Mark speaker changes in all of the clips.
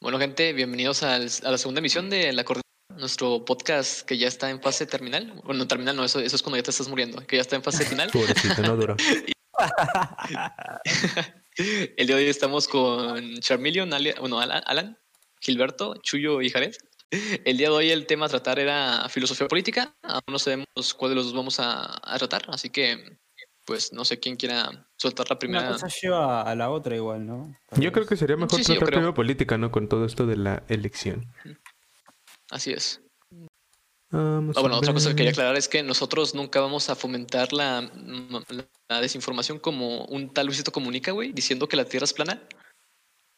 Speaker 1: Bueno, gente, bienvenidos al- a la segunda emisión de La Corte, nuestro podcast que ya está en fase terminal. Bueno, terminal no, eso, eso es cuando ya te estás muriendo, que ya está en fase final.
Speaker 2: Pobrecito, no dura.
Speaker 1: El día de hoy estamos con Charmeleon, alia- bueno, Ala- Alan, Gilberto, Chuyo y Jared. El día de hoy el tema a tratar era filosofía política. Aún no sabemos cuál de los dos vamos a, a tratar, así que pues no sé quién quiera soltar la
Speaker 3: Una
Speaker 1: primera.
Speaker 3: cosa lleva a la otra igual, ¿no? Tal
Speaker 2: Yo
Speaker 3: vez.
Speaker 2: creo que sería mejor
Speaker 1: Sí, sí, yo
Speaker 2: tratar
Speaker 1: creo.
Speaker 2: primero política, ¿no? Con todo esto de la elección.
Speaker 1: Así es.
Speaker 2: Vamos
Speaker 1: Ah,
Speaker 2: a
Speaker 1: bueno, otra cosa que
Speaker 2: ver.
Speaker 1: quería aclarar es que nosotros nunca vamos a fomentar la, mm, la desinformación como un tal Luisito comunica, güey, diciendo que la Tierra es plana.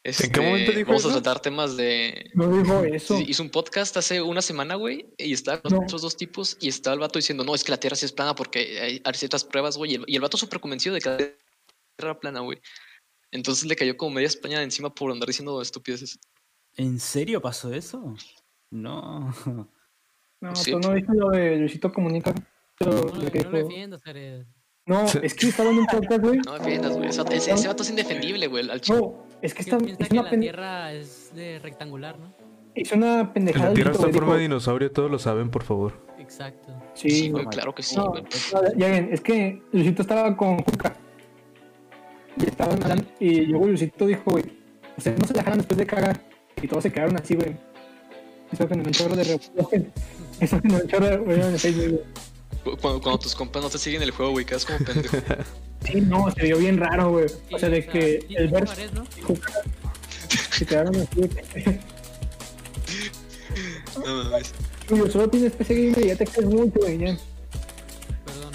Speaker 1: Este,
Speaker 2: ¿En qué momento dijo
Speaker 1: Vamos
Speaker 2: eso?
Speaker 1: a tratar temas de...
Speaker 3: No digo eso.
Speaker 1: Sí, hizo un podcast hace una semana, güey, y estaba con
Speaker 3: No.
Speaker 1: otros dos tipos y estaba el vato diciendo, no, es que la Tierra sí es plana porque hay, hay ciertas pruebas, güey, y el, y el vato súper convencido de que la Tierra era plana, güey. Entonces le cayó como media España encima por andar diciendo estupideces.
Speaker 3: ¿En serio pasó eso? No.
Speaker 4: No,
Speaker 1: Sí.
Speaker 4: tú no viste lo de Luisito Comunica. Pero
Speaker 5: No,
Speaker 4: lo que
Speaker 5: no lo
Speaker 4: dijo-
Speaker 5: defiendo, Jared.
Speaker 4: no,
Speaker 2: Sí.
Speaker 4: es que estaba en un podcast, güey.
Speaker 1: No me defiendas, güey. ese vato- Ese, ese vato es indefendible, güey. Al chile.
Speaker 4: No, es que
Speaker 5: ¿Qué
Speaker 4: está,
Speaker 5: piensa
Speaker 4: es,
Speaker 5: que
Speaker 4: una
Speaker 5: la
Speaker 4: pen-
Speaker 5: Tierra es de rectangular, ¿no?
Speaker 4: es una pendejada.
Speaker 2: La Tierra está
Speaker 4: Luisito,
Speaker 2: en
Speaker 4: güey,
Speaker 2: forma de
Speaker 4: dijo,
Speaker 2: dinosaurio, todos lo saben, por favor.
Speaker 5: Exacto.
Speaker 4: Sí,
Speaker 1: Sí, güey,
Speaker 3: no,
Speaker 1: claro que sí,
Speaker 4: no,
Speaker 1: güey.
Speaker 4: no, ya ven, es que Luisito estaba con Cuca. Y estaban hablando. Y luego Luisito dijo, güey, ustedes no se dejaron después de cagar. Y todos se quedaron así, güey. Eso generó un chorro de revuelo. Eso generó un chorro de revuelo en el Facebook, güey.
Speaker 1: Cu- Cuando, cuando tus compas no te siguen el juego, güey, quedas como pendejo.
Speaker 4: Sí, no, se vio bien raro, güey. O sea, de que
Speaker 5: sí,
Speaker 4: el
Speaker 5: sí,
Speaker 4: verso
Speaker 5: Jared, ¿no?
Speaker 4: se quedaron así. de que-
Speaker 1: No mames.
Speaker 4: Yo solo tienes PC Gamer y ya te caes mucho, güey. ya.
Speaker 5: Perdón.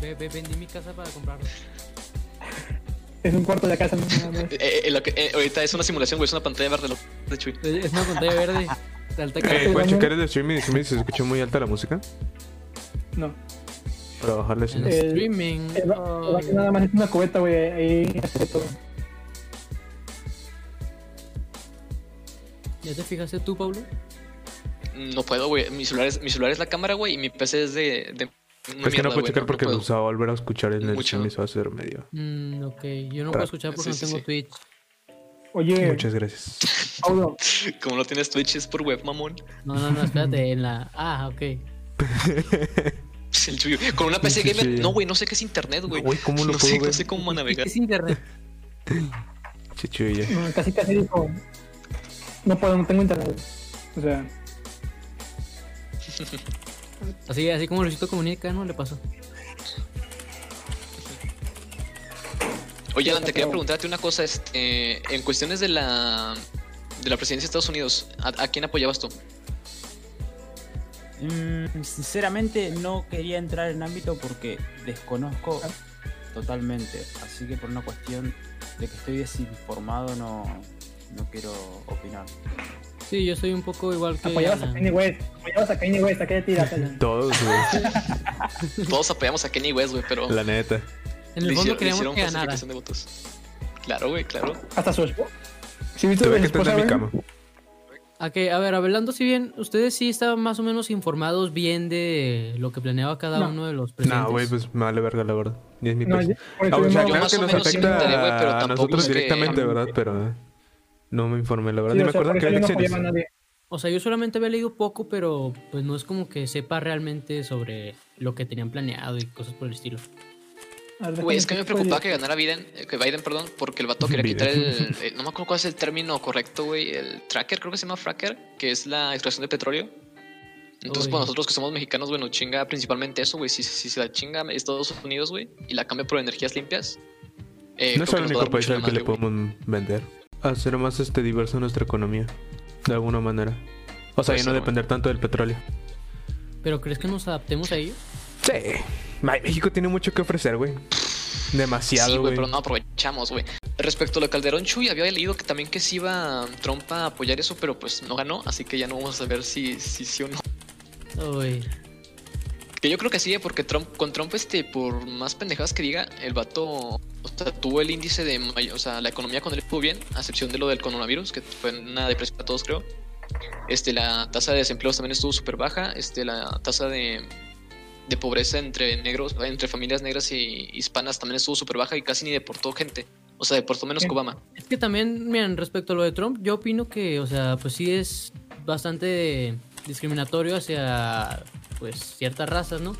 Speaker 5: Ve- ve- vendí mi casa para comprarlo.
Speaker 4: Es un cuarto de la casa, no nada más.
Speaker 1: Eh, eh, lo que- eh, ahorita es una simulación, güey, es una pantalla verde. Lo de Chuy.
Speaker 5: Es una pantalla verde. Alta
Speaker 2: Eh,
Speaker 5: calidad.
Speaker 2: ¿Puedes
Speaker 4: bueno.
Speaker 2: checar el stream y decirme si se escuchó muy alta la música?
Speaker 4: No.
Speaker 2: Para bajarla si no.
Speaker 5: El
Speaker 4: Eh,
Speaker 5: streaming.
Speaker 4: El ba- el
Speaker 5: oh,
Speaker 4: baño nada más es una cubeta, güey. Ahí hace todo.
Speaker 5: ¿Ya te fijaste tú, Pablo?
Speaker 1: No puedo, güey. Mi celular, es, mi celular es la cámara, güey, y mi PC es de. de una
Speaker 2: Es que
Speaker 1: mierda,
Speaker 2: no puedo
Speaker 1: güey,
Speaker 2: checar porque
Speaker 1: puedo.
Speaker 2: nos va a volver a escuchar en el
Speaker 1: Mucho.
Speaker 2: stream y se va a hacer medio.
Speaker 5: Mm, ok, yo no puedo escuchar porque
Speaker 1: sí, sí,
Speaker 5: no tengo
Speaker 1: sí.
Speaker 5: Twitch.
Speaker 4: Oye,
Speaker 2: Muchas gracias.
Speaker 4: Paulo,
Speaker 1: Como no tienes Twitch, es por web, mamón.
Speaker 5: No, no, no, espérate, en la... Ah, ok.
Speaker 1: El Chuy. Con una PC
Speaker 2: Sí, sí,
Speaker 1: gamer.
Speaker 2: sí.
Speaker 1: No, güey, no sé qué es internet, güey.
Speaker 2: Güey, ¿cómo lo
Speaker 1: no,
Speaker 2: puedo
Speaker 1: sé, no
Speaker 2: ver?
Speaker 1: sé cómo navegar.
Speaker 5: Es internet.
Speaker 2: Chichuya.
Speaker 4: mm, casi casi dijo: No puedo, no tengo internet. O sea,
Speaker 5: Así, así como Luisito Comunica, ¿no? Le pasó.
Speaker 1: Oye, Alan, te quería preguntarte una cosa. Este, en cuestiones de la. De la presidencia de Estados Unidos, ¿a, a quién apoyabas tú?
Speaker 3: Mm, sinceramente no quería entrar en ámbito porque desconozco totalmente. Así que por una cuestión de que estoy desinformado no, no quiero opinar.
Speaker 5: Sí, yo soy un poco igual que...
Speaker 4: apoyabas a
Speaker 5: Alan.
Speaker 4: Kanye West. Apoyabas a Kanye West. ¿A qué tiras? Alan?
Speaker 2: Todos, güey.
Speaker 1: Todos apoyamos a Kenny West, güey, pero.
Speaker 2: La neta.
Speaker 5: En
Speaker 1: le
Speaker 5: el
Speaker 1: hicieron-
Speaker 5: fondo
Speaker 1: le
Speaker 5: queríamos
Speaker 1: hicieron
Speaker 5: que ganara.
Speaker 1: falsificación de votos. Claro, güey, claro.
Speaker 4: Hasta su esposa. ¿Sí viste
Speaker 2: Tuve
Speaker 4: su
Speaker 2: que
Speaker 4: esposa,
Speaker 2: tender mi
Speaker 4: güey?
Speaker 2: cama.
Speaker 5: A que, a ver, hablando si bien, ustedes sí estaban más o menos informados bien de lo que planeaba cada
Speaker 4: No.
Speaker 5: uno de los presidentes.
Speaker 2: No, güey, pues me vale verga, la verdad. Ni es mi
Speaker 4: No,
Speaker 2: país.
Speaker 4: yo- por eso
Speaker 2: Ah, o sea,
Speaker 4: no-
Speaker 2: claro
Speaker 1: más
Speaker 2: que
Speaker 1: o
Speaker 2: nos
Speaker 1: menos sí me
Speaker 2: afecta
Speaker 1: enteré, güey, pero
Speaker 2: a
Speaker 1: tampoco
Speaker 2: nosotros
Speaker 1: es que-
Speaker 2: directamente, ¿verdad? Pero eh, no me informé, la verdad.
Speaker 4: Sí,
Speaker 2: Ni
Speaker 4: o
Speaker 2: me
Speaker 4: sea,
Speaker 2: acuerdo
Speaker 4: por
Speaker 2: que
Speaker 4: eso yo
Speaker 2: había
Speaker 4: no apoyaba a
Speaker 2: elecciones.
Speaker 4: nadie.
Speaker 5: O sea, yo solamente había leído poco, pero pues no es como que sepa realmente sobre lo que tenían planeado y cosas por el estilo.
Speaker 4: A ver,
Speaker 1: Güey, es que a
Speaker 4: déjame
Speaker 1: mí me
Speaker 4: ver
Speaker 1: preocupaba
Speaker 4: si
Speaker 1: que ganara Biden, eh, que Biden, perdón, porque el vato quería
Speaker 2: Biden.
Speaker 1: quitar el, el- No me acuerdo cuál es el término correcto, güey. El tracker, creo que se llama fracker, que es la extracción de petróleo. Entonces,
Speaker 5: Uy.
Speaker 1: pues nosotros que somos mexicanos, bueno, chinga principalmente eso, güey. Si, si se la chinga Estados Unidos, güey, y la cambia por energías limpias. eh,
Speaker 2: No es
Speaker 1: creo
Speaker 2: el
Speaker 1: que nos va a
Speaker 2: único
Speaker 1: dar
Speaker 2: país
Speaker 1: mucho
Speaker 2: al
Speaker 1: la
Speaker 2: que le
Speaker 1: madre, güey.
Speaker 2: podemos vender. Hacer más este diversa nuestra economía. De alguna manera. O sea,
Speaker 1: Puede
Speaker 2: ya no
Speaker 1: ser,
Speaker 2: depender tanto del petróleo.
Speaker 5: ¿Pero crees que nos adaptemos a ello?
Speaker 2: Sí. Ay, México tiene mucho que ofrecer, güey.
Speaker 1: Sí,
Speaker 2: Demasiado,
Speaker 1: güey,
Speaker 2: güey.
Speaker 1: pero no aprovechamos, güey. Respecto a lo de Calderón Chuy, había leído que también que sí iba Trump a apoyar eso, pero pues no ganó, así que ya no vamos a ver si si sí o no.
Speaker 5: Uy,
Speaker 1: Que yo creo que sí, eh, porque Trump, con Trump, este, por más pendejadas que diga, el vato, o sea, tuvo el índice de, may- o sea, la economía con él estuvo bien, a excepción de lo del coronavirus, que fue una depresión para todos, creo. Este, la tasa de desempleos también estuvo súper baja, este, la tasa de, de pobreza entre negros, entre familias negras y hispanas también estuvo súper baja y casi ni deportó gente. O sea, de por lo menos que Obama.
Speaker 5: Es que también, miren, respecto a lo de Trump, yo opino que, o sea, pues sí es bastante discriminatorio hacia, pues, ciertas razas, ¿no?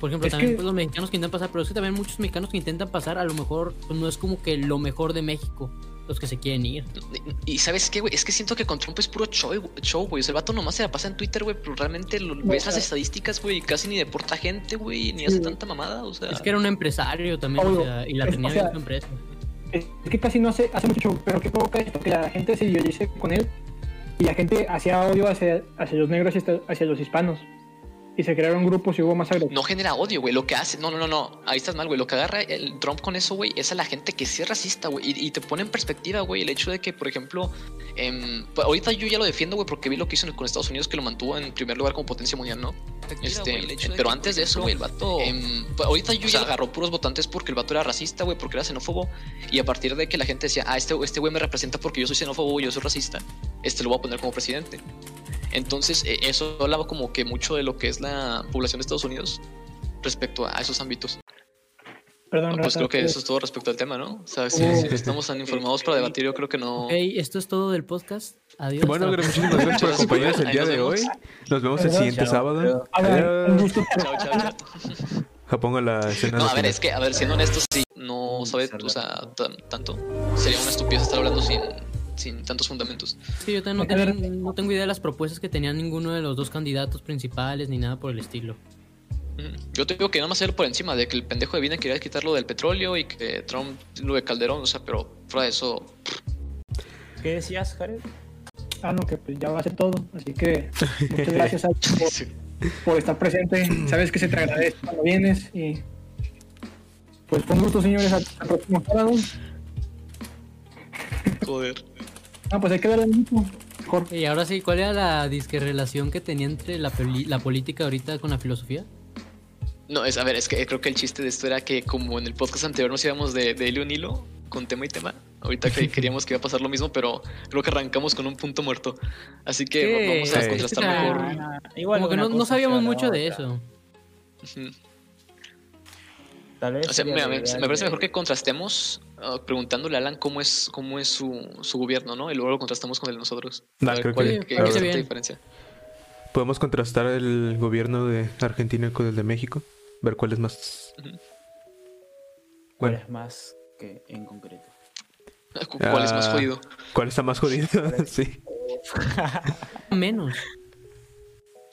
Speaker 5: Por ejemplo,
Speaker 4: Es
Speaker 5: también
Speaker 4: que-
Speaker 5: pues, los mexicanos que intentan pasar, pero es que también muchos mexicanos que intentan pasar, a lo mejor pues, no es como que lo mejor de México, los que se quieren ir.
Speaker 1: Y y ¿sabes qué, güey? Es que siento que con Trump es puro show, güey. show, güey. O sea, el vato nomás se la pasa en Twitter, güey, pero realmente lo- ves las estadísticas, güey, y casi ni deporta gente, güey, ni hace
Speaker 4: Sí.
Speaker 1: tanta mamada, o sea...
Speaker 5: Es que era un empresario también,
Speaker 4: Obvio.
Speaker 5: o sea, y la
Speaker 4: Es- o
Speaker 5: tenía
Speaker 4: sea,
Speaker 5: en su empresa.
Speaker 4: Es que casi no hace, hace mucho show, pero qué provoca esto, que la gente se ideologice con él y la gente hacía odio hacia, hacia los negros y hasta- hacia los hispanos. Y se crearon grupos y hubo más agro.
Speaker 1: No genera odio, güey. Lo que hace, no, no, no, no. Ahí estás mal, güey. Lo que agarra el Trump con eso, güey, es a la gente que sí es racista, güey. Y, y te pone en perspectiva, güey, el hecho de que, por ejemplo, em, pues, ahorita yo ya lo defiendo, güey, porque vi lo que hizo en- con Estados Unidos, que lo mantuvo en primer lugar como potencia mundial, ¿no? Este, pero antes de eso, güey, el vato. em, pues, ahorita yo ya agarró puros votantes porque el vato era racista, güey, porque era xenófobo. Y a partir de que la gente decía, ah, este este güey me representa porque yo soy xenófobo, güey, yo soy racista, este lo voy a poner como presidente. Entonces, eh, eso hablaba como que mucho de lo que es la población de Estados Unidos respecto a esos ámbitos.
Speaker 4: Perdón,
Speaker 1: Ah, Pues
Speaker 4: Rafa,
Speaker 1: creo que
Speaker 4: pero-
Speaker 1: eso es todo respecto al tema, ¿no? O sea, si,
Speaker 4: Oh.
Speaker 1: si no estamos tan informados para debatir, yo creo que no.
Speaker 5: Ok, esto es todo del podcast. Adiós.
Speaker 2: Bueno,
Speaker 5: hasta la
Speaker 2: gra- muchísimas gracias por acompañarnos el
Speaker 1: Ahí
Speaker 2: día
Speaker 1: nos
Speaker 2: de
Speaker 1: vemos.
Speaker 2: hoy. Nos vemos el
Speaker 4: Adiós.
Speaker 2: siguiente
Speaker 3: Chao.
Speaker 2: sábado.
Speaker 4: A ver, Ah, un
Speaker 2: Adiós.
Speaker 4: gusto.
Speaker 1: Chao, chao, chao.
Speaker 2: Pongo la
Speaker 1: No,
Speaker 2: escena.
Speaker 1: a
Speaker 2: nacional.
Speaker 1: ver, es que, a ver, siendo honestos, sí, no
Speaker 3: Mm,
Speaker 1: sabe,
Speaker 3: salva.
Speaker 1: o sea, tan- tanto. Sería una estupidez estar hablando sin, sin tantos fundamentos.
Speaker 5: Sí, yo también no, tenía- no tengo idea de las propuestas que tenían ninguno de los dos candidatos principales ni nada por el estilo.
Speaker 1: Mm, Yo te digo que nada más era por encima de que el pendejo de Biden quería quitar lo del petróleo y que Trump lo de Calderón, o sea, pero fuera de eso,
Speaker 3: ¿Qué decías, Jared?
Speaker 4: Ah, no, que pues ya va a ser todo. Así que muchas gracias Alex,
Speaker 1: Sí.
Speaker 4: por, por estar presente. Sabes que se te agradece cuando vienes. Y pues con gusto, señores. Hasta el próximo sábado.
Speaker 1: joder.
Speaker 4: Ah, pues hay que ver el mismo. Mejor.
Speaker 5: Y ahora sí, ¿cuál era la disque relación que tenía entre la, peli- la política ahorita con la filosofía?
Speaker 1: No, es, a ver, es que creo que el chiste de esto era que como en el podcast anterior nos íbamos de, de hilo en hilo, con tema y tema, ahorita que queríamos que iba a pasar lo mismo, pero creo que arrancamos con un punto muerto. Así que
Speaker 5: ¿Qué?
Speaker 1: vamos a
Speaker 2: Sí.
Speaker 1: contrastar
Speaker 5: Ah.
Speaker 1: mejor.
Speaker 3: Igual
Speaker 5: Como que
Speaker 3: una
Speaker 5: no, no
Speaker 3: cosa lleva
Speaker 5: sabíamos
Speaker 3: a la
Speaker 5: mucho de
Speaker 3: otra.
Speaker 5: eso.
Speaker 1: Ujú.
Speaker 3: Tal vez
Speaker 1: O sea, me,
Speaker 3: sería
Speaker 1: me-
Speaker 3: lo ideal
Speaker 1: me parece
Speaker 3: de-
Speaker 1: mejor que contrastemos ah, preguntándole a Alan cómo es, cómo es su, su gobierno, ¿no? Y luego lo contrastamos con el de nosotros.
Speaker 2: Va,
Speaker 1: A ver
Speaker 2: creo
Speaker 1: cuál-
Speaker 2: que-
Speaker 1: qué-
Speaker 5: parece
Speaker 1: qué es la
Speaker 5: bien.
Speaker 1: diferencia.
Speaker 2: Podemos contrastar el gobierno de Argentina con el de México. Ver cuál es más.
Speaker 1: Ujú.
Speaker 3: ¿Cuál
Speaker 2: Bueno,
Speaker 3: es más que en concreto?
Speaker 1: ¿Cu- ¿Cuál es más
Speaker 2: Ah.
Speaker 1: jodido?
Speaker 2: ¿cuál está más jodido? sí.
Speaker 5: Menos.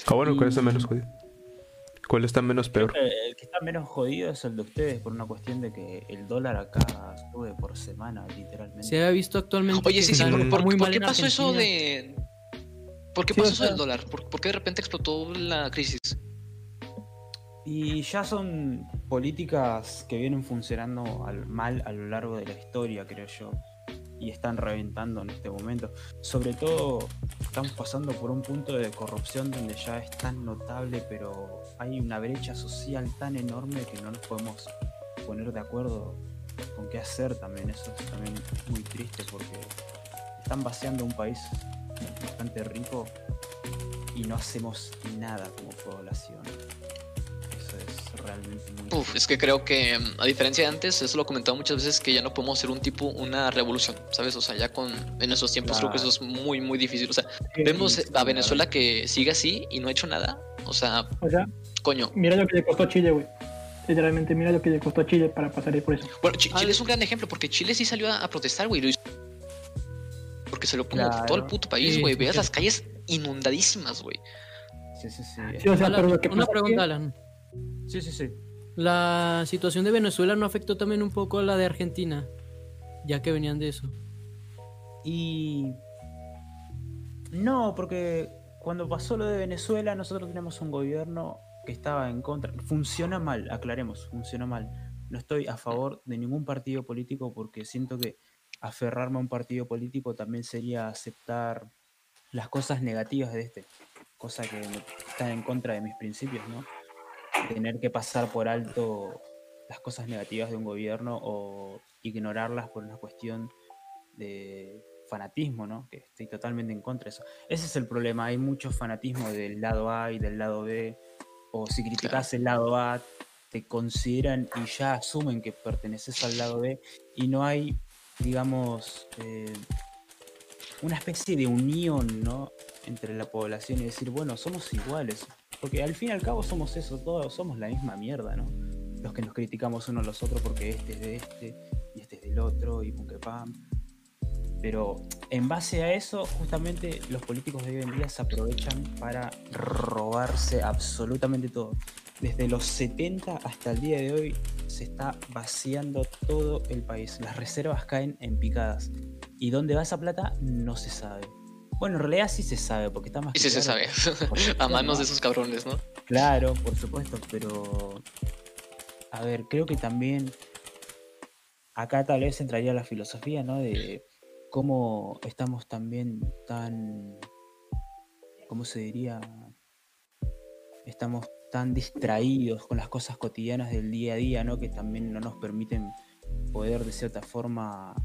Speaker 2: Ah, bueno, ¿cuál está menos jodido? ¿Cuál está menos peor?
Speaker 3: Eh, El que está menos jodido es el de ustedes por una cuestión de que el dólar acá sube por semana, literalmente.
Speaker 5: Se ha visto actualmente.
Speaker 1: Oye,
Speaker 5: que
Speaker 1: sí, sí,
Speaker 5: está
Speaker 1: ¿por,
Speaker 2: Están
Speaker 1: por-
Speaker 5: muy
Speaker 1: por
Speaker 5: mal
Speaker 1: qué
Speaker 5: en
Speaker 1: pasó eso
Speaker 5: Argentina.
Speaker 1: de...? ¿Por qué
Speaker 4: Sí, o
Speaker 1: pasó eso
Speaker 4: sea-
Speaker 1: del dólar? ¿Por, por qué de repente explotó la crisis?
Speaker 3: Y ya son políticas que vienen funcionando al- mal a lo largo de la historia, creo yo. Y están reventando en este momento. Sobre todo, estamos pasando por un punto de corrupción donde ya es tan notable, pero hay una brecha social tan enorme que no nos podemos poner de acuerdo con qué hacer también. Eso es también muy triste porque están vaciando un país bastante rico y no hacemos nada como población. Eso es realmente muy...
Speaker 1: Uf, es que creo que, mm, a diferencia de antes, eso lo he comentado muchas veces, que ya no podemos hacer un tipo, una revolución, ¿sabes? O sea, ya con, en esos tiempos creo que eso es muy, muy difícil. O sea, vemos
Speaker 3: sí,
Speaker 1: a
Speaker 3: claro.
Speaker 1: Venezuela que sigue así y no ha hecho nada. O sea,
Speaker 4: O sea,
Speaker 1: coño.
Speaker 4: mira lo que le costó a Chile, güey. Literalmente, mira lo que le costó a Chile para pasar ahí por eso.
Speaker 1: Bueno, Chi-
Speaker 5: Ah,
Speaker 1: Chile es un gran ejemplo porque Chile sí salió a, a protestar, güey. y lo hizo. Porque se lo como
Speaker 3: Claro.
Speaker 1: todo el puto país,
Speaker 5: Sí,
Speaker 1: güey.
Speaker 5: sí,
Speaker 1: Veas
Speaker 5: sí.
Speaker 1: las calles inundadísimas, güey.
Speaker 3: Sí, sí, sí.
Speaker 4: Sí, o sea,
Speaker 5: Alan,
Speaker 4: pero lo que
Speaker 5: una
Speaker 4: pasa es que-
Speaker 5: pregunta, Alan.
Speaker 3: Sí, sí, sí.
Speaker 5: ¿La situación de Venezuela no afectó también un poco a la de Argentina? Ya que venían de eso.
Speaker 3: Y... No, porque cuando pasó lo de Venezuela, nosotros tenemos un gobierno que estaba en contra. Funciona mal, aclaremos, funciona mal. No estoy a favor de ningún partido político porque siento que aferrarme a un partido político también sería aceptar las cosas negativas de este, cosa que me- está en contra de mis principios, ¿no? Tener que pasar por alto las cosas negativas de un gobierno o ignorarlas por una cuestión de fanatismo, ¿no? Que estoy totalmente en contra de eso. Ese es el problema, hay mucho fanatismo del lado A y del lado B, o si criticas el lado A, te consideran y ya asumen que perteneces al lado B, y no hay digamos, eh, una especie de unión, ¿no? Entre la población y decir, bueno, somos iguales. Porque al fin y al cabo somos eso, todos somos la misma mierda, ¿no? Los que nos criticamos unos a los otros porque este es de este y este es del otro y porque pam. Pero en base a eso, justamente los políticos de hoy en día se aprovechan para robarse absolutamente todo. Desde los 70 hasta el día de hoy se está vaciando todo el país. Las reservas caen en picadas. ¿Y dónde va esa plata? No se sabe. Bueno, en realidad sí se sabe, porque está más...
Speaker 1: Y sí se
Speaker 3: claro.
Speaker 1: sabe. A manos de esos cabrones, ¿no?
Speaker 3: Claro, por supuesto, pero... A ver, creo que también... Acá tal vez entraría la filosofía, ¿no? De cómo estamos también tan... ¿Cómo se diría? Estamos tan distraídos con las cosas cotidianas del día a día, ¿no? Que también no nos permiten poder de cierta forma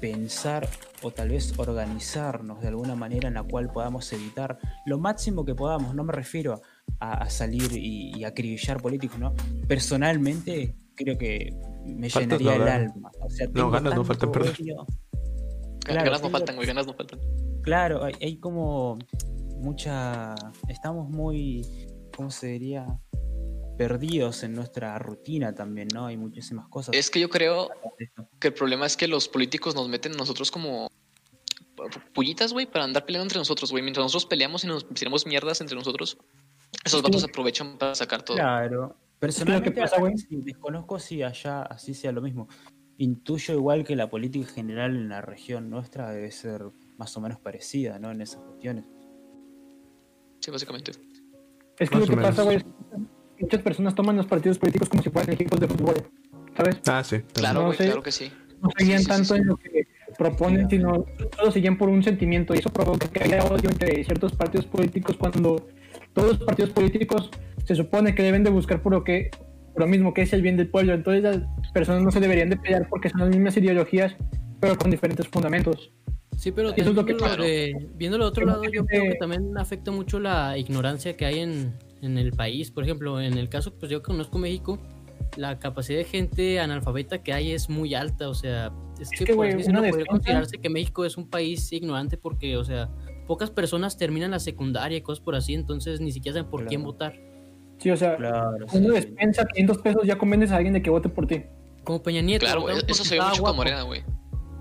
Speaker 3: pensar o tal vez organizarnos de alguna manera en la cual podamos evitar lo máximo que podamos. No me refiero a, a salir y, y acribillar políticos, ¿no? Personalmente creo que me
Speaker 2: Faltas no
Speaker 3: llenaría el
Speaker 2: ganas.
Speaker 3: alma. O sea,
Speaker 2: No,
Speaker 3: tengo
Speaker 2: ganas no faltan,
Speaker 3: tanto
Speaker 2: perdón.
Speaker 3: odio. Claro,
Speaker 1: Ganas no
Speaker 3: sí,
Speaker 1: faltan, güey, ganas no faltan.
Speaker 3: Claro, hay, hay como mucha. Estamos muy. ¿Cómo se diría? Perdidos en nuestra rutina también, ¿no? Hay muchísimas cosas.
Speaker 1: Es que yo creo
Speaker 3: de esto.
Speaker 1: que el problema es que los políticos nos meten nosotros como pullitas, güey, para andar peleando entre nosotros, güey. Mientras nosotros peleamos y nos tiramos mierdas entre nosotros, esos vatos aprovechan para sacar todo.
Speaker 3: Claro.
Speaker 4: ¿Qué
Speaker 3: Personalmente,
Speaker 4: pasa,
Speaker 3: acá
Speaker 4: güey?
Speaker 3: sí, desconozco si allá así sea lo mismo. Intuyo igual que la política general en la región nuestra debe ser más o menos parecida, ¿no? En esas cuestiones.
Speaker 1: Sí, básicamente.
Speaker 4: Pues Es que
Speaker 2: Más
Speaker 4: lo que
Speaker 2: o menos.
Speaker 4: pasa, güey, es que muchas personas toman los partidos políticos como si fueran equipos de fútbol, ¿sabes?
Speaker 2: Ah, sí. también.
Speaker 1: Claro,
Speaker 4: No
Speaker 1: güey,
Speaker 4: sé.
Speaker 1: claro que sí.
Speaker 4: No se
Speaker 1: Sí,
Speaker 4: guían
Speaker 1: sí, sí,
Speaker 4: tanto
Speaker 1: sí.
Speaker 4: en lo que proponen, sino todos se guían por un sentimiento y eso provoca que haya odio entre ciertos partidos políticos cuando todos los partidos políticos se supone que deben de buscar por lo que por lo mismo que es el bien del pueblo. Entonces las personas no se deberían de pelear porque son las mismas ideologías, pero con diferentes fundamentos.
Speaker 5: Sí, pero
Speaker 4: Eso es lo que
Speaker 5: también viéndolo
Speaker 1: pasa.
Speaker 5: de- viéndolo de otro
Speaker 4: Que
Speaker 5: lado, yo creo que
Speaker 4: gente-
Speaker 5: también afecta mucho la ignorancia que hay en, en el país. Por ejemplo, en el caso, pues yo que conozco México, la capacidad de gente analfabeta que hay es muy alta. O sea, es que,
Speaker 4: que,
Speaker 5: por
Speaker 4: güey,
Speaker 5: así decirlo,
Speaker 4: una
Speaker 5: podría
Speaker 4: despensa-
Speaker 5: considerarse que México es un país ignorante porque, o sea, pocas personas terminan la secundaria y cosas por así, entonces ni siquiera saben por
Speaker 3: Claro.
Speaker 5: quién votar.
Speaker 4: Sí, o sea,
Speaker 3: Claro.
Speaker 4: uno despensa 500 pesos ya convences a alguien de que vote por ti.
Speaker 5: Como Peña Nieto.
Speaker 1: Claro,
Speaker 5: votamos
Speaker 1: güey, eso
Speaker 5: porque
Speaker 1: se ve
Speaker 5: estaba
Speaker 1: mucho con
Speaker 5: guapo.
Speaker 1: Morena, güey.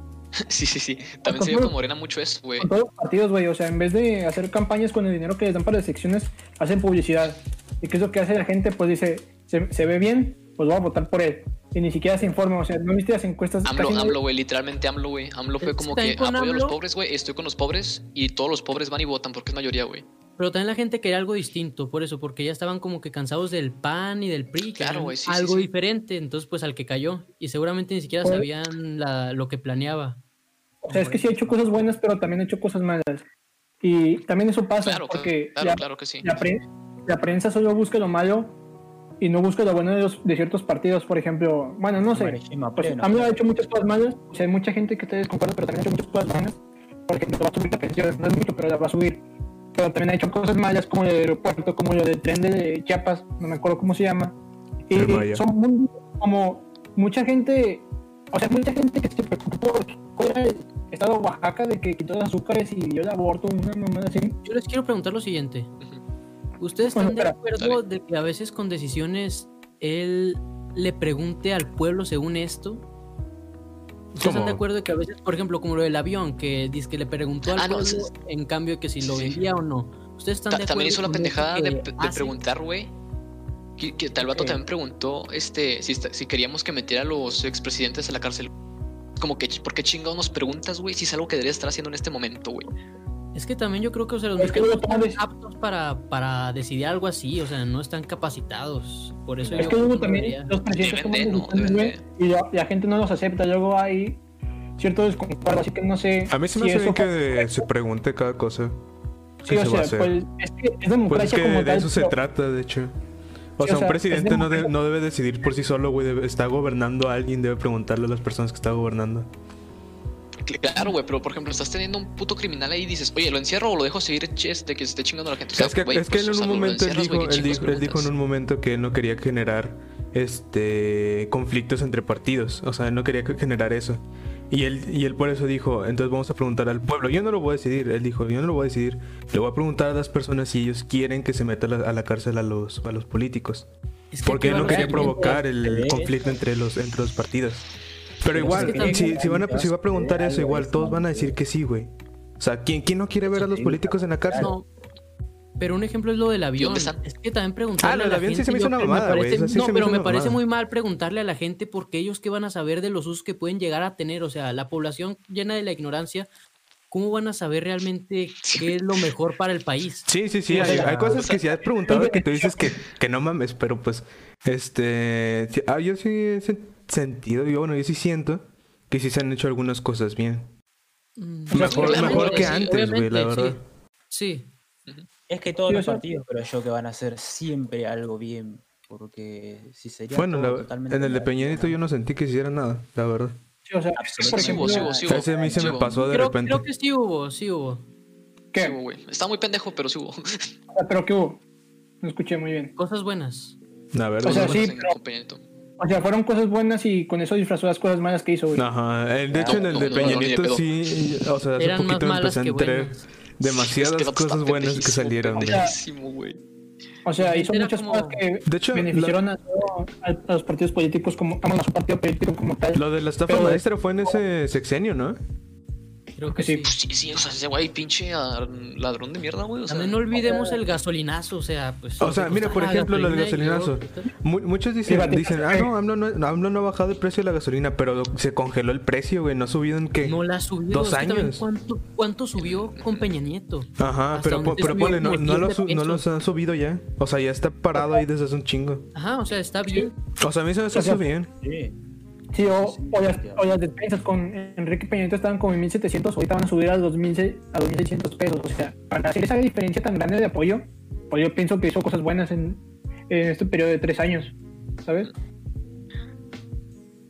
Speaker 1: Sí, sí, sí. También se ve
Speaker 4: Con-
Speaker 1: con Morena mucho eso, güey.
Speaker 4: Con todos los partidos, güey. O sea, en vez de hacer campañas con el dinero que les dan para las secciones, hacen publicidad. ¿Y qué es lo que hace la gente? Pues dice, se, se ve bien, pues voy a votar por él. Y ni siquiera se informa. O sea, no viste las encuestas. Casi
Speaker 1: AMLO,
Speaker 4: no-
Speaker 1: AMLO, güey, literalmente AMLO, güey. AMLO fue
Speaker 5: Es que
Speaker 1: como que
Speaker 5: también
Speaker 1: apoyo
Speaker 5: con
Speaker 1: a los
Speaker 5: AMLO-
Speaker 1: pobres, güey, estoy con los pobres y todos los pobres van y votan porque es mayoría, güey.
Speaker 5: Pero también la gente quería algo distinto, por eso, porque ya estaban como que cansados del pan y del PRI,
Speaker 1: Claro,
Speaker 5: querían
Speaker 1: güey, sí, sí,
Speaker 5: algo
Speaker 1: sí.
Speaker 5: diferente, entonces pues al que cayó, y seguramente ni siquiera
Speaker 4: Pues-
Speaker 5: sabían la- lo que planeaba.
Speaker 4: O sea, es que sí ha hecho cosas buenas, pero también ha hecho cosas malas. Y también eso pasa
Speaker 1: Claro,
Speaker 4: porque
Speaker 1: claro,
Speaker 4: la,
Speaker 1: claro que sí.
Speaker 4: la pre- la prensa solo busca lo malo y no busca lo bueno de, los, de ciertos partidos. Por ejemplo, bueno, no sé.
Speaker 3: Marechima
Speaker 4: Pues,
Speaker 3: pleno.
Speaker 4: AMLO ha hecho muchas cosas malas. O sea, hay mucha gente que te desconcuerda, pero también ha hecho muchas cosas buenas. Por ejemplo, va a subir la pensión, no es mucho, pero la va a subir. Pero también ha hecho cosas malas como el aeropuerto, como lo del tren de Chiapas, no me acuerdo cómo se llama. Y
Speaker 2: El Maya.
Speaker 4: son muy- como mucha gente, o sea, mucha gente que se preocupó por el estado de Oaxaca de que quitó los azúcares y dio el aborto, una mamada así.
Speaker 5: Yo les quiero preguntar lo siguiente.
Speaker 1: Ujú.
Speaker 5: ¿Ustedes
Speaker 4: Bueno,
Speaker 5: están de
Speaker 4: espera,
Speaker 5: acuerdo de que a veces con decisiones él le pregunte al pueblo según esto? ¿Ustedes están
Speaker 2: ¿Cómo?
Speaker 5: de acuerdo de que a veces, por ejemplo, como lo del avión, que dice que le preguntó al
Speaker 1: Ah, no,
Speaker 5: pueblo
Speaker 1: sí, sí.
Speaker 5: en cambio que si lo
Speaker 1: Sí, sí.
Speaker 5: vendía o no? ¿Ustedes están
Speaker 1: Ta-
Speaker 5: de acuerdo
Speaker 1: también hizo la
Speaker 5: con eso
Speaker 1: pendejada de,
Speaker 5: que Ah,
Speaker 1: de
Speaker 5: hace?
Speaker 1: preguntar, güey. Que, que tal vato
Speaker 4: Ok.
Speaker 1: también preguntó este, si, esta- si queríamos que metiera a los expresidentes a la cárcel. Como que, ch- ¿por qué chingados nos preguntas, güey? Si es algo que debería estar haciendo en este momento, güey.
Speaker 5: Es que también yo creo que o sea, los
Speaker 4: Es que no
Speaker 5: mexicanos no
Speaker 4: lo
Speaker 5: están aptos para, para decidir algo así, o sea, no están capacitados. Por eso
Speaker 4: Es
Speaker 5: yo
Speaker 4: que
Speaker 5: creo
Speaker 4: luego
Speaker 5: no
Speaker 4: también
Speaker 5: debería.
Speaker 4: los presidentes
Speaker 1: Deben de,
Speaker 4: toman
Speaker 1: ¿no?
Speaker 4: decisiones,
Speaker 1: Deben
Speaker 4: güey, y la, la gente no los acepta, luego hay cierto desconcuerdo, así que no sé.
Speaker 2: A mí se me
Speaker 4: si
Speaker 2: hace bien
Speaker 4: eso-
Speaker 2: que se pregunte cada cosa.
Speaker 4: Sí,
Speaker 2: ¿Qué
Speaker 4: o
Speaker 2: se va a hacer?
Speaker 4: sea, pues es que es
Speaker 2: Pues es
Speaker 4: democracia
Speaker 2: que
Speaker 4: como
Speaker 2: de
Speaker 4: tal.
Speaker 2: eso se
Speaker 4: pero-
Speaker 2: trata, de hecho. O
Speaker 4: Sí,
Speaker 2: sea, un
Speaker 4: o sea,
Speaker 2: presidente
Speaker 4: es
Speaker 2: no, de-
Speaker 4: democracia.
Speaker 2: no debe decidir por sí solo, güey. debe- Está gobernando a alguien, debe preguntarle a las personas que está gobernando.
Speaker 1: Cl- Claro, güey, pero por ejemplo, estás teniendo un puto criminal ahí y dices, oye, ¿lo encierro o lo dejo seguir ch- este, que se esté chingando a la gente? O sea,
Speaker 2: es que,
Speaker 1: güey,
Speaker 2: es que
Speaker 1: pues,
Speaker 2: él
Speaker 1: o
Speaker 2: en
Speaker 1: sea,
Speaker 2: un
Speaker 1: lo- lo
Speaker 2: momento él
Speaker 1: encierras,
Speaker 2: dijo,
Speaker 1: güey, ¿qué
Speaker 2: él
Speaker 1: chingos
Speaker 2: dijo, él dijo en
Speaker 1: preguntas?
Speaker 2: un momento que él no quería generar este conflictos entre partidos. O sea, él no quería que- generar eso. Y él, y él por eso dijo, entonces vamos a preguntar al pueblo. Yo no lo voy a decidir, él dijo, yo no lo voy a decidir. Le voy a preguntar a las personas si ellos quieren que se meta a la, a la cárcel a los, a los políticos.
Speaker 5: Es que
Speaker 2: Porque
Speaker 5: qué
Speaker 2: él no quería
Speaker 5: barbaridad.
Speaker 2: provocar
Speaker 5: ¿eh?
Speaker 2: el conflicto entre los, entre los partidos. Pero
Speaker 5: Sí,
Speaker 2: igual,
Speaker 5: es que también
Speaker 2: si, si van a,
Speaker 3: ahorita
Speaker 2: si va a preguntar
Speaker 3: algo
Speaker 2: eso, igual
Speaker 3: es
Speaker 2: todos van a
Speaker 3: más
Speaker 2: decir que sí, güey. O sea, ¿quién, ¿quién no quiere ver a los
Speaker 3: Sí,
Speaker 2: políticos en la cárcel?
Speaker 5: No. Pero un ejemplo es lo del avión.
Speaker 1: dónde están?
Speaker 5: Es que también preguntarle
Speaker 2: Ah, lo
Speaker 5: a
Speaker 2: del
Speaker 5: la
Speaker 2: avión sí
Speaker 5: gente,
Speaker 2: se me hizo
Speaker 5: yo-
Speaker 2: una mamada, güey.
Speaker 5: parece-
Speaker 2: Eso sí se
Speaker 5: no,
Speaker 2: me
Speaker 5: pero
Speaker 2: hizo
Speaker 5: me
Speaker 2: una
Speaker 5: parece
Speaker 2: mamada.
Speaker 5: muy mal preguntarle a la gente porque ellos qué van a saber de los usos que pueden llegar a tener. O sea, la población llena de la ignorancia, ¿cómo van a saber realmente qué es lo mejor para el país?
Speaker 2: Sí, sí, sí.
Speaker 3: O
Speaker 2: Hay,
Speaker 3: sea,
Speaker 2: hay cosas que si has preguntado
Speaker 4: oye,
Speaker 2: que tú dices que, que no mames, pero pues, este. sí, ah, yo sí he sen- sentido, yo bueno, yo sí siento que sí se han hecho algunas cosas bien.
Speaker 5: Mm,
Speaker 3: sea,
Speaker 2: Mejor,
Speaker 1: obviamente,
Speaker 2: mejor
Speaker 1: sí,
Speaker 2: que antes, güey, la
Speaker 5: obviamente,
Speaker 2: verdad.
Speaker 5: Sí.
Speaker 3: Es que todos
Speaker 4: Sí, o
Speaker 3: los
Speaker 4: sea-
Speaker 3: partidos creo yo que van a hacer siempre algo bien, porque si sería
Speaker 2: Bueno,
Speaker 3: todo
Speaker 2: la-
Speaker 3: totalmente
Speaker 2: en el de
Speaker 3: gratis,
Speaker 2: Peñanito
Speaker 3: ¿no?
Speaker 2: yo no sentí que hiciera nada, la verdad.
Speaker 4: Sí, o sea, por
Speaker 1: Sí hubo, sí hubo, sí hubo.
Speaker 2: Ese a mí se
Speaker 1: Sí
Speaker 2: me
Speaker 1: hubo,
Speaker 2: pasó de
Speaker 5: Creo,
Speaker 2: repente.
Speaker 5: creo que sí hubo, sí hubo.
Speaker 4: ¿qué?
Speaker 1: sí hubo, güey. Está muy pendejo, pero sí hubo.
Speaker 4: O sea, pero ¿qué hubo? No escuché muy bien.
Speaker 5: Cosas buenas.
Speaker 2: La verdad.
Speaker 4: O sea,
Speaker 1: Bueno,
Speaker 4: sí,
Speaker 1: en-
Speaker 4: pero-
Speaker 1: con Peña Nieto.
Speaker 4: O sea, fueron cosas buenas y con eso disfrazó las cosas malas que hizo, güey.
Speaker 2: Ajá, el- de hecho en el
Speaker 1: Ah, no,
Speaker 2: de
Speaker 1: no,
Speaker 2: Peña
Speaker 1: no, ni de
Speaker 2: Nieto
Speaker 1: pedo.
Speaker 2: sí, o sea, hace
Speaker 5: Eran más
Speaker 2: poquito
Speaker 5: malas
Speaker 2: empecé a
Speaker 5: que
Speaker 2: entrar
Speaker 5: buenas.
Speaker 2: demasiadas
Speaker 1: Este vato está
Speaker 2: cosas buenas que
Speaker 1: pendejísimo,
Speaker 2: salieron. güey.
Speaker 1: pendejísimo, güey.
Speaker 4: O sea,
Speaker 5: Era
Speaker 4: hizo muchas
Speaker 5: como-
Speaker 4: cosas que
Speaker 2: De hecho,
Speaker 4: beneficiaron a, a- a los partidos políticos como a su partido político como tal.
Speaker 2: Lo de la estafa
Speaker 4: Pero-
Speaker 2: maestra fue en ese sexenio, ¿no?
Speaker 5: Creo que
Speaker 4: Sí,
Speaker 5: sí.
Speaker 1: Pues sí, sí, o sea, ese güey pinche ah, ladrón de mierda, güey. O sea,
Speaker 5: También no olvidemos el gasolinazo, o sea, pues...
Speaker 2: O
Speaker 5: lo
Speaker 2: sea,
Speaker 5: que
Speaker 2: mira, por
Speaker 5: costaba la
Speaker 2: ejemplo, lo del
Speaker 5: gasolina y
Speaker 2: gasolinazo.
Speaker 5: luego- pues,
Speaker 2: Mu- muchos dicen,
Speaker 4: Fíjate. eh.
Speaker 2: dicen ah, no AMLO, no, no, AMLO no ha bajado el precio de la gasolina, pero lo- se congeló el precio, güey, no ha subido en qué.
Speaker 5: No la subió.
Speaker 2: Dos
Speaker 5: es que también
Speaker 2: años.
Speaker 5: ¿cuánto, cuánto subió con Peña Nieto?
Speaker 2: Ajá,
Speaker 5: Hasta
Speaker 2: pero,
Speaker 5: donde
Speaker 2: po- pero
Speaker 5: subió
Speaker 2: ponle, no,
Speaker 5: como
Speaker 2: no, lo
Speaker 5: 15
Speaker 2: su- no
Speaker 5: pesos.
Speaker 2: los han subido ya. O sea, ya está parado ahí desde hace un chingo.
Speaker 5: Ajá, o sea, está bien.
Speaker 2: O sea, a mí se me
Speaker 4: O sea,
Speaker 2: hace bien.
Speaker 3: Sí.
Speaker 4: Sí, o, o las, o las despensas con Enrique Peña Nieto estaban como en 1700, ahorita van a subir a 2000 a 2600 pesos. O sea, para hacer esa diferencia tan grande de apoyo, pues yo pienso que hizo cosas buenas en, en este periodo de tres años, ¿sabes?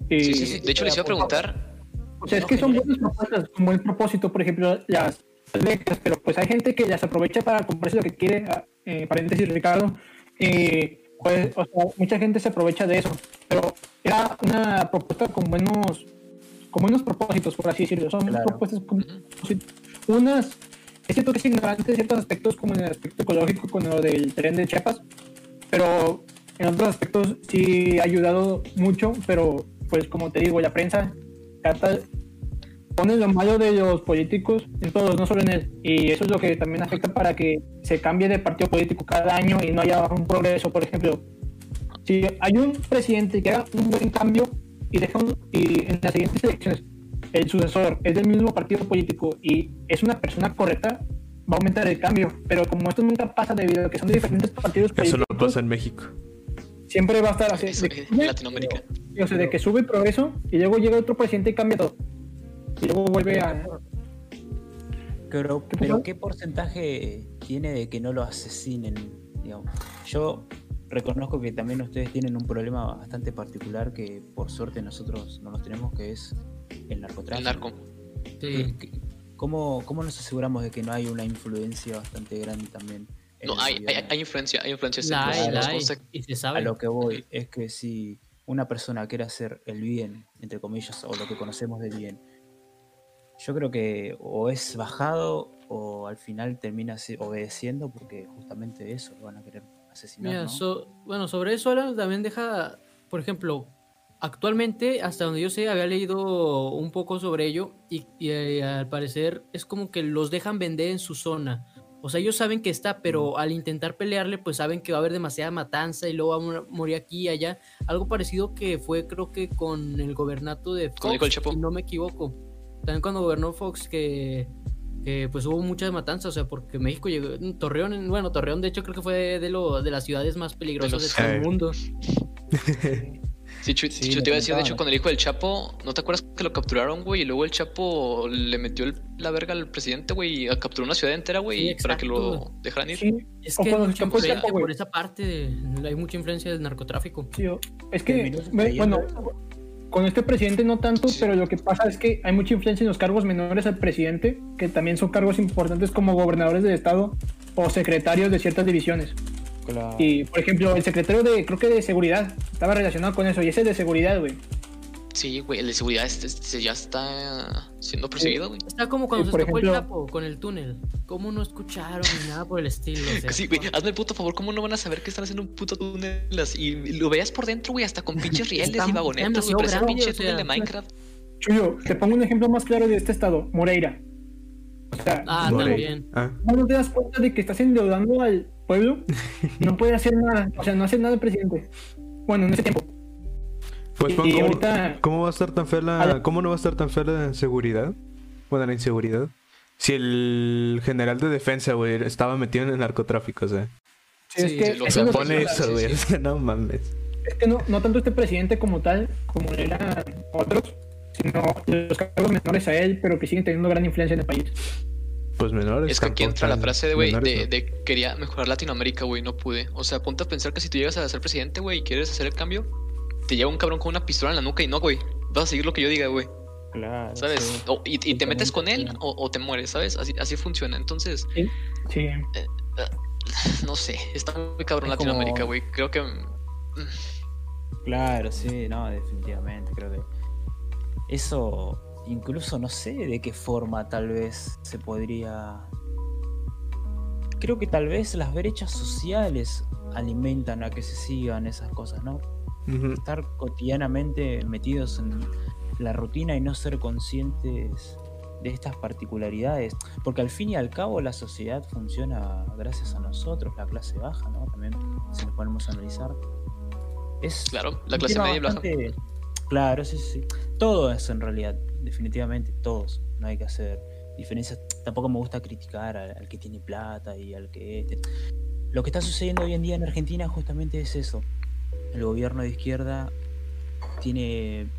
Speaker 4: Y-
Speaker 1: Sí, sí, sí. De hecho, les iba a preguntar.
Speaker 4: O sea, es que son buenas propuestas, con buen propósito, por ejemplo, las becas, pero pues hay gente que las aprovecha para comprarse lo que quiere, a- eh, paréntesis Ricardo, y pues, o sea, mucha gente se aprovecha de eso, pero era una propuesta con buenos, con buenos propósitos, por así decirlo, son
Speaker 3: Claro.
Speaker 4: propuestas con propósitos. Unas, es cierto que es ignorante en ciertos aspectos, como en el aspecto ecológico, con lo del tren de Chiapas, pero en otros aspectos sí ha ayudado mucho, pero pues como te digo, la prensa trata- pone lo malo de los políticos en todos, no solo en él, y eso es lo que también afecta para que se cambie de partido político cada año y no haya un progreso, por ejemplo. Si hay un presidente que haga un buen cambio y, deja un- y en las siguientes elecciones el sucesor es del mismo partido político y es una persona correcta, va a aumentar el cambio. Pero como esto nunca pasa debido a que son de diferentes partidos
Speaker 2: Eso
Speaker 4: políticos,
Speaker 2: no pasa en México.
Speaker 4: siempre va a estar así.
Speaker 1: eso,
Speaker 4: de que
Speaker 1: eh,
Speaker 4: sube,
Speaker 1: en Latinoamérica.
Speaker 4: y, o sea, de que sube el progreso y luego llega otro presidente y cambia todo. Y luego vuelve a...
Speaker 3: Pero,
Speaker 4: ¿Qué
Speaker 3: pero
Speaker 4: pasó?
Speaker 3: ¿qué porcentaje tiene de que no lo asesinen? Digamos? Yo reconozco que también ustedes tienen un problema bastante particular que por suerte nosotros no los tenemos, que es el narcotráfico.
Speaker 1: El narco.
Speaker 5: Sí.
Speaker 3: ¿Qué- qué- ¿Cómo, ¿Cómo nos aseguramos de que no hay una influencia bastante grande también? en
Speaker 1: No,
Speaker 3: el
Speaker 1: hay, hay,
Speaker 3: gobierno?
Speaker 1: hay influencia, hay influencia. sí,
Speaker 5: La
Speaker 1: nos-
Speaker 5: hay,
Speaker 1: nos
Speaker 5: la hay.
Speaker 1: consta-
Speaker 5: Y se
Speaker 3: A
Speaker 5: sabe.
Speaker 3: lo que voy es que si una persona quiere hacer el bien, entre comillas, o lo que conocemos de bien, yo creo que o es bajado o al final termina se- obedeciendo porque justamente eso lo van a querer asesinar.
Speaker 5: Mira,
Speaker 3: ¿no?
Speaker 5: so- bueno, sobre eso Alan, también deja, por ejemplo, actualmente, hasta donde yo sé, había leído un poco sobre ello y, y, eh, al parecer es como que los dejan vender en su zona. O sea, ellos saben que está, pero al intentar pelearle, pues saben que va a haber demasiada matanza y luego va a mor- morir aquí y allá. Algo parecido que fue, creo que con el gobernato de
Speaker 1: Con
Speaker 5: Fox,
Speaker 1: Nicole Chapo.
Speaker 5: si no me equivoco. También cuando gobernó Fox, que que, pues hubo muchas matanzas, o sea, porque México llegó, Torreón, bueno, Torreón de hecho creo que fue de, lo, de las ciudades más peligrosas de,
Speaker 1: los-
Speaker 5: todo
Speaker 2: Eh.
Speaker 5: el mundo.
Speaker 1: Sí, Chu-
Speaker 3: Sí,
Speaker 1: Chu,
Speaker 3: me
Speaker 1: te iba a decir, de
Speaker 3: contaban.
Speaker 1: hecho, con el hijo del Chapo, ¿no te acuerdas que lo capturaron, güey? Y luego el Chapo le metió el- la verga al presidente, güey, y a- capturó una ciudad entera, güey,
Speaker 5: Sí,
Speaker 1: y para que
Speaker 5: exacto.
Speaker 1: lo dejaran ir.
Speaker 4: Sí,
Speaker 5: Es
Speaker 4: O
Speaker 5: que hay
Speaker 4: cuando se escapó
Speaker 5: mucha
Speaker 4: el
Speaker 5: influencia
Speaker 4: Chapo, güey.
Speaker 5: por esa parte, de- hay mucha influencia del narcotráfico.
Speaker 4: sí, o- es que,
Speaker 3: Terminó
Speaker 4: ve-
Speaker 3: sucediendo
Speaker 4: bueno, con este presidente no tanto, pero lo que pasa es que hay mucha influencia en los cargos menores al presidente, que también son cargos importantes como gobernadores del estado o secretarios de ciertas divisiones.
Speaker 3: Claro.
Speaker 4: Y, por ejemplo, el secretario de, creo que de seguridad, estaba relacionado con eso, y ese de seguridad, güey.
Speaker 1: Sí, güey, el de seguridad este- este ya está siendo perseguido, güey.
Speaker 5: Está como cuando
Speaker 4: Sí,
Speaker 5: se
Speaker 4: Eh, por
Speaker 5: escapó el
Speaker 4: ejemplo-
Speaker 5: Chapo con el túnel. ¿Cómo no escucharon ni nada por el estilo? O sea,
Speaker 1: Que Sí, güey, hazme el puto favor, ¿cómo no van a saber que están haciendo un puto túnel? así? Y lo veas por dentro, güey, hasta con pinches rieles
Speaker 5: Está-
Speaker 1: y
Speaker 5: está
Speaker 1: vagonetas, güey,
Speaker 5: demasiado
Speaker 1: parece un
Speaker 5: grande,
Speaker 1: pinche
Speaker 5: o sea. pues
Speaker 1: túnel de Minecraft.
Speaker 4: Chuyo, te pongo un ejemplo más claro de este estado, Moreira. O sea,
Speaker 5: Ah,
Speaker 4: ¿cómo
Speaker 5: también.
Speaker 2: Ah,
Speaker 4: no, te das cuenta de que estás endeudando al pueblo? No puede hacer nada, o sea, no hace nada el presidente. Bueno, en ese tiempo.
Speaker 2: Pues,
Speaker 4: Y
Speaker 2: Juan, ¿cómo,
Speaker 4: ahorita-
Speaker 2: cómo va a estar tan fea
Speaker 4: A
Speaker 2: la,
Speaker 4: la-
Speaker 2: cómo no va a estar tan fea la seguridad? Bueno, la inseguridad. Si el general de defensa, güey, estaba metido en el narcotráfico, o sea.
Speaker 4: Sí,
Speaker 5: Sí,
Speaker 4: es que
Speaker 5: lo
Speaker 1: que
Speaker 4: eso es lo que-
Speaker 1: pone-
Speaker 2: Pone eso,
Speaker 1: sí,
Speaker 2: güey.
Speaker 1: sí.
Speaker 2: o sea, No mames.
Speaker 4: es que no, no tanto este presidente como tal, como eran otros, sino los cargos menores a él, pero que siguen teniendo gran influencia en el país.
Speaker 2: Pues menores.
Speaker 1: Es que aquí
Speaker 2: tampoco
Speaker 1: entra la
Speaker 2: tan
Speaker 1: frase de, güey,
Speaker 2: menores,
Speaker 1: de,
Speaker 2: ¿no?
Speaker 1: de quería mejorar Latinoamérica, güey, no pude. O sea, ponte a pensar que si tú llegas a ser presidente, güey, y quieres hacer el cambio, te lleva un cabrón con una pistola en la nuca y no, güey. Vas a seguir lo que yo diga, güey,
Speaker 3: Claro.
Speaker 1: ¿sabes?
Speaker 3: sí.
Speaker 1: O- y, y te metes con él
Speaker 3: Exactamente.
Speaker 1: o, o te mueres, ¿sabes? Así, así funciona. Entonces,
Speaker 4: Sí.
Speaker 1: no sé, está muy cabrón
Speaker 3: Es como-
Speaker 1: Latinoamérica, güey. Creo que mm,
Speaker 3: Claro, sí, no, definitivamente, creo que eso, incluso no sé de qué forma tal vez se podría... Creo que tal vez las brechas sociales alimentan a que se sigan esas cosas, ¿no?
Speaker 2: Ujú.
Speaker 3: Estar cotidianamente metidos en la rutina y no ser conscientes de estas particularidades, porque al fin y al cabo la sociedad funciona gracias a nosotros, la clase baja, ¿no? También, si nos ponemos a analizar. Es,
Speaker 1: claro, la
Speaker 3: un
Speaker 1: clase
Speaker 3: tema
Speaker 1: media y baja.
Speaker 3: bastante- Claro, sí, sí. Todo es en realidad, definitivamente, todos. No hay que hacer diferencias. Tampoco me gusta criticar al, al que tiene plata y al que este. Lo que está sucediendo hoy en día en Argentina justamente es eso. El gobierno de izquierda tiene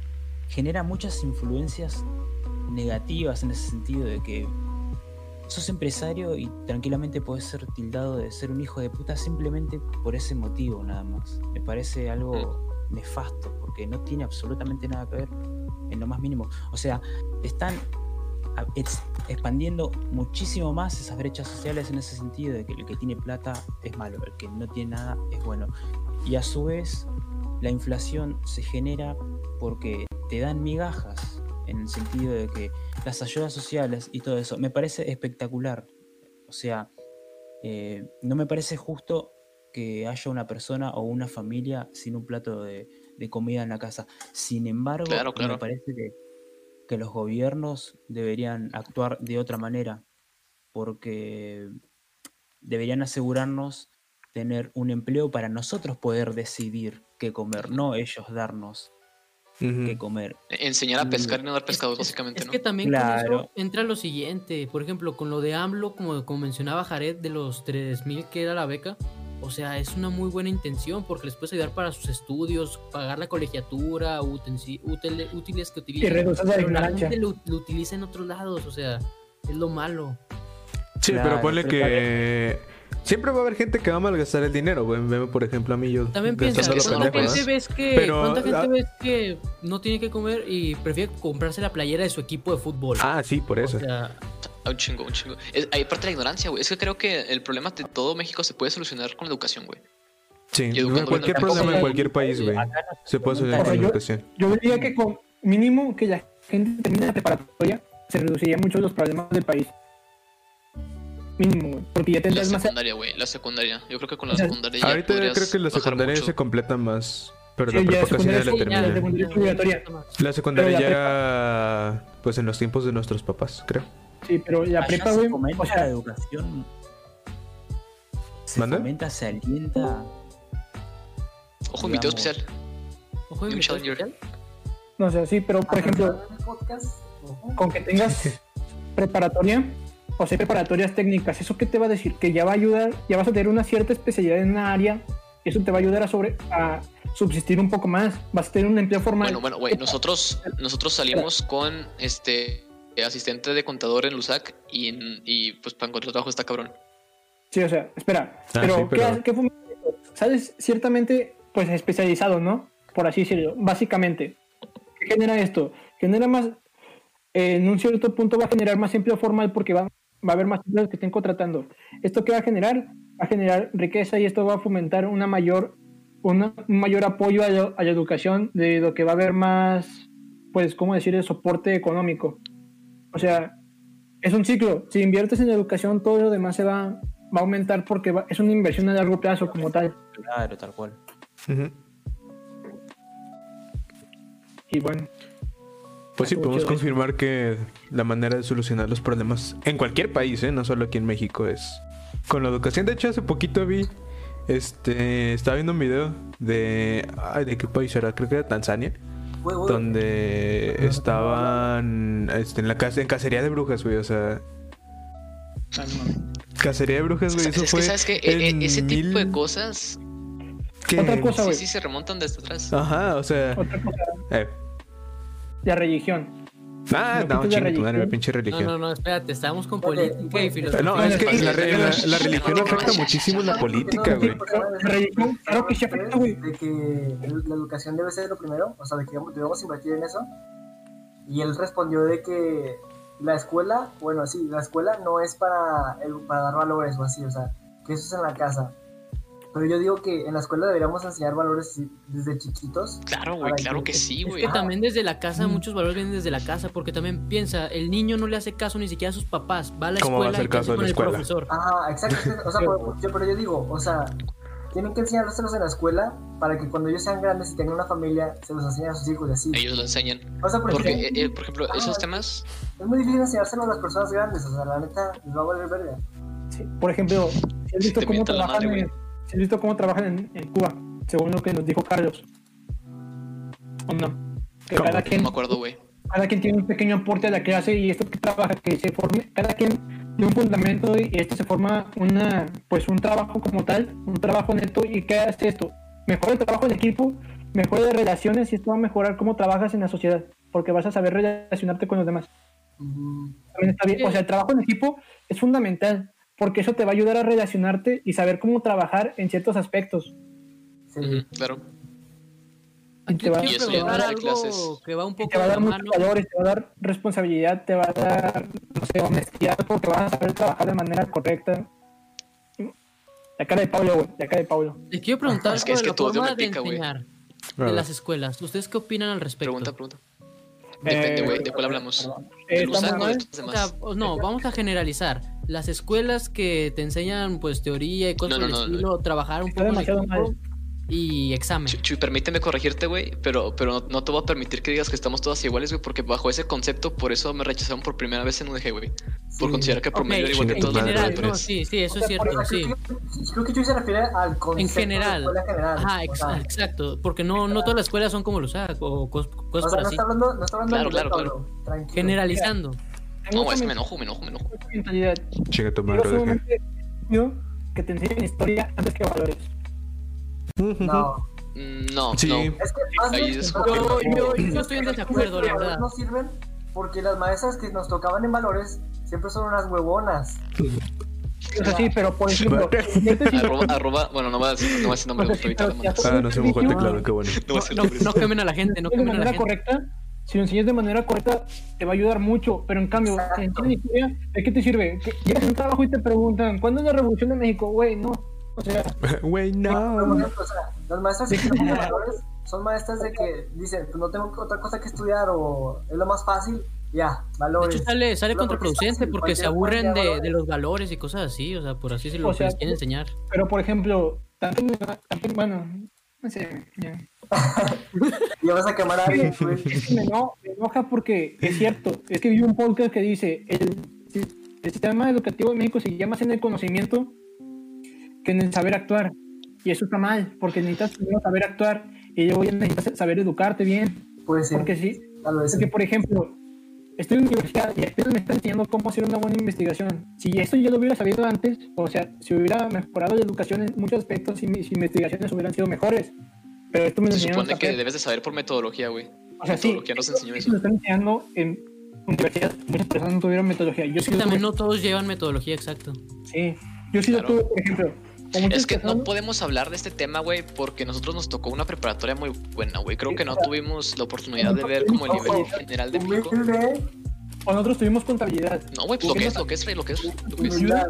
Speaker 3: genera muchas influencias negativas en ese sentido de que sos empresario y tranquilamente podés ser tildado de ser un hijo de puta simplemente por ese motivo nada más. Me parece
Speaker 1: Mm.
Speaker 3: algo nefasto porque no tiene absolutamente nada que ver en lo más mínimo. O sea, están a- ex- expandiendo muchísimo más esas brechas sociales en ese sentido de que el que tiene plata es malo, el que no tiene nada es bueno. Y a su vez, la inflación se genera porque te dan migajas en el sentido de que las ayudas sociales y todo eso. Me parece espectacular. O sea, eh, no me parece justo que haya una persona o una familia sin un plato de, de comida en la casa. Sin embargo,
Speaker 1: Claro, claro.
Speaker 3: me parece que, que los gobiernos deberían actuar de otra manera, porque deberían asegurarnos tener un empleo para nosotros poder decidir qué comer, no ellos darnos
Speaker 2: Ujú.
Speaker 3: qué comer.
Speaker 1: Enseñar a
Speaker 3: Mm.
Speaker 1: pescar y no dar
Speaker 5: Es-
Speaker 1: pescados,
Speaker 5: es-
Speaker 1: básicamente,
Speaker 5: es
Speaker 1: ¿no?
Speaker 5: que también con
Speaker 3: Claro.
Speaker 5: eso entra lo siguiente. Por ejemplo, con lo de AMLO, como, como mencionaba Jared, de los 3000 que era la beca. O sea, es una muy buena intención porque les puedes ayudar para sus estudios, pagar la colegiatura, utensi- útil- útiles que
Speaker 4: Y
Speaker 5: utilizan.
Speaker 4: reduces la
Speaker 5: pero la
Speaker 4: ignorancia.
Speaker 5: gente lo, lo utiliza en otros lados. O sea, es lo malo.
Speaker 2: Sí, pero
Speaker 3: Claro,
Speaker 2: ponle
Speaker 3: pero
Speaker 2: que. Siempre va a haber gente que va a malgastar el dinero, güey. Veme, por ejemplo, a mí yo.
Speaker 5: También piensa,
Speaker 2: gastándolo
Speaker 1: eso no
Speaker 5: ¿cuánta
Speaker 2: Pues pendejo,
Speaker 1: puede
Speaker 5: gente,
Speaker 1: pendejo,
Speaker 2: ¿verdad?
Speaker 5: ves que,
Speaker 2: Pero,
Speaker 5: cuánta gente
Speaker 2: ah-
Speaker 5: ves que no tiene que comer y prefiere comprarse la playera de su equipo de fútbol?
Speaker 2: Ah, sí, por eso.
Speaker 5: O sea,
Speaker 1: Ah, Un chingo, un chingo. Es, hay parte de la ignorancia, güey. Es que creo que el problema de todo México se puede solucionar con la educación, güey.
Speaker 2: sí,
Speaker 1: y educando bien,
Speaker 2: cualquier problema
Speaker 1: tampoco-
Speaker 2: en cualquier país, güey.
Speaker 3: Acá no
Speaker 2: Se puede
Speaker 3: comenta
Speaker 2: solucionar con
Speaker 4: eso.
Speaker 2: la
Speaker 4: Yo-
Speaker 2: educación.
Speaker 4: Yo diría que con mínimo que la gente termine la preparatoria, se reduciría mucho los problemas del país. Mínimo, güey, porque ya
Speaker 1: La
Speaker 4: tendrás más...
Speaker 1: secundaria, güey. La secundaria. Yo creo que con la
Speaker 4: O sea,
Speaker 1: secundaria ya
Speaker 2: Ahorita
Speaker 1: podrías
Speaker 2: creo que la
Speaker 1: bajar
Speaker 2: secundaria
Speaker 1: mucho.
Speaker 2: se completa más. Pero
Speaker 4: Sí,
Speaker 2: la
Speaker 4: ya
Speaker 2: prepa casi nadie
Speaker 4: secundaria
Speaker 2: la
Speaker 4: sí, ya
Speaker 2: termina.
Speaker 4: desde- secundaria es obligatoria.
Speaker 2: La secundaria ya
Speaker 4: Pero
Speaker 2: era. Pues en los tiempos de nuestros papás, creo.
Speaker 4: Sí, pero la
Speaker 3: Allá
Speaker 4: prepa,
Speaker 3: se
Speaker 4: güey,
Speaker 3: fomenta
Speaker 4: o
Speaker 3: la
Speaker 4: sea,
Speaker 3: educación. Se
Speaker 2: ¿Mande?
Speaker 3: fomenta, se alienta.
Speaker 1: Ojo, invitado
Speaker 3: digamos.
Speaker 1: especial.
Speaker 5: Ojo,
Speaker 1: Un
Speaker 5: invitado
Speaker 1: challenger.
Speaker 5: especial.
Speaker 4: no sé, sí, pero por ejemplo, con que tengas preparatoria o sea, preparatorias técnicas, ¿eso qué te va a decir? Que ya va a ayudar, ya vas a tener una cierta especialidad en una área, eso te va a ayudar a, sobre, a subsistir un poco más, vas a tener un empleo formal.
Speaker 1: Bueno, bueno, güey. Nosotros, nosotros salimos con este asistente de contador en Lusac y, en- y pues para encontrar trabajo está cabrón.
Speaker 4: Sí, o sea, espera,
Speaker 2: Ah,
Speaker 4: pero,
Speaker 2: sí,
Speaker 4: ¿qué
Speaker 2: pero-
Speaker 4: hace- ¿qué, fomenta eso? ¿Sabes? Ciertamente, pues especializado, ¿no? Por así decirlo, básicamente. ¿Qué genera esto? Genera más, eh, en un cierto punto va a generar más empleo formal porque va, va a haber más empleos que estén contratando. ¿Esto qué va a generar? Va a generar riqueza y esto va a fomentar una mayor, una- un mayor apoyo a, la- a la educación, de lo que va a haber más pues, ¿cómo decir? El soporte económico. O sea, es un ciclo. Si inviertes en educación, todo lo demás se va, va a aumentar porque va- es una inversión a largo plazo como tal.
Speaker 3: Claro, tal cual.
Speaker 2: Ujú.
Speaker 4: Y bueno,
Speaker 2: Pues sí,
Speaker 4: Mucho
Speaker 2: podemos
Speaker 4: gusto.
Speaker 2: confirmar que la manera de solucionar los problemas en cualquier país, ¿eh? no solo aquí en México, es con la educación. De hecho, hace poquito vi, este, estaba viendo un video de, ay, ¿de qué país era? Creo que era Tanzania, donde estaban, este, en la casa, en cacería de brujas, güey, o sea,
Speaker 4: ah, no mames.
Speaker 2: cacería de brujas, güey,
Speaker 1: Es
Speaker 2: eso
Speaker 1: que
Speaker 2: fue
Speaker 1: sabes que e-
Speaker 2: en
Speaker 1: e- ese tipo de
Speaker 2: mil-
Speaker 1: cosas
Speaker 2: ¿qué?
Speaker 4: Otra cosa,
Speaker 1: sí,
Speaker 4: güey.
Speaker 1: sí se remontan desde atrás.
Speaker 2: Ajá, o sea,
Speaker 4: otra cosa,
Speaker 2: eh,
Speaker 4: la religión.
Speaker 2: ah,
Speaker 4: No,
Speaker 2: no,
Speaker 4: pues, la
Speaker 2: chinga tu madre,
Speaker 4: religión.
Speaker 2: pinche
Speaker 5: No,
Speaker 2: religión.
Speaker 5: no, no, espérate, estábamos con política y filosofía.
Speaker 2: No, es que la, re- la- la religión
Speaker 1: No,
Speaker 2: afecta
Speaker 1: no,
Speaker 2: muchísimo la política,
Speaker 6: no,
Speaker 2: güey.
Speaker 4: Pero la religión, claro que sí afecta, güey.
Speaker 6: De que el- la educación debe ser lo primero, o sea, de que debemos- debemos invertir en eso. Y él respondió de que la escuela, bueno, sí, la escuela no es para, el- para dar valores o así, o sea, que eso es en la casa. Pero yo digo que en la escuela deberíamos enseñar valores sí, desde chiquitos.
Speaker 1: Claro, güey,
Speaker 6: Ahora,
Speaker 1: claro
Speaker 6: yo-
Speaker 1: que sí,
Speaker 5: Es
Speaker 1: güey.
Speaker 5: que también desde la casa, muchos valores vienen desde la casa, porque también piensa, el niño no le hace caso ni siquiera a sus papás, va a la
Speaker 2: ¿Cómo va a
Speaker 5: escuela
Speaker 2: hacer
Speaker 5: y caso
Speaker 2: caso a la
Speaker 5: con el
Speaker 2: escuela?
Speaker 5: profesor.
Speaker 6: Ajá, exacto. O sea, pero, yo, pero yo digo, o sea, tienen que enseñárselos en la escuela para que cuando ellos sean grandes y tengan una familia, se los enseñen a sus hijos y así.
Speaker 1: Ellos lo enseñan.
Speaker 6: O sea, porque,
Speaker 1: Porque, eh, eh, por ejemplo, esos temas
Speaker 6: Es muy difícil enseñárselo a las personas grandes, o sea, la neta, les va a valer verga.
Speaker 4: Sí, Por ejemplo, si has visto
Speaker 1: te
Speaker 4: cómo
Speaker 1: mientan la
Speaker 4: trabajan,
Speaker 1: madre,
Speaker 4: en, si has visto cómo trabajan en, en Cuba, según lo que nos dijo Carlos. ¿O no? Que
Speaker 2: ¿Cómo?
Speaker 4: cada
Speaker 1: no
Speaker 4: quien,
Speaker 1: me acuerdo, güey.
Speaker 4: cada quien tiene un pequeño aporte a la clase y esto que trabaja, que se forme, cada quien tiene un fundamento y esto se forma una, pues un trabajo como tal, un trabajo neto y qué hace esto. Mejora el trabajo de equipo, mejora las relaciones y esto va a mejorar cómo trabajas en la sociedad, porque vas a saber relacionarte con los demás también está bien. O sea, el trabajo en equipo es fundamental porque eso te va a ayudar a relacionarte y saber cómo trabajar en ciertos aspectos.
Speaker 6: Sí.
Speaker 1: Ujú, claro.
Speaker 4: Y te va,
Speaker 1: Y
Speaker 5: Quiero
Speaker 1: eso ya no
Speaker 5: preguntar
Speaker 1: es de
Speaker 5: algo
Speaker 1: clases.
Speaker 5: que va un
Speaker 4: y te
Speaker 5: poco
Speaker 4: va a
Speaker 5: de la
Speaker 4: dar muchos
Speaker 5: mano.
Speaker 4: valores, te va a dar responsabilidad, te va a dar, no sé, honestidad porque vas a saber trabajar de manera correcta. La cara de Pablo, güey, la cara de Pablo.
Speaker 5: Les quiero preguntar
Speaker 1: Ah, Es que-
Speaker 5: sobre
Speaker 1: es que
Speaker 5: la
Speaker 1: tu odio me
Speaker 5: forma de
Speaker 1: pica, güey.
Speaker 5: enseñar
Speaker 2: A
Speaker 5: de
Speaker 2: ver.
Speaker 5: las escuelas. ¿Ustedes qué opinan al respecto?
Speaker 1: Pregunta, pregunta. Depende,
Speaker 4: Eh,
Speaker 1: güey, ¿de cuál hablamos?
Speaker 4: Eh,
Speaker 1: ¿Del
Speaker 4: estamos
Speaker 1: gusano o de
Speaker 4: mal.
Speaker 1: los
Speaker 5: O sea,
Speaker 1: demás?
Speaker 5: o- no, vamos a generalizar. Las escuelas que te enseñan pues teoría y cosas
Speaker 1: No, no,
Speaker 5: del
Speaker 1: no,
Speaker 5: estilo, trabajar un
Speaker 4: Está
Speaker 5: poco en
Speaker 4: demasiado
Speaker 5: equipo
Speaker 4: mal.
Speaker 5: y examen.
Speaker 1: Chu- Chuy, permíteme corregirte, güey, pero, pero no, no te voy a permitir que digas que estamos todas iguales, güey, porque bajo ese concepto, por eso me rechazaron por primera vez en UDG, güey. Por considerar que el promedio
Speaker 5: Ok,
Speaker 1: era igual que
Speaker 5: en
Speaker 1: todos los
Speaker 5: general,
Speaker 1: demás.
Speaker 5: no, sí, sí, eso
Speaker 6: O sea,
Speaker 5: es cierto,
Speaker 6: por-
Speaker 5: sí.
Speaker 6: Creo, que- creo que yo se refiere al concepto
Speaker 5: En
Speaker 6: de
Speaker 5: general.
Speaker 6: escuela general.
Speaker 5: Ajá,
Speaker 6: o
Speaker 5: ex-
Speaker 6: sea,
Speaker 5: exacto. Porque no, no todas las escuelas son como los SAC o cos- cosas
Speaker 6: o sea,
Speaker 5: por
Speaker 6: no
Speaker 5: así.
Speaker 6: está hablando, no está hablando
Speaker 1: Claro,
Speaker 6: de
Speaker 1: claro,
Speaker 6: Pablo, tranquilo.
Speaker 5: Generalizando.
Speaker 4: Hay
Speaker 1: No,
Speaker 4: mucha
Speaker 1: es que me
Speaker 4: men-
Speaker 1: enojo, me enojo, me enojo.
Speaker 4: mucha mentalidad.
Speaker 2: Chinga tu
Speaker 4: Yo
Speaker 2: madre,
Speaker 4: soy
Speaker 2: deje.
Speaker 4: un niño que te enseñen historia antes que valores.
Speaker 6: No,
Speaker 1: Mm, No,
Speaker 2: Sí.
Speaker 1: no.
Speaker 6: es que más
Speaker 1: Ahí
Speaker 6: bien-
Speaker 1: es
Speaker 6: más
Speaker 1: como
Speaker 6: bien-
Speaker 5: Yo, yo, yo estoy en desacuerdo, la verdad.
Speaker 6: No sirven porque las maestras que nos tocaban en valores siempre son unas huevonas.
Speaker 4: O sea, sí, pero por ejemplo,
Speaker 1: Arroba, arroba, bueno, no voy a decir, no voy a decir nombre,
Speaker 4: Pues
Speaker 1: güey,
Speaker 4: sí,
Speaker 1: ahorita
Speaker 4: pero
Speaker 1: lo
Speaker 4: ya
Speaker 1: mandas.
Speaker 4: está.
Speaker 2: Ah, no se mojó el
Speaker 4: No.
Speaker 2: teclado, qué bueno.
Speaker 1: No voy a decir
Speaker 5: No,
Speaker 1: nombres.
Speaker 5: no quemen a la gente, no
Speaker 4: de
Speaker 5: quemen a la
Speaker 4: manera
Speaker 5: gente.
Speaker 4: correcta, si lo enseñas de manera correcta, te va a ayudar mucho. Pero en cambio,
Speaker 6: Exacto.
Speaker 4: si enseñas historia, ¿de qué te sirve? Que llegas a un trabajo y te preguntan, ¿cuándo es la Revolución de México? Güey, no. O sea,
Speaker 2: Güey,
Speaker 6: Pero, por
Speaker 2: no.
Speaker 6: ejemplo, o sea, las maestras que tocan de valores son maestras de que dicen, pues no tengo otra cosa que estudiar o es lo más fácil, ya,
Speaker 5: De
Speaker 6: valores.
Speaker 5: hecho, sale, sale
Speaker 6: No, porque
Speaker 5: contraproducente
Speaker 6: sí,
Speaker 5: porque se
Speaker 6: cualquier
Speaker 5: aburren
Speaker 6: cualquier
Speaker 5: de,
Speaker 6: valor.
Speaker 5: de los valores y cosas así. O sea, por así se lo
Speaker 4: O
Speaker 5: que
Speaker 4: sea,
Speaker 5: les quieren enseñar.
Speaker 4: pero por ejemplo, tanto, tanto- bueno, no sé, ya.
Speaker 6: Ya vas a quemar a alguien, güey.
Speaker 4: me, eno- me enoja porque es cierto. Es que vi un podcast que dice: el, si- el sistema educativo de México se llama más en el conocimiento que en el saber actuar. Y eso está mal, porque necesitas primero saber actuar y luego ya necesitas saber educarte bien.
Speaker 6: Pues sí,
Speaker 4: Porque si,
Speaker 6: a lo de sí.
Speaker 4: porque por ejemplo, estoy en la universidad y apenas me están enseñando cómo hacer una buena investigación. Si esto yo lo hubiera sabido antes, o sea, si hubiera mejorado la educación en muchos aspectos y mis investigaciones hubieran sido mejores. Pero esto me lo
Speaker 1: Se
Speaker 4: enseñaron en
Speaker 1: supone que
Speaker 4: papel.
Speaker 1: debes de saber por metodología, güey.
Speaker 4: O sea, sí,
Speaker 1: Metodología nos enseñó
Speaker 4: eso
Speaker 1: eso.
Speaker 4: lo están enseñando en universidad. Muchas personas no tuvieron metodología. Yo
Speaker 5: Es
Speaker 4: sí
Speaker 5: que
Speaker 4: lo tuve.
Speaker 5: también no todos llevan metodología exacta.
Speaker 4: Sí. Yo sí lo
Speaker 1: Claro.
Speaker 4: tuve, por ejemplo. con muchas
Speaker 1: Es que no
Speaker 4: personas-
Speaker 1: podemos hablar de este tema, güey, porque nosotros nos tocó una preparatoria muy buena, güey. Creo que no tuvimos la oportunidad de ver como el nivel general de México.
Speaker 6: Humilde,
Speaker 4: o nosotros tuvimos contabilidad.
Speaker 1: No, güey, pues lo que es, lo que es, güey, lo que es, lo que es.
Speaker 6: humildad.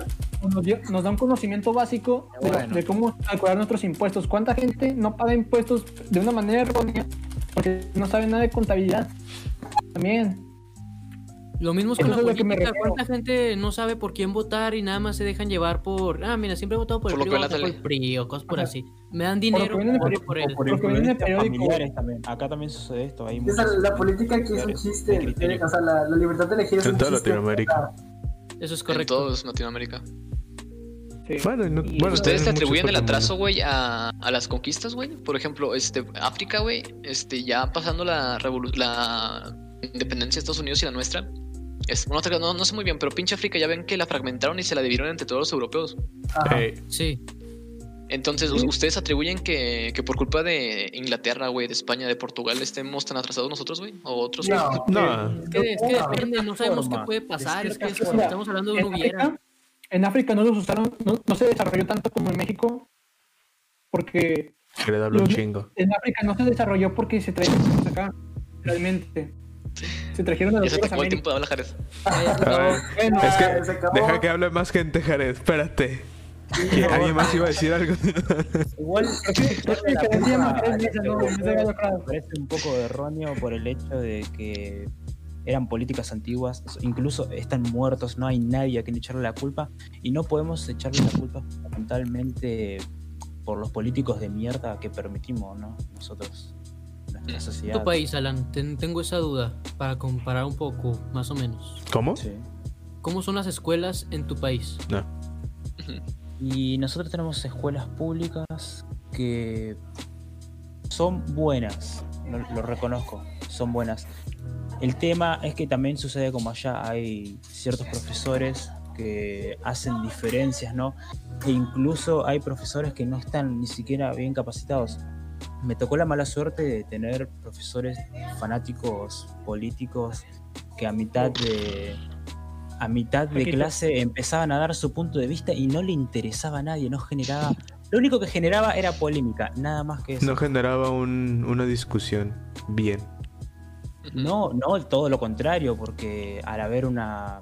Speaker 4: Nos, dio- nos da un conocimiento básico de, lo- de cómo calcular nuestros impuestos. ¿Cuánta gente no paga impuestos de una manera errónea porque no sabe nada de contabilidad? También.
Speaker 5: Lo mismo es con
Speaker 4: Eso
Speaker 5: la
Speaker 4: es lo que me
Speaker 5: política.
Speaker 4: refiero.
Speaker 5: ¿Cuánta gente no sabe por quién votar y nada más se dejan llevar por. Ah, mira, siempre he votado por,
Speaker 1: Por lo
Speaker 5: el
Speaker 1: que
Speaker 5: PRI,
Speaker 1: ve la
Speaker 5: voy a votar por el PRI o cosas por
Speaker 4: Ajá.
Speaker 5: así. Me dan
Speaker 4: lo que
Speaker 5: dinero,
Speaker 4: ven en el
Speaker 5: voy
Speaker 4: periódico,
Speaker 5: por él.
Speaker 3: por
Speaker 4: Porque viene
Speaker 3: influencias
Speaker 4: periódico.
Speaker 3: familiares también. Acá también sucede esto. Hay
Speaker 6: Esa-
Speaker 3: muchas-
Speaker 6: la política aquí es un chiste. eh,
Speaker 3: de criterio.
Speaker 6: O sea, la, la libertad de elegir es
Speaker 2: En
Speaker 6: un
Speaker 2: toda
Speaker 6: chiste.
Speaker 2: Latinoamérica.
Speaker 5: Eso es
Speaker 1: En
Speaker 5: correcto.
Speaker 1: todos Latinoamérica.
Speaker 4: Sí.
Speaker 2: Bueno, y no-
Speaker 4: Y
Speaker 2: bueno,
Speaker 1: ¿Ustedes
Speaker 2: también
Speaker 1: le
Speaker 2: muchos
Speaker 1: atribuyen el
Speaker 2: otros
Speaker 1: atraso,
Speaker 2: mundos.
Speaker 1: güey, a, a las conquistas, güey? Por ejemplo, este, África, güey, este, ya pasando la, revolu- la independencia de Estados Unidos y la nuestra. Es, bueno, otra- no, no sé muy bien, pero pinche África ya ven que la fragmentaron y se la dividieron entre todos los europeos.
Speaker 6: Ajá.
Speaker 2: Eh,
Speaker 5: Sí.
Speaker 1: Entonces,
Speaker 4: Sí.
Speaker 1: ¿ustedes atribuyen que, que por culpa de Inglaterra, güey, de España, de Portugal, estemos tan atrasados nosotros, güey? ¿O otros?
Speaker 6: No.
Speaker 4: Eh,
Speaker 2: no,
Speaker 5: Es que, es que
Speaker 6: Ojalá.
Speaker 5: depende, no sabemos qué
Speaker 3: Forma.
Speaker 5: puede pasar. Es que es-
Speaker 4: forma.
Speaker 5: estamos hablando de
Speaker 4: en,
Speaker 5: un hubiera.
Speaker 4: África, en África no los usaron, no, no se desarrolló tanto como en México, porque
Speaker 2: agradable un
Speaker 4: Los-
Speaker 2: chingo.
Speaker 4: en África no se desarrolló porque se trajeron cosas acá, realmente. Se trajeron a
Speaker 1: Ya
Speaker 4: los
Speaker 1: se te
Speaker 4: pueblos
Speaker 1: acabó el
Speaker 4: América.
Speaker 1: tiempo de hablar, Jared.
Speaker 2: A ver,
Speaker 4: Bueno,
Speaker 2: es que
Speaker 6: eh, se acabó.
Speaker 2: deja que hable más gente, Jared. Espérate. Que alguien más iba a decir algo.
Speaker 3: Igual
Speaker 4: creo que cada día más tres meses,
Speaker 3: Pero-
Speaker 4: ¿no? Me estoy dando claro.
Speaker 3: parece un poco erróneo por el hecho de que eran políticas antiguas, incluso están muertos, no hay nadie a quien echarle la culpa y no podemos echarle la culpa fundamentalmente por los políticos de mierda que permitimos, ¿no? Nosotros, nuestra sociedad.
Speaker 5: Tu país, Alan, ten- tengo esa duda para comparar un poco, más o menos.
Speaker 2: ¿Cómo?
Speaker 3: Sí.
Speaker 5: ¿Cómo son las escuelas en tu país?
Speaker 3: Y nosotros tenemos escuelas públicas que son buenas, lo, lo reconozco, son buenas. El tema es que también sucede como allá, hay ciertos profesores que hacen diferencias, ¿no? E incluso hay profesores que no están ni siquiera bien capacitados. Me tocó la mala suerte de tener profesores fanáticos políticos que a mitad de a mitad de
Speaker 4: Poquito.
Speaker 3: clase empezaban a dar su punto de vista y no le interesaba a nadie, no generaba. Lo único que generaba era polémica, nada más que eso.
Speaker 2: No generaba un- una discusión bien.
Speaker 3: No, no, todo lo contrario, porque al haber una,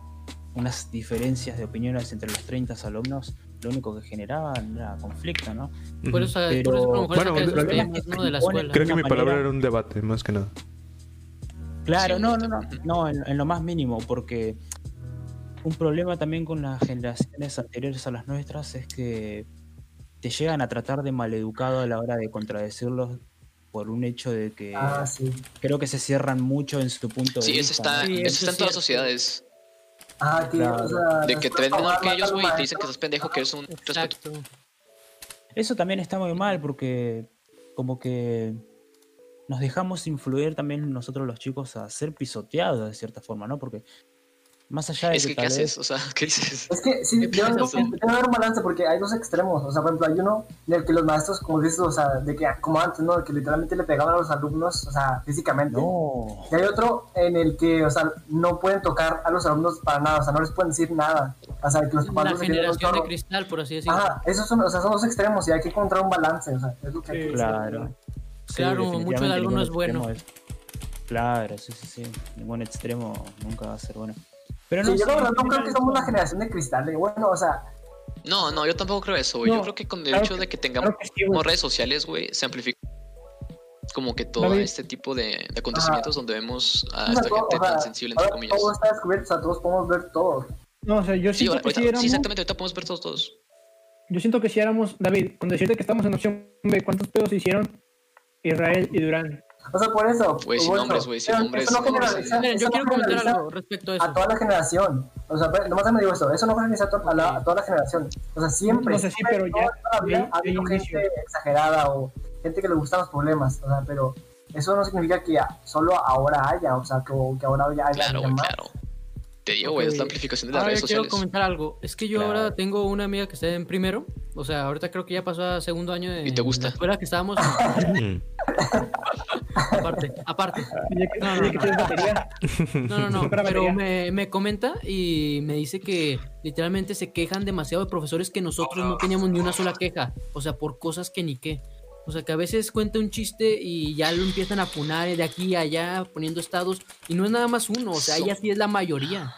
Speaker 3: unas diferencias de opiniones entre los 30 alumnos, lo único que generaba era conflicto, ¿no?
Speaker 5: Por
Speaker 2: Ujú.
Speaker 5: eso, por eso a lo mejor
Speaker 2: Pero-
Speaker 5: sacan
Speaker 2: bueno,
Speaker 5: esos
Speaker 2: lo que-
Speaker 5: temas, ¿no? De la
Speaker 3: Creo
Speaker 5: escuela.
Speaker 2: Creo que
Speaker 3: alguna
Speaker 2: mi palabra
Speaker 3: manera-
Speaker 2: era un debate, más que nada.
Speaker 3: Claro,
Speaker 1: Sí,
Speaker 3: no,
Speaker 1: yo
Speaker 3: no, no,
Speaker 1: también.
Speaker 3: no, en, en lo más mínimo, porque un problema también con las generaciones anteriores a las nuestras es que te llegan a tratar de maleducado a la hora de contradecirlos por un hecho de que
Speaker 6: Ah, sí.
Speaker 3: creo que se cierran mucho en su punto de
Speaker 1: Sí, eso
Speaker 3: vista.
Speaker 1: está,
Speaker 3: ¿no?
Speaker 5: Sí,
Speaker 1: eso
Speaker 5: eso
Speaker 1: está en
Speaker 5: es
Speaker 1: todas las
Speaker 5: cierto.
Speaker 1: sociedades.
Speaker 6: Ah, que,
Speaker 3: Claro.
Speaker 6: o sea,
Speaker 1: De
Speaker 6: las
Speaker 1: que
Speaker 6: cosas
Speaker 1: tres
Speaker 6: para
Speaker 1: menor que
Speaker 6: matar
Speaker 1: ellos,
Speaker 6: al
Speaker 1: güey, y te
Speaker 6: maestro.
Speaker 1: dicen que estás pendejo, que eres un respeto.
Speaker 5: Exacto.
Speaker 3: Eso también está muy mal porque como que nos dejamos influir también nosotros los chicos a ser pisoteados de cierta forma, ¿no? Porque más allá de
Speaker 1: Es que, ¿qué
Speaker 3: tal vez-
Speaker 1: haces? O sea, ¿qué dices?
Speaker 6: Es que sí,
Speaker 5: ¿Qué
Speaker 6: debe haber,
Speaker 5: piensas,
Speaker 6: como- debe haber un balance porque hay dos extremos. O sea, por ejemplo, hay uno en el que los maestros, como dices, o sea, de que ah, como antes, ¿no? De que literalmente le pegaban a los alumnos, o sea, físicamente.
Speaker 3: No.
Speaker 6: Y hay otro en el que, o sea, no pueden tocar a los alumnos para nada, o sea, no les pueden decir nada. O sea, que los papás
Speaker 5: La
Speaker 6: no se queden los
Speaker 5: generación de
Speaker 6: chorros.
Speaker 5: cristal, por así decirlo.
Speaker 6: Ajá, esos son, o sea, son los extremos y hay que encontrar un balance, o sea, es lo que hay que
Speaker 3: Claro. Sí,
Speaker 5: Claro, mucho de
Speaker 3: definitivamente
Speaker 5: algo no
Speaker 3: ningún
Speaker 5: es bueno.
Speaker 3: extremo es- Claro, sí, sí, sí. Ningún extremo nunca va a ser bueno. Pero no
Speaker 6: Sí, yo la
Speaker 3: sé,
Speaker 6: verdad
Speaker 3: en
Speaker 6: no creo que
Speaker 3: general-
Speaker 6: somos la generación de cristal, eh, bueno, o sea,
Speaker 1: No, no, yo tampoco creo eso, güey.
Speaker 4: No,
Speaker 1: yo creo que con el
Speaker 4: claro
Speaker 1: hecho
Speaker 4: que-
Speaker 1: de que tengamos
Speaker 4: Claro que sí, güey.
Speaker 1: redes sociales, güey, se amplifica como que todo
Speaker 4: David.
Speaker 1: este tipo de, de acontecimientos donde vemos
Speaker 5: Ah,
Speaker 1: a
Speaker 6: o sea,
Speaker 1: esta
Speaker 6: todo-
Speaker 1: gente
Speaker 6: o sea,
Speaker 1: tan sensible, entre
Speaker 6: ahora
Speaker 1: comillas.
Speaker 6: todo está descubierto, o sea, todos podemos ver todo.
Speaker 4: No, o sea, yo
Speaker 1: Sí,
Speaker 4: siento
Speaker 1: ahora-
Speaker 4: que
Speaker 1: ahorita-
Speaker 4: si éramos,
Speaker 1: sí, exactamente, ahorita podemos ver todos, todos.
Speaker 4: yo siento que si éramos, David, con decirte que estamos en opción B, ¿cuántos pedos hicieron Israel y Durán?
Speaker 6: O sea, por eso.
Speaker 1: Güey, sin
Speaker 6: por eso.
Speaker 1: nombres, güey, sin
Speaker 6: Pero
Speaker 1: nombres,
Speaker 6: Eso no
Speaker 1: sin nombres.
Speaker 6: generaliza,
Speaker 5: Miren,
Speaker 6: Ah, eso
Speaker 5: yo
Speaker 6: no
Speaker 5: quiero comentar
Speaker 6: generaliza
Speaker 5: algo respecto a
Speaker 6: a
Speaker 5: eso.
Speaker 6: toda la generación. O sea, ve- nomás me digo esto, eso no generaliza a, to- a la- a toda la generación. O sea, siempre.
Speaker 4: No sé, sí,
Speaker 6: siempre,
Speaker 4: pero ya
Speaker 6: toda la vida
Speaker 4: de-
Speaker 6: ha habido
Speaker 4: de
Speaker 6: gente
Speaker 4: inicio.
Speaker 6: exagerada o gente que le gustan los problemas. O sea, pero eso no significa que a- solo ahora haya, o sea, que, que ahora haya. haya
Speaker 1: Claro, güey,
Speaker 6: más.
Speaker 1: claro. Te digo, güey, es la
Speaker 5: Ok.
Speaker 1: amplificación de las
Speaker 5: Ahora
Speaker 1: redes
Speaker 5: yo quiero
Speaker 1: sociales.
Speaker 5: comentar algo. Es que yo
Speaker 3: Claro.
Speaker 5: ahora tengo una amiga que está en primero. O sea, ahorita creo que ya pasó a segundo año de
Speaker 1: ¿Y te gusta?
Speaker 5: la escuela que estábamos. aparte, aparte.
Speaker 4: Ya que,
Speaker 5: No, no,
Speaker 4: ya que
Speaker 5: no.
Speaker 4: tienes batería.
Speaker 5: No, no, no.
Speaker 4: Espera,
Speaker 5: Pero
Speaker 4: batería.
Speaker 5: me, me comenta y me dice que literalmente se quejan demasiado de profesores que nosotros no teníamos ni una sola queja. O sea, por cosas que ni qué. O sea, que a veces cuenta un chiste y ya lo empiezan a funar de aquí a allá, poniendo estados. Y no es nada más uno. O sea,
Speaker 1: Eso.
Speaker 5: ella sí es la mayoría.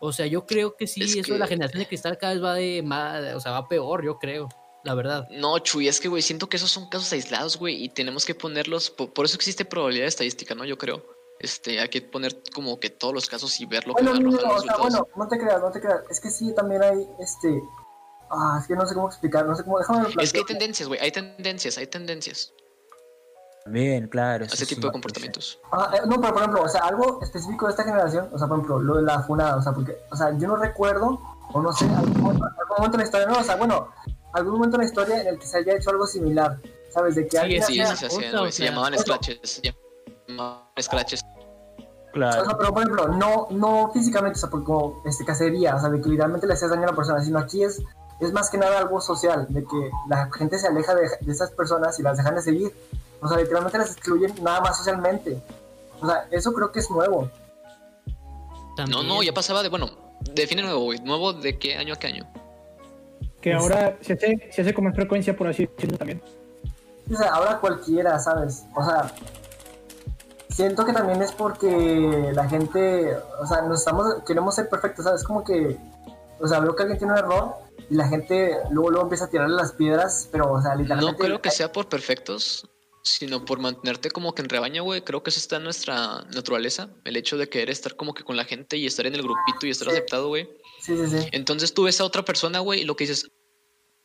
Speaker 5: O sea, yo creo que sí,
Speaker 1: Es
Speaker 5: eso de
Speaker 1: que-
Speaker 5: la generación de cristal cada vez va de más. O sea, va peor, yo creo. La verdad.
Speaker 1: No, Chuy, es que, güey, siento que esos son casos aislados, güey, y tenemos que ponerlos. po- Por, eso existe probabilidad estadística, ¿no? Yo creo. este, hay que poner como que todos los casos y ver lo que
Speaker 6: Bueno,
Speaker 1: arrojan
Speaker 6: no, no,
Speaker 1: los
Speaker 6: no, o sea,
Speaker 1: resultados.
Speaker 6: bueno, no te creas, no te creas. Es que sí, también hay este. Ah, es que no sé cómo explicar, no sé cómo. Déjame lo
Speaker 1: es que hay
Speaker 6: planteo.
Speaker 1: tendencias, güey, hay tendencias, hay tendencias
Speaker 3: Bien, claro.
Speaker 1: a ese tipo de comportamientos.
Speaker 6: Ah, eh, no, pero por ejemplo, o sea, algo específico de esta generación, o sea, por ejemplo, lo de la funada, o sea, porque, o sea, yo no recuerdo, o no sé, algún momento, algún momento en la historia, no, o sea, bueno, algún momento en la historia en el que se haya hecho algo similar, ¿sabes? De que
Speaker 1: Sí,
Speaker 6: alguien.
Speaker 1: sí,
Speaker 6: haya-
Speaker 1: sí, se hacían, güey, se
Speaker 5: otra.
Speaker 1: llamaban scratches, se llamaban scratches.
Speaker 6: O sea,
Speaker 3: Claro.
Speaker 6: pero por ejemplo, no, no físicamente, o sea, porque como este, cacería, o sea, de que literalmente le haces daño a la persona, sino aquí es, es más que nada algo social, de que la gente se aleja de, de esas personas y las dejan de seguir. O sea, literalmente las excluyen nada más socialmente. O sea, eso creo que es nuevo.
Speaker 1: No,
Speaker 5: También.
Speaker 1: no, ya pasaba de, bueno, define nuevo, güey, nuevo de qué año a qué año.
Speaker 4: Que ahora se hace, se hace con más frecuencia, por así decirlo también.
Speaker 6: O sea, ahora cualquiera, ¿sabes? O sea, siento que también es porque la gente, o sea, nos estamos, queremos ser perfectos, ¿sabes? Como que, o sea, veo que alguien tiene un error y la gente luego, luego empieza a tirarle las piedras, pero, o sea,
Speaker 1: No
Speaker 6: literalmente...
Speaker 1: creo que sea por perfectos, sino por mantenerte como que en rebaño, güey. Creo que eso está en nuestra naturaleza, el hecho de querer estar como que con la gente y estar en el grupito y estar
Speaker 6: Sí.
Speaker 1: aceptado, güey.
Speaker 6: Sí, sí, sí.
Speaker 1: Entonces tú ves a otra persona, güey, y lo que dices,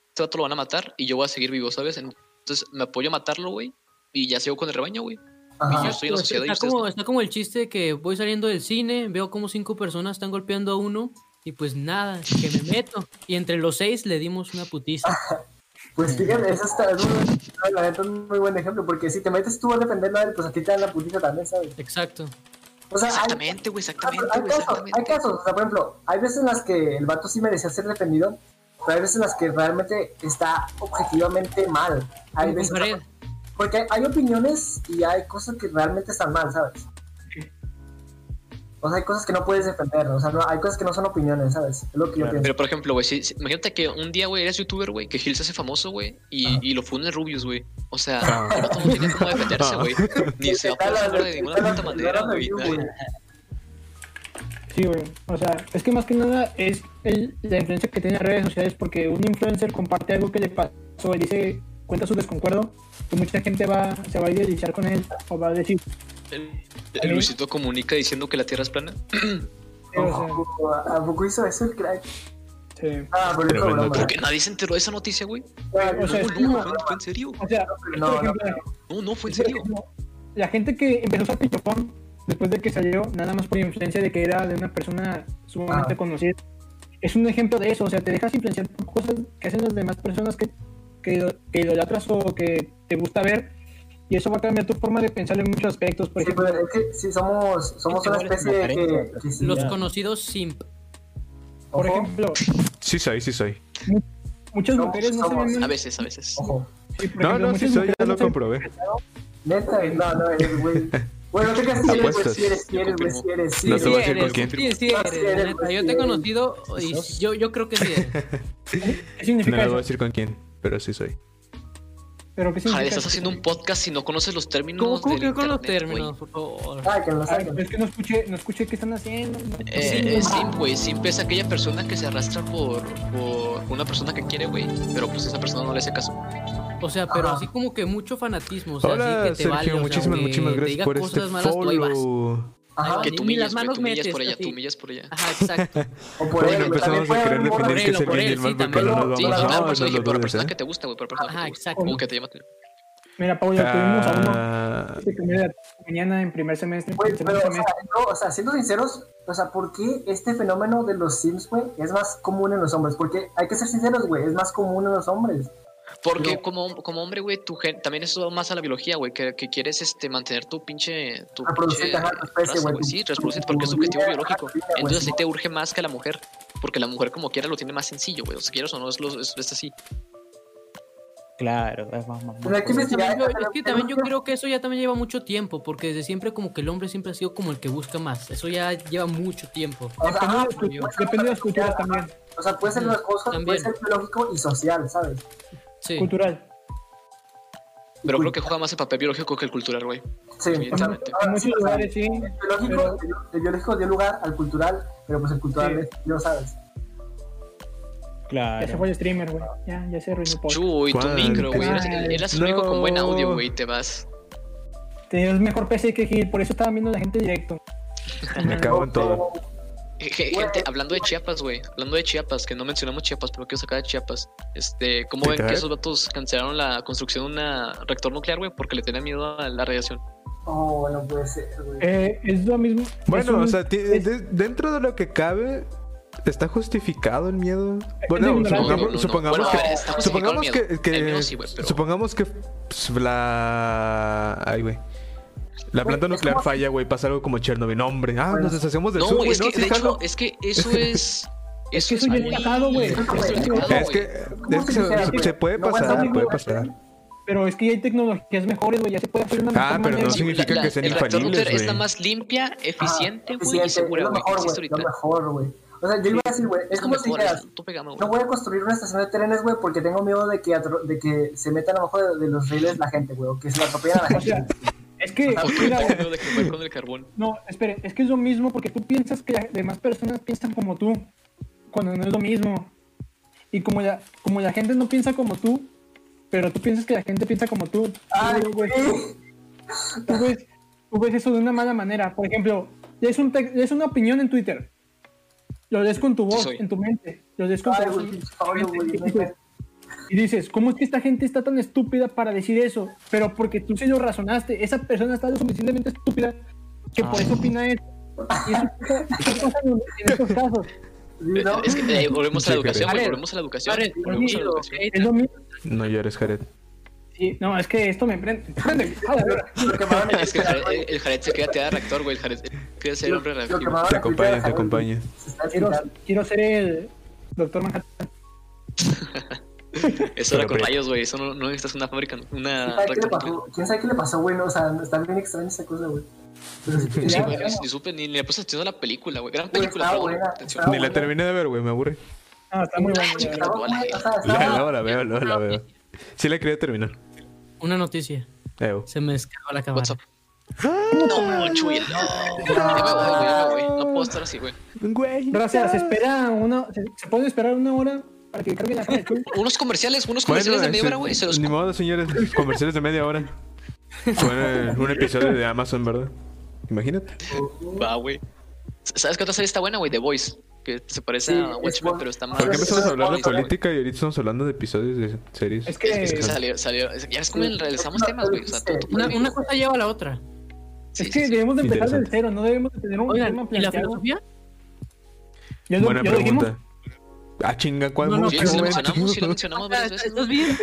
Speaker 1: este vato lo van a matar y yo voy a seguir vivo, ¿sabes? Entonces me apoyo a matarlo, güey, y ya sigo con el rebaño, güey.
Speaker 6: Ajá.
Speaker 1: Y yo estoy en la sociedad y
Speaker 5: Ah, Está
Speaker 1: ustedes
Speaker 5: como,
Speaker 1: no.
Speaker 5: está como el chiste de que voy saliendo del cine, veo como cinco personas están golpeando a uno y pues nada, que me meto. Y entre los seis le dimos una putiza.
Speaker 6: Pues fíjate, eso está, es un, la neta, un muy buen ejemplo, porque si te metes tú a defender a él, pues a ti te dan la putiza también, ¿sabes?
Speaker 5: Exacto.
Speaker 6: O sea, hay-
Speaker 1: Exactamente, güey,
Speaker 6: Ah, pero
Speaker 1: exactamente,
Speaker 6: hay
Speaker 1: güey,
Speaker 6: casos, hay
Speaker 1: exactamente.
Speaker 6: casos, o sea, por ejemplo, hay veces en las que el vato sí merecía ser defendido, pero hay veces en las que realmente está objetivamente mal. Hay
Speaker 5: Como con
Speaker 6: veces,
Speaker 5: Jared.
Speaker 6: porque hay, hay opiniones y hay cosas que realmente están mal, ¿sabes? O sea, hay cosas que no puedes defender, o sea, no- hay cosas que no son opiniones, ¿sabes? Es lo que yo
Speaker 3: Claro.
Speaker 6: pienso.
Speaker 1: Pero por ejemplo, güey, si- si- imagínate que un día, güey, eres youtuber, güey, que Gil se hace famoso, güey, y,
Speaker 6: Ajá.
Speaker 1: y lo funde Rubius, güey. O sea,
Speaker 2: Ah.
Speaker 1: el vato no tenía cómo defenderse,
Speaker 2: Ah.
Speaker 1: güey. Ni se va a
Speaker 6: Está
Speaker 1: poder
Speaker 6: pues, la-
Speaker 1: defender pues, de ninguna
Speaker 6: está la-
Speaker 1: puta manera,
Speaker 6: está la
Speaker 1: güey.
Speaker 6: review,
Speaker 1: nadie-
Speaker 6: güey.
Speaker 4: Sí, güey. O sea, es que más que nada es el- la influencia que tienen las redes sociales porque un influencer comparte algo que le pasó y dice, cuenta su desconcuerdo y mucha gente va, se va a idealizar con él o va a decir,
Speaker 1: El, el Luisito comunica diciendo que la Tierra es plana.
Speaker 2: Ah.
Speaker 6: ¿A poco- ¿A poco hizo eso el crack?
Speaker 4: "Eh, sí.
Speaker 6: Ah, pero eso es
Speaker 2: Tremendo
Speaker 6: broma.
Speaker 1: Porque nadie se enteró de esa noticia, güey.
Speaker 6: Ah,
Speaker 4: O sea,
Speaker 1: No,
Speaker 4: es
Speaker 6: no,
Speaker 1: no,
Speaker 4: como-
Speaker 1: no, fue en serio.
Speaker 4: O sea,
Speaker 6: No,
Speaker 4: por
Speaker 6: no,
Speaker 4: ejemplo,
Speaker 6: no.
Speaker 1: No, no, fue en serio.
Speaker 4: La gente que empezó a usar Pichopón después de que salió, nada más por influencia de que era de una persona sumamente
Speaker 6: Ah.
Speaker 4: conocida, es un ejemplo de eso. O sea, te dejas influenciar por cosas que hacen las demás personas que, que, que idolatras o que te gusta ver. Y eso va a cambiar tu forma de pensar en muchos aspectos. Por
Speaker 6: Sí,
Speaker 4: ejemplo,
Speaker 6: pero es que sí, somos, somos
Speaker 3: Sí,
Speaker 6: una
Speaker 3: igual es
Speaker 6: especie de
Speaker 3: una
Speaker 6: que,
Speaker 3: carencia,
Speaker 6: que sí,
Speaker 5: Los
Speaker 6: ya.
Speaker 5: conocidos simp.
Speaker 4: por
Speaker 6: Ojo.
Speaker 4: ejemplo
Speaker 2: Sí soy, sí soy.
Speaker 4: muchas
Speaker 6: Somos-
Speaker 4: mujeres no se
Speaker 6: somos-
Speaker 4: ven.
Speaker 1: A veces, a veces.
Speaker 6: Ojo.
Speaker 4: sí, por
Speaker 2: No,
Speaker 4: ejemplo,
Speaker 2: no, sí
Speaker 4: muchas
Speaker 2: soy,
Speaker 4: mujeres
Speaker 2: ya
Speaker 4: no
Speaker 2: lo
Speaker 4: se-
Speaker 2: comprobé.
Speaker 6: Neta, no, no, eres, güey. Bueno, te creas si eres, güey,
Speaker 2: Apuestas.
Speaker 6: si eres, si eres, güey, si eres, sí
Speaker 2: No
Speaker 6: eres.
Speaker 2: te voy a decir con
Speaker 5: Sí
Speaker 2: quién.
Speaker 5: eres, sí
Speaker 6: No, sí
Speaker 5: eres, Pues la
Speaker 6: eres,
Speaker 5: neta.
Speaker 6: sí
Speaker 5: Yo te he
Speaker 6: eres.
Speaker 5: conocido y
Speaker 3: sos.
Speaker 5: yo, yo creo que sí eres.
Speaker 4: ¿Qué
Speaker 2: No
Speaker 4: significa
Speaker 2: les voy a
Speaker 4: eso?
Speaker 2: decir con quién, pero sí soy.
Speaker 4: ¿Pero qué significa
Speaker 1: Jared, estás
Speaker 4: eso?
Speaker 1: haciendo un podcast y no conoces los términos.
Speaker 5: ¿Cómo, cómo
Speaker 1: del
Speaker 5: que con los
Speaker 1: internet, güey?
Speaker 5: términos, por favor?
Speaker 6: Ay, Ah, que no
Speaker 4: Ay, pero
Speaker 6: saquen.
Speaker 4: es que no escuché, no escuché qué están haciendo.
Speaker 1: Eh, eh, simp, güey. Simp es aquella persona que se arrastra por, por una persona que quiere, güey. Pero pues esa persona no le hace caso.
Speaker 5: O sea, pero
Speaker 6: Ajá.
Speaker 5: así como que mucho fanatismo. O sea,
Speaker 2: Hola,
Speaker 5: así que te
Speaker 2: Sergio,
Speaker 5: vale, o sea,
Speaker 2: muchísimas,
Speaker 5: que
Speaker 2: muchísimas
Speaker 5: te diga
Speaker 2: gracias por
Speaker 5: cosas
Speaker 2: este
Speaker 5: malas, tú ahí vas.
Speaker 2: follow.
Speaker 4: Ah,
Speaker 6: Ajá.
Speaker 1: Que
Speaker 5: Ah, ni-
Speaker 1: tú
Speaker 5: ni
Speaker 1: humillas,
Speaker 5: las
Speaker 1: güey.
Speaker 5: manos
Speaker 1: Tú humillas
Speaker 5: metes,
Speaker 1: por allá,
Speaker 5: así.
Speaker 1: tú humillas por allá.
Speaker 5: Ajá, exacto.
Speaker 6: O por
Speaker 2: Bueno,
Speaker 6: él, también
Speaker 2: empezamos
Speaker 6: puede
Speaker 2: a
Speaker 6: haber
Speaker 2: querer
Speaker 6: morras.
Speaker 2: definir que
Speaker 5: él,
Speaker 2: es el
Speaker 5: por
Speaker 2: bien y
Speaker 5: él,
Speaker 2: el mal,
Speaker 5: sí,
Speaker 2: pero no
Speaker 6: también.
Speaker 2: nos
Speaker 1: Sí, no, por
Speaker 2: vamos a no,
Speaker 1: persona,
Speaker 2: no
Speaker 1: que-
Speaker 2: lo
Speaker 1: por la
Speaker 5: pues,
Speaker 2: dudes,
Speaker 1: persona que
Speaker 2: ¿eh?
Speaker 1: te gusta, güey. Por persona
Speaker 5: Ajá,
Speaker 1: que te gusta.
Speaker 5: exacto.
Speaker 1: O que te llama.
Speaker 4: Mira, Paula, tuvimos a uno.
Speaker 2: Ah,
Speaker 4: de primera mañana en primer semestre.
Speaker 6: Güey,
Speaker 4: en
Speaker 6: Pues, pero,
Speaker 4: segundo
Speaker 6: o sea,
Speaker 4: semestre.
Speaker 6: no, o sea, siendo sinceros, o sea, ¿por qué este fenómeno de los sims, güey, es más común en los hombres? Porque hay que ser sinceros, güey, es más común en los hombres.
Speaker 1: Porque
Speaker 6: No.
Speaker 1: como, hom- como hombre, güey, tu gen también eso va más a la biología, güey, que, que quieres este mantener tu pinche tu
Speaker 6: Reproducirte,
Speaker 1: pinche
Speaker 6: ajá, tu especie,
Speaker 1: raza,
Speaker 6: güey,
Speaker 1: güey.
Speaker 6: tu-
Speaker 1: Sí,
Speaker 6: tu-
Speaker 1: reproducirte
Speaker 6: tu
Speaker 1: porque es objetivo
Speaker 6: vida,
Speaker 1: biológico.
Speaker 6: ajá, tu vida, güey,
Speaker 1: Entonces sí
Speaker 6: sí.
Speaker 1: te urge más que a la mujer, porque la mujer como quiera lo tiene más sencillo, güey. O sea, quieras o no, es, lo- es- es así.
Speaker 3: Claro, es más, más-
Speaker 6: Pero hay que
Speaker 3: más-
Speaker 6: investigar.
Speaker 5: También yo-
Speaker 6: o sea,
Speaker 5: es que también yo creo que eso ya también lleva mucho tiempo, porque desde siempre como que el hombre siempre ha sido como el que busca más. Eso ya lleva mucho tiempo.
Speaker 6: O sea,
Speaker 4: Depende de
Speaker 6: ajá, pues,
Speaker 4: las
Speaker 5: por Dios.
Speaker 4: culturas, depende de las culturas también.
Speaker 6: o sea, puede ser las cosas, puede
Speaker 5: También.
Speaker 6: ser biológico y social, ¿sabes?
Speaker 5: Sí.
Speaker 4: Cultural.
Speaker 1: Pero creo que juega más el papel biológico que el cultural, güey.
Speaker 6: Sí,
Speaker 1: Sí, exactamente.
Speaker 6: Ahora
Speaker 4: En muchos
Speaker 6: Ah, sí, o sea,
Speaker 4: lugares sí.
Speaker 6: El biológico, el biológico dio lugar al cultural, pero pues el cultural
Speaker 4: Sí.
Speaker 6: es, no sabes.
Speaker 4: Ya se
Speaker 3: Claro.
Speaker 4: fue el streamer, güey. Ya, ya se arruinó por.
Speaker 1: Chuy, tu
Speaker 2: ¿Cuál?
Speaker 1: micro, güey.
Speaker 4: Ah,
Speaker 1: Eres, eres el único con buen audio, güey. Te vas.
Speaker 4: Tenías mejor PC que Gil, por eso estaban viendo la gente directo.
Speaker 2: Me cago en todo.
Speaker 1: Eh, je- Gente, hablando de Chiapas, güey. Hablando de Chiapas, que no mencionamos Chiapas, pero quiero sacar a Chiapas. Este, ¿cómo ven
Speaker 2: Literal.
Speaker 1: que esos vatos cancelaron la construcción de un reactor nuclear, güey? Porque le tenían miedo a la radiación.
Speaker 6: Oh, no puede ser, güey.
Speaker 4: Eh, es lo mismo.
Speaker 2: Bueno,
Speaker 4: es un-
Speaker 2: o sea, ti-
Speaker 4: es-
Speaker 2: de- dentro de lo que cabe, está justificado el miedo. Bueno,
Speaker 4: ignorancia.
Speaker 2: supongamos,
Speaker 1: No, no, no.
Speaker 2: supongamos
Speaker 1: Bueno, a
Speaker 2: que.
Speaker 1: ver, está justificado
Speaker 2: supongamos
Speaker 1: el
Speaker 2: que.
Speaker 1: miedo.
Speaker 2: que-
Speaker 1: El miedo sí, güey, pero-
Speaker 2: Supongamos que. pues, la. Ay, güey. La
Speaker 6: Güey,
Speaker 2: planta
Speaker 6: es
Speaker 2: nuclear
Speaker 6: como-
Speaker 2: falla, güey. Pasa algo como Chernobyl. No, hombre. Ah,
Speaker 6: Bueno.
Speaker 2: nos deshacemos del
Speaker 1: No,
Speaker 2: sur,
Speaker 1: güey,
Speaker 2: güey.
Speaker 1: es
Speaker 2: No,
Speaker 1: que,
Speaker 2: sí,
Speaker 1: de
Speaker 2: jalo.
Speaker 1: hecho, es que eso es. Eso
Speaker 4: eso ya es pasado, güey.
Speaker 1: Eso
Speaker 6: Es
Speaker 1: es
Speaker 6: que-
Speaker 1: pasado,
Speaker 2: Es
Speaker 1: güey.
Speaker 2: que.
Speaker 6: ¿Cómo
Speaker 2: es que
Speaker 6: se
Speaker 2: se,
Speaker 6: dijera, güey?
Speaker 2: se puede
Speaker 6: No
Speaker 2: pasar,
Speaker 6: aguantamos,
Speaker 2: puede
Speaker 6: güey.
Speaker 2: pasar.
Speaker 4: pero es que ya hay tecnologías mejores, güey. Ya se puede hacer una
Speaker 2: Ah,
Speaker 4: mejor
Speaker 2: pero no
Speaker 4: manera.
Speaker 1: Sí, güey,
Speaker 2: significa
Speaker 1: la-
Speaker 2: que sean
Speaker 1: El reactor
Speaker 2: infalibles,
Speaker 1: nuclear es la
Speaker 2: güey.
Speaker 1: más limpia, eficiente, güey,
Speaker 6: Eficiente,
Speaker 1: y segura,
Speaker 6: Ah, es lo
Speaker 1: güey, que
Speaker 6: mejor,
Speaker 1: existe
Speaker 6: güey. Lo
Speaker 1: ahorita.
Speaker 6: mejor, güey. O sea, yo iba a decir, güey, es
Speaker 1: Es lo
Speaker 6: como si
Speaker 1: mejor,
Speaker 6: dijeras,
Speaker 1: es- tú pegame,
Speaker 6: no
Speaker 1: güey.
Speaker 6: voy a construir una estación de trenes, güey, porque tengo miedo de que, atro- de que se meta a lo mejor de, de los rieles la gente, güey, o que se la atropellen a la
Speaker 4: O
Speaker 6: gente.
Speaker 4: sea, es que,
Speaker 1: Porque
Speaker 4: mira, güey,
Speaker 1: tengo de quemar con el carbón.
Speaker 4: no, espere, es que es lo mismo porque tú piensas que las demás personas piensan como tú, cuando no es lo mismo. Y como la, como la gente no piensa como tú, pero tú piensas que la gente piensa como tú.
Speaker 6: Ay,
Speaker 4: tú,
Speaker 6: güey.
Speaker 4: güey, tú ves, tú ves eso de una mala manera. Por ejemplo, lees, un tex- lees una opinión en Twitter. Lo lees con tu voz,
Speaker 1: soy.
Speaker 4: en tu mente. Lo lees con tu
Speaker 6: Ay,
Speaker 4: voz.
Speaker 6: güey, pinche Pablo, güey, neta.
Speaker 4: Y dices, ¿cómo es que esta gente está tan estúpida para decir eso? Pero porque tú sí lo razonaste, esa persona está lo suficientemente estúpida que por eso opina eso. Y eso pasa- eso pasa en en estos casos.
Speaker 6: Sí, ¿no?
Speaker 1: Es que eh, volvemos a la
Speaker 2: Sí,
Speaker 1: educación,
Speaker 4: Jared.
Speaker 1: güey, volvemos a la educación.
Speaker 5: Jared,
Speaker 1: Volvemos a la
Speaker 6: olvídalo,
Speaker 1: educación.
Speaker 4: Es lo mismo.
Speaker 2: No llores, Jared.
Speaker 4: Sí, no, es que esto me prende. prende, a la verga.
Speaker 6: Lo que me van a
Speaker 1: Es que el
Speaker 6: decir,
Speaker 1: Jared, el- el Jared se queda tirado de reactor, güey. El Jared quiere ser
Speaker 6: Lo-
Speaker 1: hombre
Speaker 6: lo que me
Speaker 1: reactivo.
Speaker 6: van a
Speaker 2: Te
Speaker 6: escuchar,
Speaker 2: acompaña, te
Speaker 6: Jared,
Speaker 2: acompaña.
Speaker 6: se está
Speaker 4: Quiero,
Speaker 6: excitando.
Speaker 4: quiero ser el doctor Manhattan.
Speaker 1: Eso era
Speaker 2: Pero
Speaker 1: con
Speaker 2: pri-
Speaker 1: rayos, güey. Eso no, no necesitas una fábrica, una
Speaker 6: ¿Quién sabe qué le
Speaker 1: reactor.
Speaker 6: pasó? ¿Quién sabe qué le pasó, güey? No, o sea, está bien extraña esa cosa, güey. Pero sí,
Speaker 1: Sí,
Speaker 6: ya,
Speaker 1: güey,
Speaker 6: ya,
Speaker 1: ni, ni supe, ni le puse atención a la película, güey. Gran
Speaker 6: Güey,
Speaker 1: película,
Speaker 6: estaba
Speaker 1: perdón,
Speaker 6: buena,
Speaker 1: atención.
Speaker 6: estaba
Speaker 2: Ni la terminé de ver, güey. Me aburre.
Speaker 4: Ah, está muy bueno. la verdad.
Speaker 6: estaba, güey, o sea,
Speaker 2: La, la-
Speaker 6: estaba-
Speaker 2: la veo, la, la veo. Sí la quería terminar.
Speaker 5: Una noticia.
Speaker 2: Ew.
Speaker 5: Se me escapó la cámara.
Speaker 1: WhatsApp. No, Chuy, no. Ya me voy, güey, ya me voy. No puedo estar así, güey.
Speaker 2: Güey.
Speaker 4: Raza, se espera una, se, se puede esperar una hora para que cargue la cara de Chuy.
Speaker 1: Unos comerciales, unos comerciales de media
Speaker 2: ese-
Speaker 1: hora, güey. Se los
Speaker 2: Ni modo, señores. Comerciales de media hora. Fue un episodio de Amazon, ¿verdad? Imagínate.
Speaker 1: va, güey. ¿Sabes qué otra serie está buena, güey? The Voice. Que se parece
Speaker 6: Sí,
Speaker 1: a
Speaker 6: es
Speaker 1: Watchmen,
Speaker 6: buena.
Speaker 1: pero Ah, está más.
Speaker 2: ¿Por qué empezamos a hablar de
Speaker 1: Es que-
Speaker 2: política y ahorita estamos hablando de episodios de series?
Speaker 4: Es que,
Speaker 1: Es que salió, salió. Ya es como realizamos
Speaker 6: No,
Speaker 1: temas, güey. O sea, tú- tú-
Speaker 5: Una, una cosa lleva a la otra.
Speaker 1: sí,
Speaker 4: es que
Speaker 1: sí, sí.
Speaker 4: debemos de empezar desde
Speaker 2: Interesante.
Speaker 4: cero, no debemos de tener un
Speaker 5: Oigan,
Speaker 4: tema
Speaker 5: ¿y la
Speaker 4: planteado.
Speaker 5: filosofía?
Speaker 4: Ya lo-
Speaker 2: Buena
Speaker 4: ya lo dijimos.
Speaker 2: pregunta. Ah, chinga, ¿cuál?
Speaker 5: No, no,
Speaker 1: Sí,
Speaker 5: pero
Speaker 1: sí, lo
Speaker 5: bueno,
Speaker 1: mencionamos, sí, lo mencionamos varias veces.
Speaker 5: ¿Estás bien?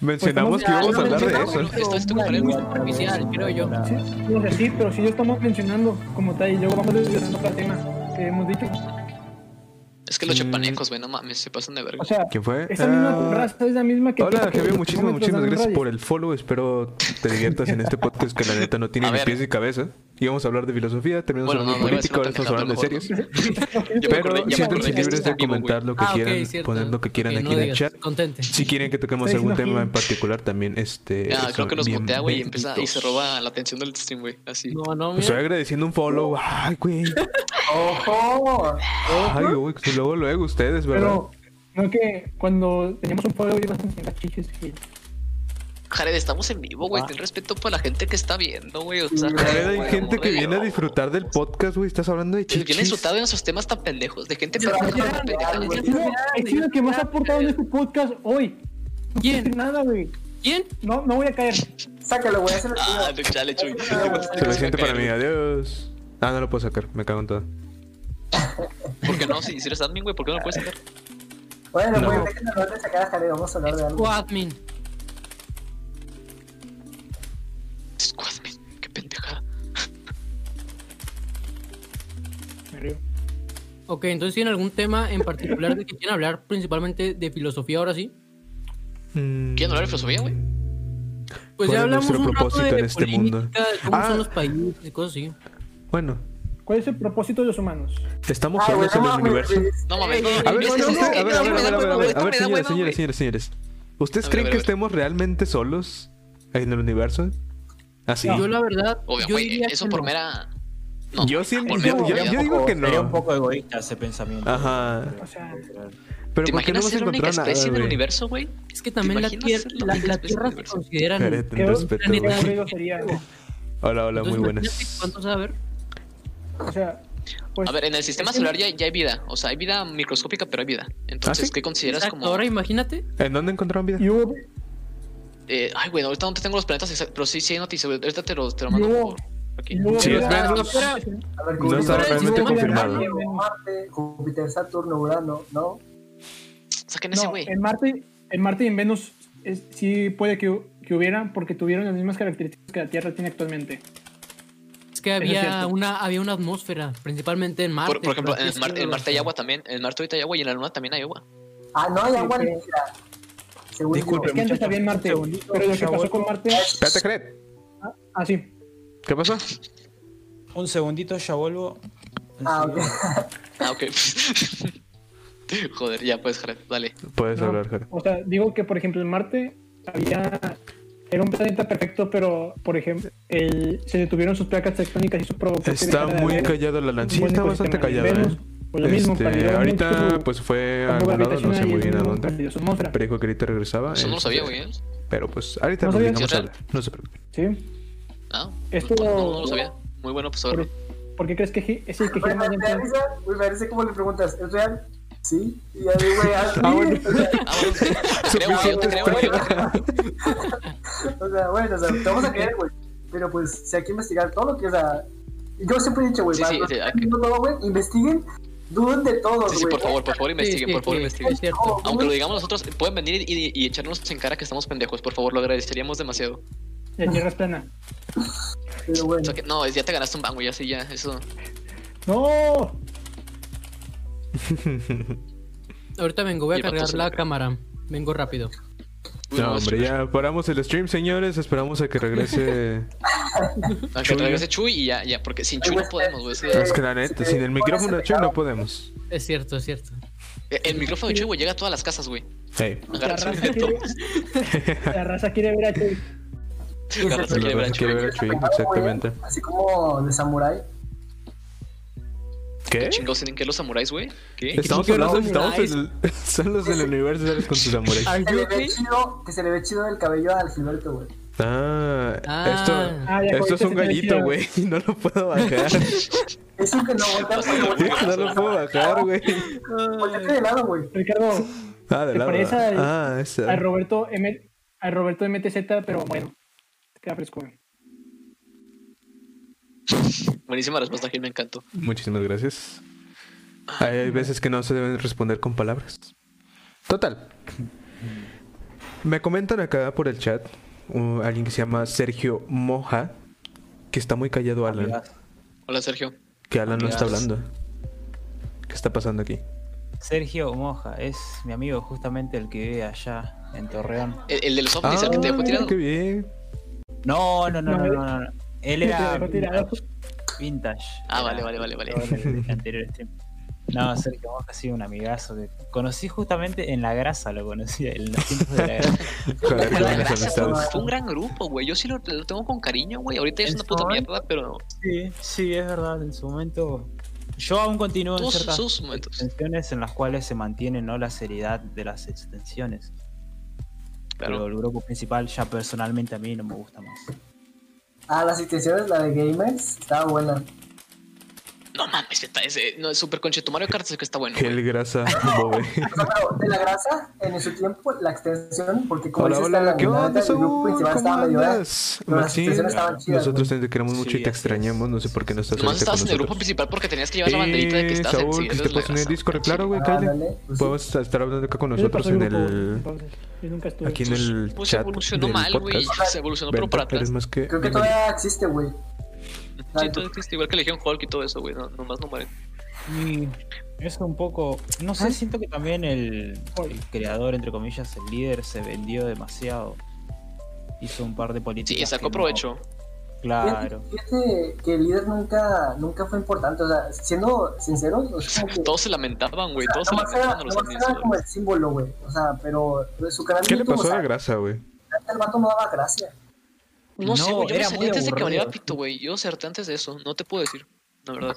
Speaker 2: Mencionamos que
Speaker 4: Pues,
Speaker 2: íbamos a
Speaker 5: no,
Speaker 2: hablar de
Speaker 5: no,
Speaker 2: eso.
Speaker 1: no, esto es tu
Speaker 4: Bueno,
Speaker 1: premio.
Speaker 5: Superficial, creo yo.
Speaker 4: Sí, no sé, sí, pero sí lo estamos mencionando como tal y luego vamos desviando para el tema que hemos dicho.
Speaker 1: Es que los chapanecos, güey, no mames, se pasan de verga.
Speaker 4: O sea,
Speaker 2: ¿Quién fue?
Speaker 4: esa misma
Speaker 2: Ah,
Speaker 4: raza es la misma que...
Speaker 2: Hola,
Speaker 4: piensa que
Speaker 2: Javier,
Speaker 4: los
Speaker 2: muchísimas,
Speaker 4: termómetros
Speaker 2: muchísimas
Speaker 4: dan
Speaker 2: gracias
Speaker 4: rayos.
Speaker 2: por el follow. Espero te diviertas en este podcast que la neta no tiene
Speaker 1: A
Speaker 2: ni
Speaker 1: ver.
Speaker 2: pies ni cabeza. Íbamos a hablar de filosofía, terminamos
Speaker 1: Bueno,
Speaker 2: hablando
Speaker 1: no,
Speaker 2: de
Speaker 1: no, iba a decir
Speaker 2: política, ahora estamos
Speaker 1: una
Speaker 2: hablando de
Speaker 1: pendejada,
Speaker 2: series.
Speaker 1: Ya me acordé,
Speaker 2: Pero
Speaker 1: ya me
Speaker 2: siéntense
Speaker 1: acordé que esto
Speaker 2: libres
Speaker 1: está
Speaker 2: de
Speaker 1: en vivo, güey.
Speaker 2: comentar lo que
Speaker 5: Ah, ok,
Speaker 2: quieran,
Speaker 5: cierto.
Speaker 2: poner lo que quieran
Speaker 5: Ok,
Speaker 2: aquí
Speaker 5: no
Speaker 2: en el
Speaker 5: digas,
Speaker 2: chat.
Speaker 5: Contente.
Speaker 2: Si quieren que toquemos
Speaker 4: Está
Speaker 2: algún
Speaker 4: diciendo
Speaker 2: tema
Speaker 4: Gil.
Speaker 2: en particular también, este.
Speaker 1: Ah, creo
Speaker 2: son
Speaker 1: que nos mutea, güey, y empieza y
Speaker 2: bienvenidos.
Speaker 1: se roba la atención del stream, güey. Así.
Speaker 5: No, no,
Speaker 2: Pues estoy
Speaker 5: mira.
Speaker 2: agradeciendo un follow. Ay, güey.
Speaker 6: ¡Ojo!
Speaker 2: Ay, güey. que Luego, luego ustedes, ¿verdad?
Speaker 4: Pero, no que cuando teníamos un pueblo ibas a enseñar chiches. y-
Speaker 1: Jared, estamos en vivo, güey. Ten respeto por la gente que está viendo, güey. O sea,
Speaker 2: Pero,
Speaker 1: Jared,
Speaker 2: Ah. hay
Speaker 1: güey,
Speaker 2: gente
Speaker 1: amor
Speaker 2: que
Speaker 1: de
Speaker 2: viene a
Speaker 1: Dios.
Speaker 2: disfrutar del podcast, güey. Estás hablando de
Speaker 1: Viene
Speaker 2: chichis.
Speaker 1: insultado en esos temas tan pendejos. De gente
Speaker 6: Yo
Speaker 1: pendeja,
Speaker 6: también,
Speaker 1: tan
Speaker 6: güey.
Speaker 1: pendeja.
Speaker 4: He sido- he sido el que más ha aportado en este podcast hoy. No
Speaker 5: ¿Quién?
Speaker 4: puedo decir Nada, güey.
Speaker 5: ¿Quién?
Speaker 4: No, no voy a caer.
Speaker 6: Sácalo, güey, hazlo.
Speaker 1: Ah, de chale, chuy.
Speaker 2: Suficiente para mí. Adiós. Ah, no lo puedo sacar. Me cago en todo.
Speaker 1: ¿Por qué no? Si, si eres admin, güey, ¿por qué no lo puedes sacar?
Speaker 6: Bueno,
Speaker 2: No.
Speaker 6: güey, déjenme hablar de sacar a Jared, vamos a hablar de algo.
Speaker 5: Coadmin.
Speaker 1: Squadman, qué pendejada.
Speaker 4: Me río.
Speaker 5: Ok, entonces tienen algún tema en particular de que quieran hablar, principalmente de filosofía ahora sí.
Speaker 1: ¿Quieren hablar de filosofía, güey?
Speaker 5: Pues
Speaker 2: ¿Cuál es
Speaker 5: ya hablamos
Speaker 2: nuestro
Speaker 5: un rato
Speaker 2: propósito
Speaker 5: de
Speaker 2: en este
Speaker 5: política,
Speaker 2: mundo?
Speaker 5: de cómo
Speaker 2: Ah.
Speaker 5: son los países y cosas así.
Speaker 2: Bueno,
Speaker 4: ¿Cuál es el propósito de los humanos?
Speaker 2: estamos
Speaker 6: Ah, güey,
Speaker 2: solos en el
Speaker 6: mames,
Speaker 2: universo.
Speaker 6: güey.
Speaker 1: No mames, no.
Speaker 2: A ver,
Speaker 1: es que-
Speaker 2: bueno,
Speaker 1: es que-
Speaker 2: usted- a ver, a ver, a ver, a ver, a ver, a ver,
Speaker 1: Esto me
Speaker 2: señores,
Speaker 1: da hueva,
Speaker 2: señores, señores, señores. ¿Ustedes
Speaker 1: A ver,
Speaker 2: creen
Speaker 1: a ver, a
Speaker 2: que
Speaker 1: ver.
Speaker 2: estemos realmente solos en el universo? Así.
Speaker 5: Yo la verdad,
Speaker 1: Obvio,
Speaker 5: yo
Speaker 1: güey,
Speaker 5: diría
Speaker 1: eso
Speaker 5: que
Speaker 1: por
Speaker 5: no.
Speaker 1: mera. No,
Speaker 2: Yo sí-
Speaker 1: por
Speaker 2: yo-
Speaker 1: mera
Speaker 2: yo-
Speaker 1: huevada.
Speaker 2: yo- digo que no.
Speaker 3: Sería un poco egoísta ese pensamiento.
Speaker 2: Ajá.
Speaker 4: O sea,
Speaker 2: Pero
Speaker 1: ¿Te
Speaker 2: ¿por qué
Speaker 1: imaginas
Speaker 2: no hemos
Speaker 1: ser la única
Speaker 2: encontrado nada,
Speaker 1: especie del
Speaker 2: güey?
Speaker 1: universo, güey?
Speaker 5: Es que también la,
Speaker 1: imaginas
Speaker 5: tier-
Speaker 1: la
Speaker 5: la- la
Speaker 1: única especie
Speaker 5: Tierra
Speaker 1: del
Speaker 5: se
Speaker 1: universo?
Speaker 5: considera
Speaker 2: Espérate,
Speaker 4: qué
Speaker 2: respeto,
Speaker 4: qué
Speaker 5: güey.
Speaker 4: aburrido sería. güey.
Speaker 2: Hola, hola, muy
Speaker 5: Entonces,
Speaker 2: buenas.
Speaker 5: imagínate ¿Cuántos va a haber?
Speaker 4: O sea, pues.
Speaker 1: A ver, en el sistema solar ya, ya hay vida. O sea, hay vida microscópica, pero hay vida. Entonces,
Speaker 2: ¿Ah, sí?
Speaker 1: ¿qué consideras
Speaker 5: Exacto,
Speaker 1: como.?
Speaker 5: Ahora imagínate.
Speaker 2: ¿En dónde encontraron vida?
Speaker 4: Y hubo,
Speaker 1: eh, ay, bueno, ahorita no te tengo los planetas exactos, pero sí, sí hay noticias. güey. Ahorita te los, te lo mando
Speaker 4: Yo-
Speaker 1: por aquí.
Speaker 4: y hubo
Speaker 2: Sí,
Speaker 4: vida-
Speaker 2: espera,
Speaker 5: no, espera.
Speaker 6: A ver,
Speaker 2: No está
Speaker 5: fuera del
Speaker 2: realmente
Speaker 5: sistema
Speaker 2: confirmado.
Speaker 4: solar,
Speaker 6: Marte, Júpiter, Saturno, Urano, ¿no?
Speaker 1: Saquen ese
Speaker 4: No,
Speaker 1: güey.
Speaker 4: en Marte, en Marte y en Venus es- sí puede que, hu- que hubieran porque tuvieron las mismas características que la Tierra tiene actualmente.
Speaker 5: Es que
Speaker 4: es
Speaker 5: había
Speaker 4: cierto.
Speaker 5: una, había una atmósfera, principalmente en Marte.
Speaker 1: Por, por ejemplo, en,
Speaker 5: así
Speaker 1: el Mar- en
Speaker 5: decirlo.
Speaker 1: Marte hay agua también. En Marte ahorita hay agua y en la Luna también hay agua.
Speaker 6: Ah, no hay agua
Speaker 4: Sí,
Speaker 6: líquida. Según yo.
Speaker 2: Disculpe,
Speaker 4: Es que antes
Speaker 2: muchacho.
Speaker 4: había en Marte,
Speaker 3: Segundito,
Speaker 4: pero lo
Speaker 3: por
Speaker 4: que pasó
Speaker 3: favor.
Speaker 4: con Marte,
Speaker 2: Espérate, Jared.
Speaker 4: ah, sí,
Speaker 2: ¿Qué pasó?
Speaker 3: Un segundito, ya vuelvo.
Speaker 6: Ah, ok.
Speaker 1: Ah, ok. Joder, ya puedes, Jared. Dale.
Speaker 2: Puedes
Speaker 4: No,
Speaker 2: hablar, Jared.
Speaker 4: O sea, digo que por ejemplo en Marte había era un planeta perfecto, pero por ejemplo el- se detuvieron sus placas tectónicas y eso provocó que
Speaker 2: Está
Speaker 4: dejara de
Speaker 2: muy
Speaker 4: haber
Speaker 2: callado la
Speaker 4: un
Speaker 2: lanza. Sí,
Speaker 4: buen
Speaker 2: está bastante
Speaker 4: ecosistema.
Speaker 2: callado,
Speaker 4: Venus,
Speaker 2: ¿eh?
Speaker 4: por lo mismo,
Speaker 2: Este,
Speaker 4: perdió
Speaker 2: ahorita
Speaker 4: mucho
Speaker 2: pues fue
Speaker 4: su
Speaker 2: a
Speaker 4: campo
Speaker 2: algún lado, no sé
Speaker 4: gravitacional y
Speaker 2: muy bien a
Speaker 4: eso
Speaker 2: dónde.
Speaker 4: perdió su atmósfera.
Speaker 2: Perico que ahorita regresaba.
Speaker 1: Eso no lo
Speaker 2: este,
Speaker 1: sabía, güey. ¿eh?
Speaker 2: Pero pues ahorita
Speaker 4: ¿No
Speaker 2: nos
Speaker 4: sabías?
Speaker 2: dedicamos
Speaker 1: Sí,
Speaker 2: a
Speaker 1: real.
Speaker 2: hablar. No se preocupe.
Speaker 4: Sí.
Speaker 1: Ah,
Speaker 4: Esto-
Speaker 1: no, no, no lo sabía. Muy bueno, pues ahora.
Speaker 4: Por, ¿por qué crees que gi- es el que gira
Speaker 6: Güey,
Speaker 4: más
Speaker 6: me
Speaker 4: lento?
Speaker 6: parece, güey, me parece como le preguntas, ¿es real? Sí. Y ya digo, güey, ah, sí.
Speaker 2: Ah, bueno.
Speaker 1: Ah, bueno, sí. creo, güey, te
Speaker 2: Suficiente
Speaker 1: creo, güey.
Speaker 2: espera.
Speaker 6: O sea, bueno, o sea, te vamos a creer, güey. Pero pues, si hay que investigar todo lo que, o sea. Yo siempre he dicho, güey,
Speaker 1: Sí,
Speaker 6: para
Speaker 1: sí,
Speaker 6: los
Speaker 1: sí,
Speaker 6: que
Speaker 1: hay
Speaker 6: están
Speaker 1: que-
Speaker 6: viendo todo, güey, investiguen, duden de todo, güey.
Speaker 1: Sí, sí, por favor, por favor,
Speaker 5: Sí,
Speaker 1: investiguen,
Speaker 5: sí,
Speaker 1: por favor, Oh.
Speaker 5: sí,
Speaker 1: investiguen.
Speaker 5: Es cierto.
Speaker 1: Aunque lo digamos nosotros, pueden venir y, y echarnos en cara que estamos pendejos, por favor, lo agradeceríamos demasiado.
Speaker 4: La Tierra es plana.
Speaker 6: Pero
Speaker 1: O
Speaker 6: bueno,
Speaker 1: sea que, no, ya te ganaste un bango, ya sí, ya, eso.
Speaker 4: No.
Speaker 5: Ahorita vengo, voy a
Speaker 1: Lleva
Speaker 5: cargar
Speaker 1: todo
Speaker 5: la
Speaker 1: cerca.
Speaker 5: cámara. Vengo rápido.
Speaker 1: Uy,
Speaker 2: No, hombre,
Speaker 1: espera.
Speaker 2: ya paramos el stream, señores. Esperamos a que regrese.
Speaker 1: A que
Speaker 2: Chuy,
Speaker 1: traigas a Chuy y ya, ya, porque sin Chuy no podemos, güey. eso-
Speaker 2: Es que la neta, sin el micrófono de Chuy no podemos.
Speaker 5: Es cierto, es cierto.
Speaker 1: El micrófono de Chuy, güey, llega a todas las casas, güey.
Speaker 2: Hey,
Speaker 1: Agarra su
Speaker 4: raza La raza quiere ver a Chuy.
Speaker 1: agarra su
Speaker 2: la
Speaker 1: quiebra,
Speaker 2: verdad
Speaker 1: Chuy.
Speaker 2: quiero ver a Chuy, exactamente.
Speaker 6: así como de samurái.
Speaker 2: ¿Qué?
Speaker 1: Chingados tienen que los samuráis, güey. ¿Qué?
Speaker 2: Estamos
Speaker 5: ¿Qué
Speaker 2: hablando,
Speaker 5: los
Speaker 2: estamos
Speaker 5: samuráis?
Speaker 2: en el- son los del universo, ¿sabes? Con sus samuráis.
Speaker 5: Are
Speaker 6: Que
Speaker 5: you
Speaker 6: se le ve
Speaker 5: okay?
Speaker 6: chido, que se le ve chido el cabello al Gilberto, güey.
Speaker 2: Ah, esto,
Speaker 5: Ah.
Speaker 4: Ah, ya,
Speaker 2: esto es
Speaker 4: ahorita
Speaker 2: un
Speaker 4: se te decía,
Speaker 2: gallito, güey. No lo puedo bajar.
Speaker 6: Eso que no, volteate,
Speaker 2: no lo puedo bajar, güey.
Speaker 6: volteate de lado, güey.
Speaker 4: Ricardo,
Speaker 2: Ah, de
Speaker 4: ¿Te
Speaker 2: lado.
Speaker 4: parece al-
Speaker 2: Ah, esa.
Speaker 4: a Roberto M, a Roberto MTZ, pero bueno, queda fresco. güey.
Speaker 1: Buenísima respuesta, Gil, me encantó.
Speaker 2: Muchísimas gracias. Hay, hay veces que no se deben responder con palabras. Total. Me comentan acá por el chat uh, alguien que se llama Sergio Moja, que está muy callado Alan,
Speaker 1: Hola, Sergio.
Speaker 2: que Alan no está
Speaker 3: Amigas.
Speaker 2: hablando. ¿Qué está pasando aquí?
Speaker 3: Sergio Moja es mi amigo, justamente el que vive allá en Torreón.
Speaker 1: El, el de los ovnis, el que te dejó
Speaker 2: mira,
Speaker 1: tirado.
Speaker 2: Ah, qué bien.
Speaker 3: No, no, no, no, no, no. Él
Speaker 4: Te
Speaker 3: era
Speaker 4: dejó tirado.
Speaker 3: vintage.
Speaker 1: Ah,
Speaker 3: Era
Speaker 1: vale, vale, vale, vale.
Speaker 3: el anterior stream. No, Sergio Moja ha sido un amigazo que conocí justamente en la grasa, lo conocí en los tiempos de la grasa.
Speaker 2: Joder, qué
Speaker 1: Fue una
Speaker 2: buenas
Speaker 1: grasa,
Speaker 2: amistades.
Speaker 1: Fue un gran grupo, güey. Yo sí lo, lo tengo con cariño, güey. Ahorita ya es
Speaker 3: ¿El
Speaker 1: una puta
Speaker 3: sol?
Speaker 1: mierda, pero
Speaker 3: Sí, sí, es verdad, en su momento. Yo aún continúo en
Speaker 1: Todos
Speaker 3: ciertas
Speaker 1: sus momentos.
Speaker 3: extensiones en las cuales se mantiene no la seriedad de las extensiones. Pero
Speaker 1: claro.
Speaker 3: el grupo principal ya personalmente a mí no me gusta más.
Speaker 6: Ah, las intenciones, la de gamers, estaba buena.
Speaker 1: No mames, está ese. No, es súper concheto. Mario Kart es el que está bueno. güey.
Speaker 2: Gel grasa, bobe.
Speaker 6: O sea, pero de la grasa, en su tiempo, la extensión, porque como
Speaker 2: Hola,
Speaker 6: dices, está
Speaker 2: hola,
Speaker 6: la
Speaker 2: ¿qué
Speaker 6: mitad
Speaker 2: onda,
Speaker 6: del grupo
Speaker 2: Saúl?
Speaker 6: principal
Speaker 2: ¿Cómo
Speaker 6: estaba medio, eh.
Speaker 2: andas?
Speaker 6: Pero las
Speaker 2: Maxim,
Speaker 6: expresiones estaban chidas,
Speaker 2: nosotros te queremos mucho
Speaker 3: Sí,
Speaker 2: y te
Speaker 3: así es.
Speaker 2: extrañamos, no sé por qué no estás
Speaker 1: Nomás
Speaker 2: ahorita
Speaker 1: estabas
Speaker 2: con
Speaker 1: en el grupo
Speaker 2: nosotros.
Speaker 1: principal porque tenías que llevar la banderita de que
Speaker 2: Eh,
Speaker 1: estabas en
Speaker 2: este Saúl,
Speaker 1: sí.
Speaker 2: que
Speaker 1: eso
Speaker 2: te
Speaker 1: es la
Speaker 2: pasó en el
Speaker 1: grasa.
Speaker 2: Discord, claro, güey,
Speaker 6: Ah,
Speaker 2: cállate.
Speaker 6: dale, pues sí.
Speaker 2: Podemos estar hablando acá con
Speaker 4: Yo le
Speaker 2: nosotros
Speaker 4: pasé el
Speaker 2: en
Speaker 4: grupo,
Speaker 2: el...
Speaker 4: entonces, yo nunca estuve.
Speaker 2: Aquí en el
Speaker 1: Pues
Speaker 2: chat
Speaker 1: evolucionó
Speaker 2: del
Speaker 1: mal, güey.
Speaker 2: podcast.
Speaker 1: Se evolucionó, pero
Speaker 2: Venta,
Speaker 1: para atrás.
Speaker 2: eres más que
Speaker 6: Creo que
Speaker 2: bienvenido.
Speaker 6: todavía existe, güey.
Speaker 1: Sí, todo existe, igual que Legion Hulk y todo eso, güey. No, nomás no mueren.
Speaker 3: Y eso un poco. No sé, siento que también el, el creador, entre comillas, el líder, se vendió demasiado. Hizo un par de políticas.
Speaker 1: Sí, sacó
Speaker 3: que no-
Speaker 1: provecho.
Speaker 3: claro.
Speaker 6: Fíjate que el líder nunca, nunca fue importante. O sea, siendo sinceros, o sea, como que
Speaker 1: Todos se lamentaban, güey. Todos se
Speaker 6: nomás era,
Speaker 1: lamentaban a los
Speaker 6: nomás era como
Speaker 1: administradores.
Speaker 6: el símbolo, güey. O sea, pero su canal de
Speaker 2: ¿Qué le
Speaker 6: YouTube,
Speaker 2: pasó
Speaker 6: o
Speaker 2: a
Speaker 6: sea,
Speaker 2: la grasa, güey?
Speaker 6: el vato no daba gracia.
Speaker 1: No sé,
Speaker 3: No,
Speaker 1: güey. Yo me
Speaker 3: era
Speaker 1: salí
Speaker 3: muy
Speaker 1: antes de que
Speaker 3: aburrido.
Speaker 1: valiera pito, güey. Yo acerté antes de eso. No te puedo decir. La verdad.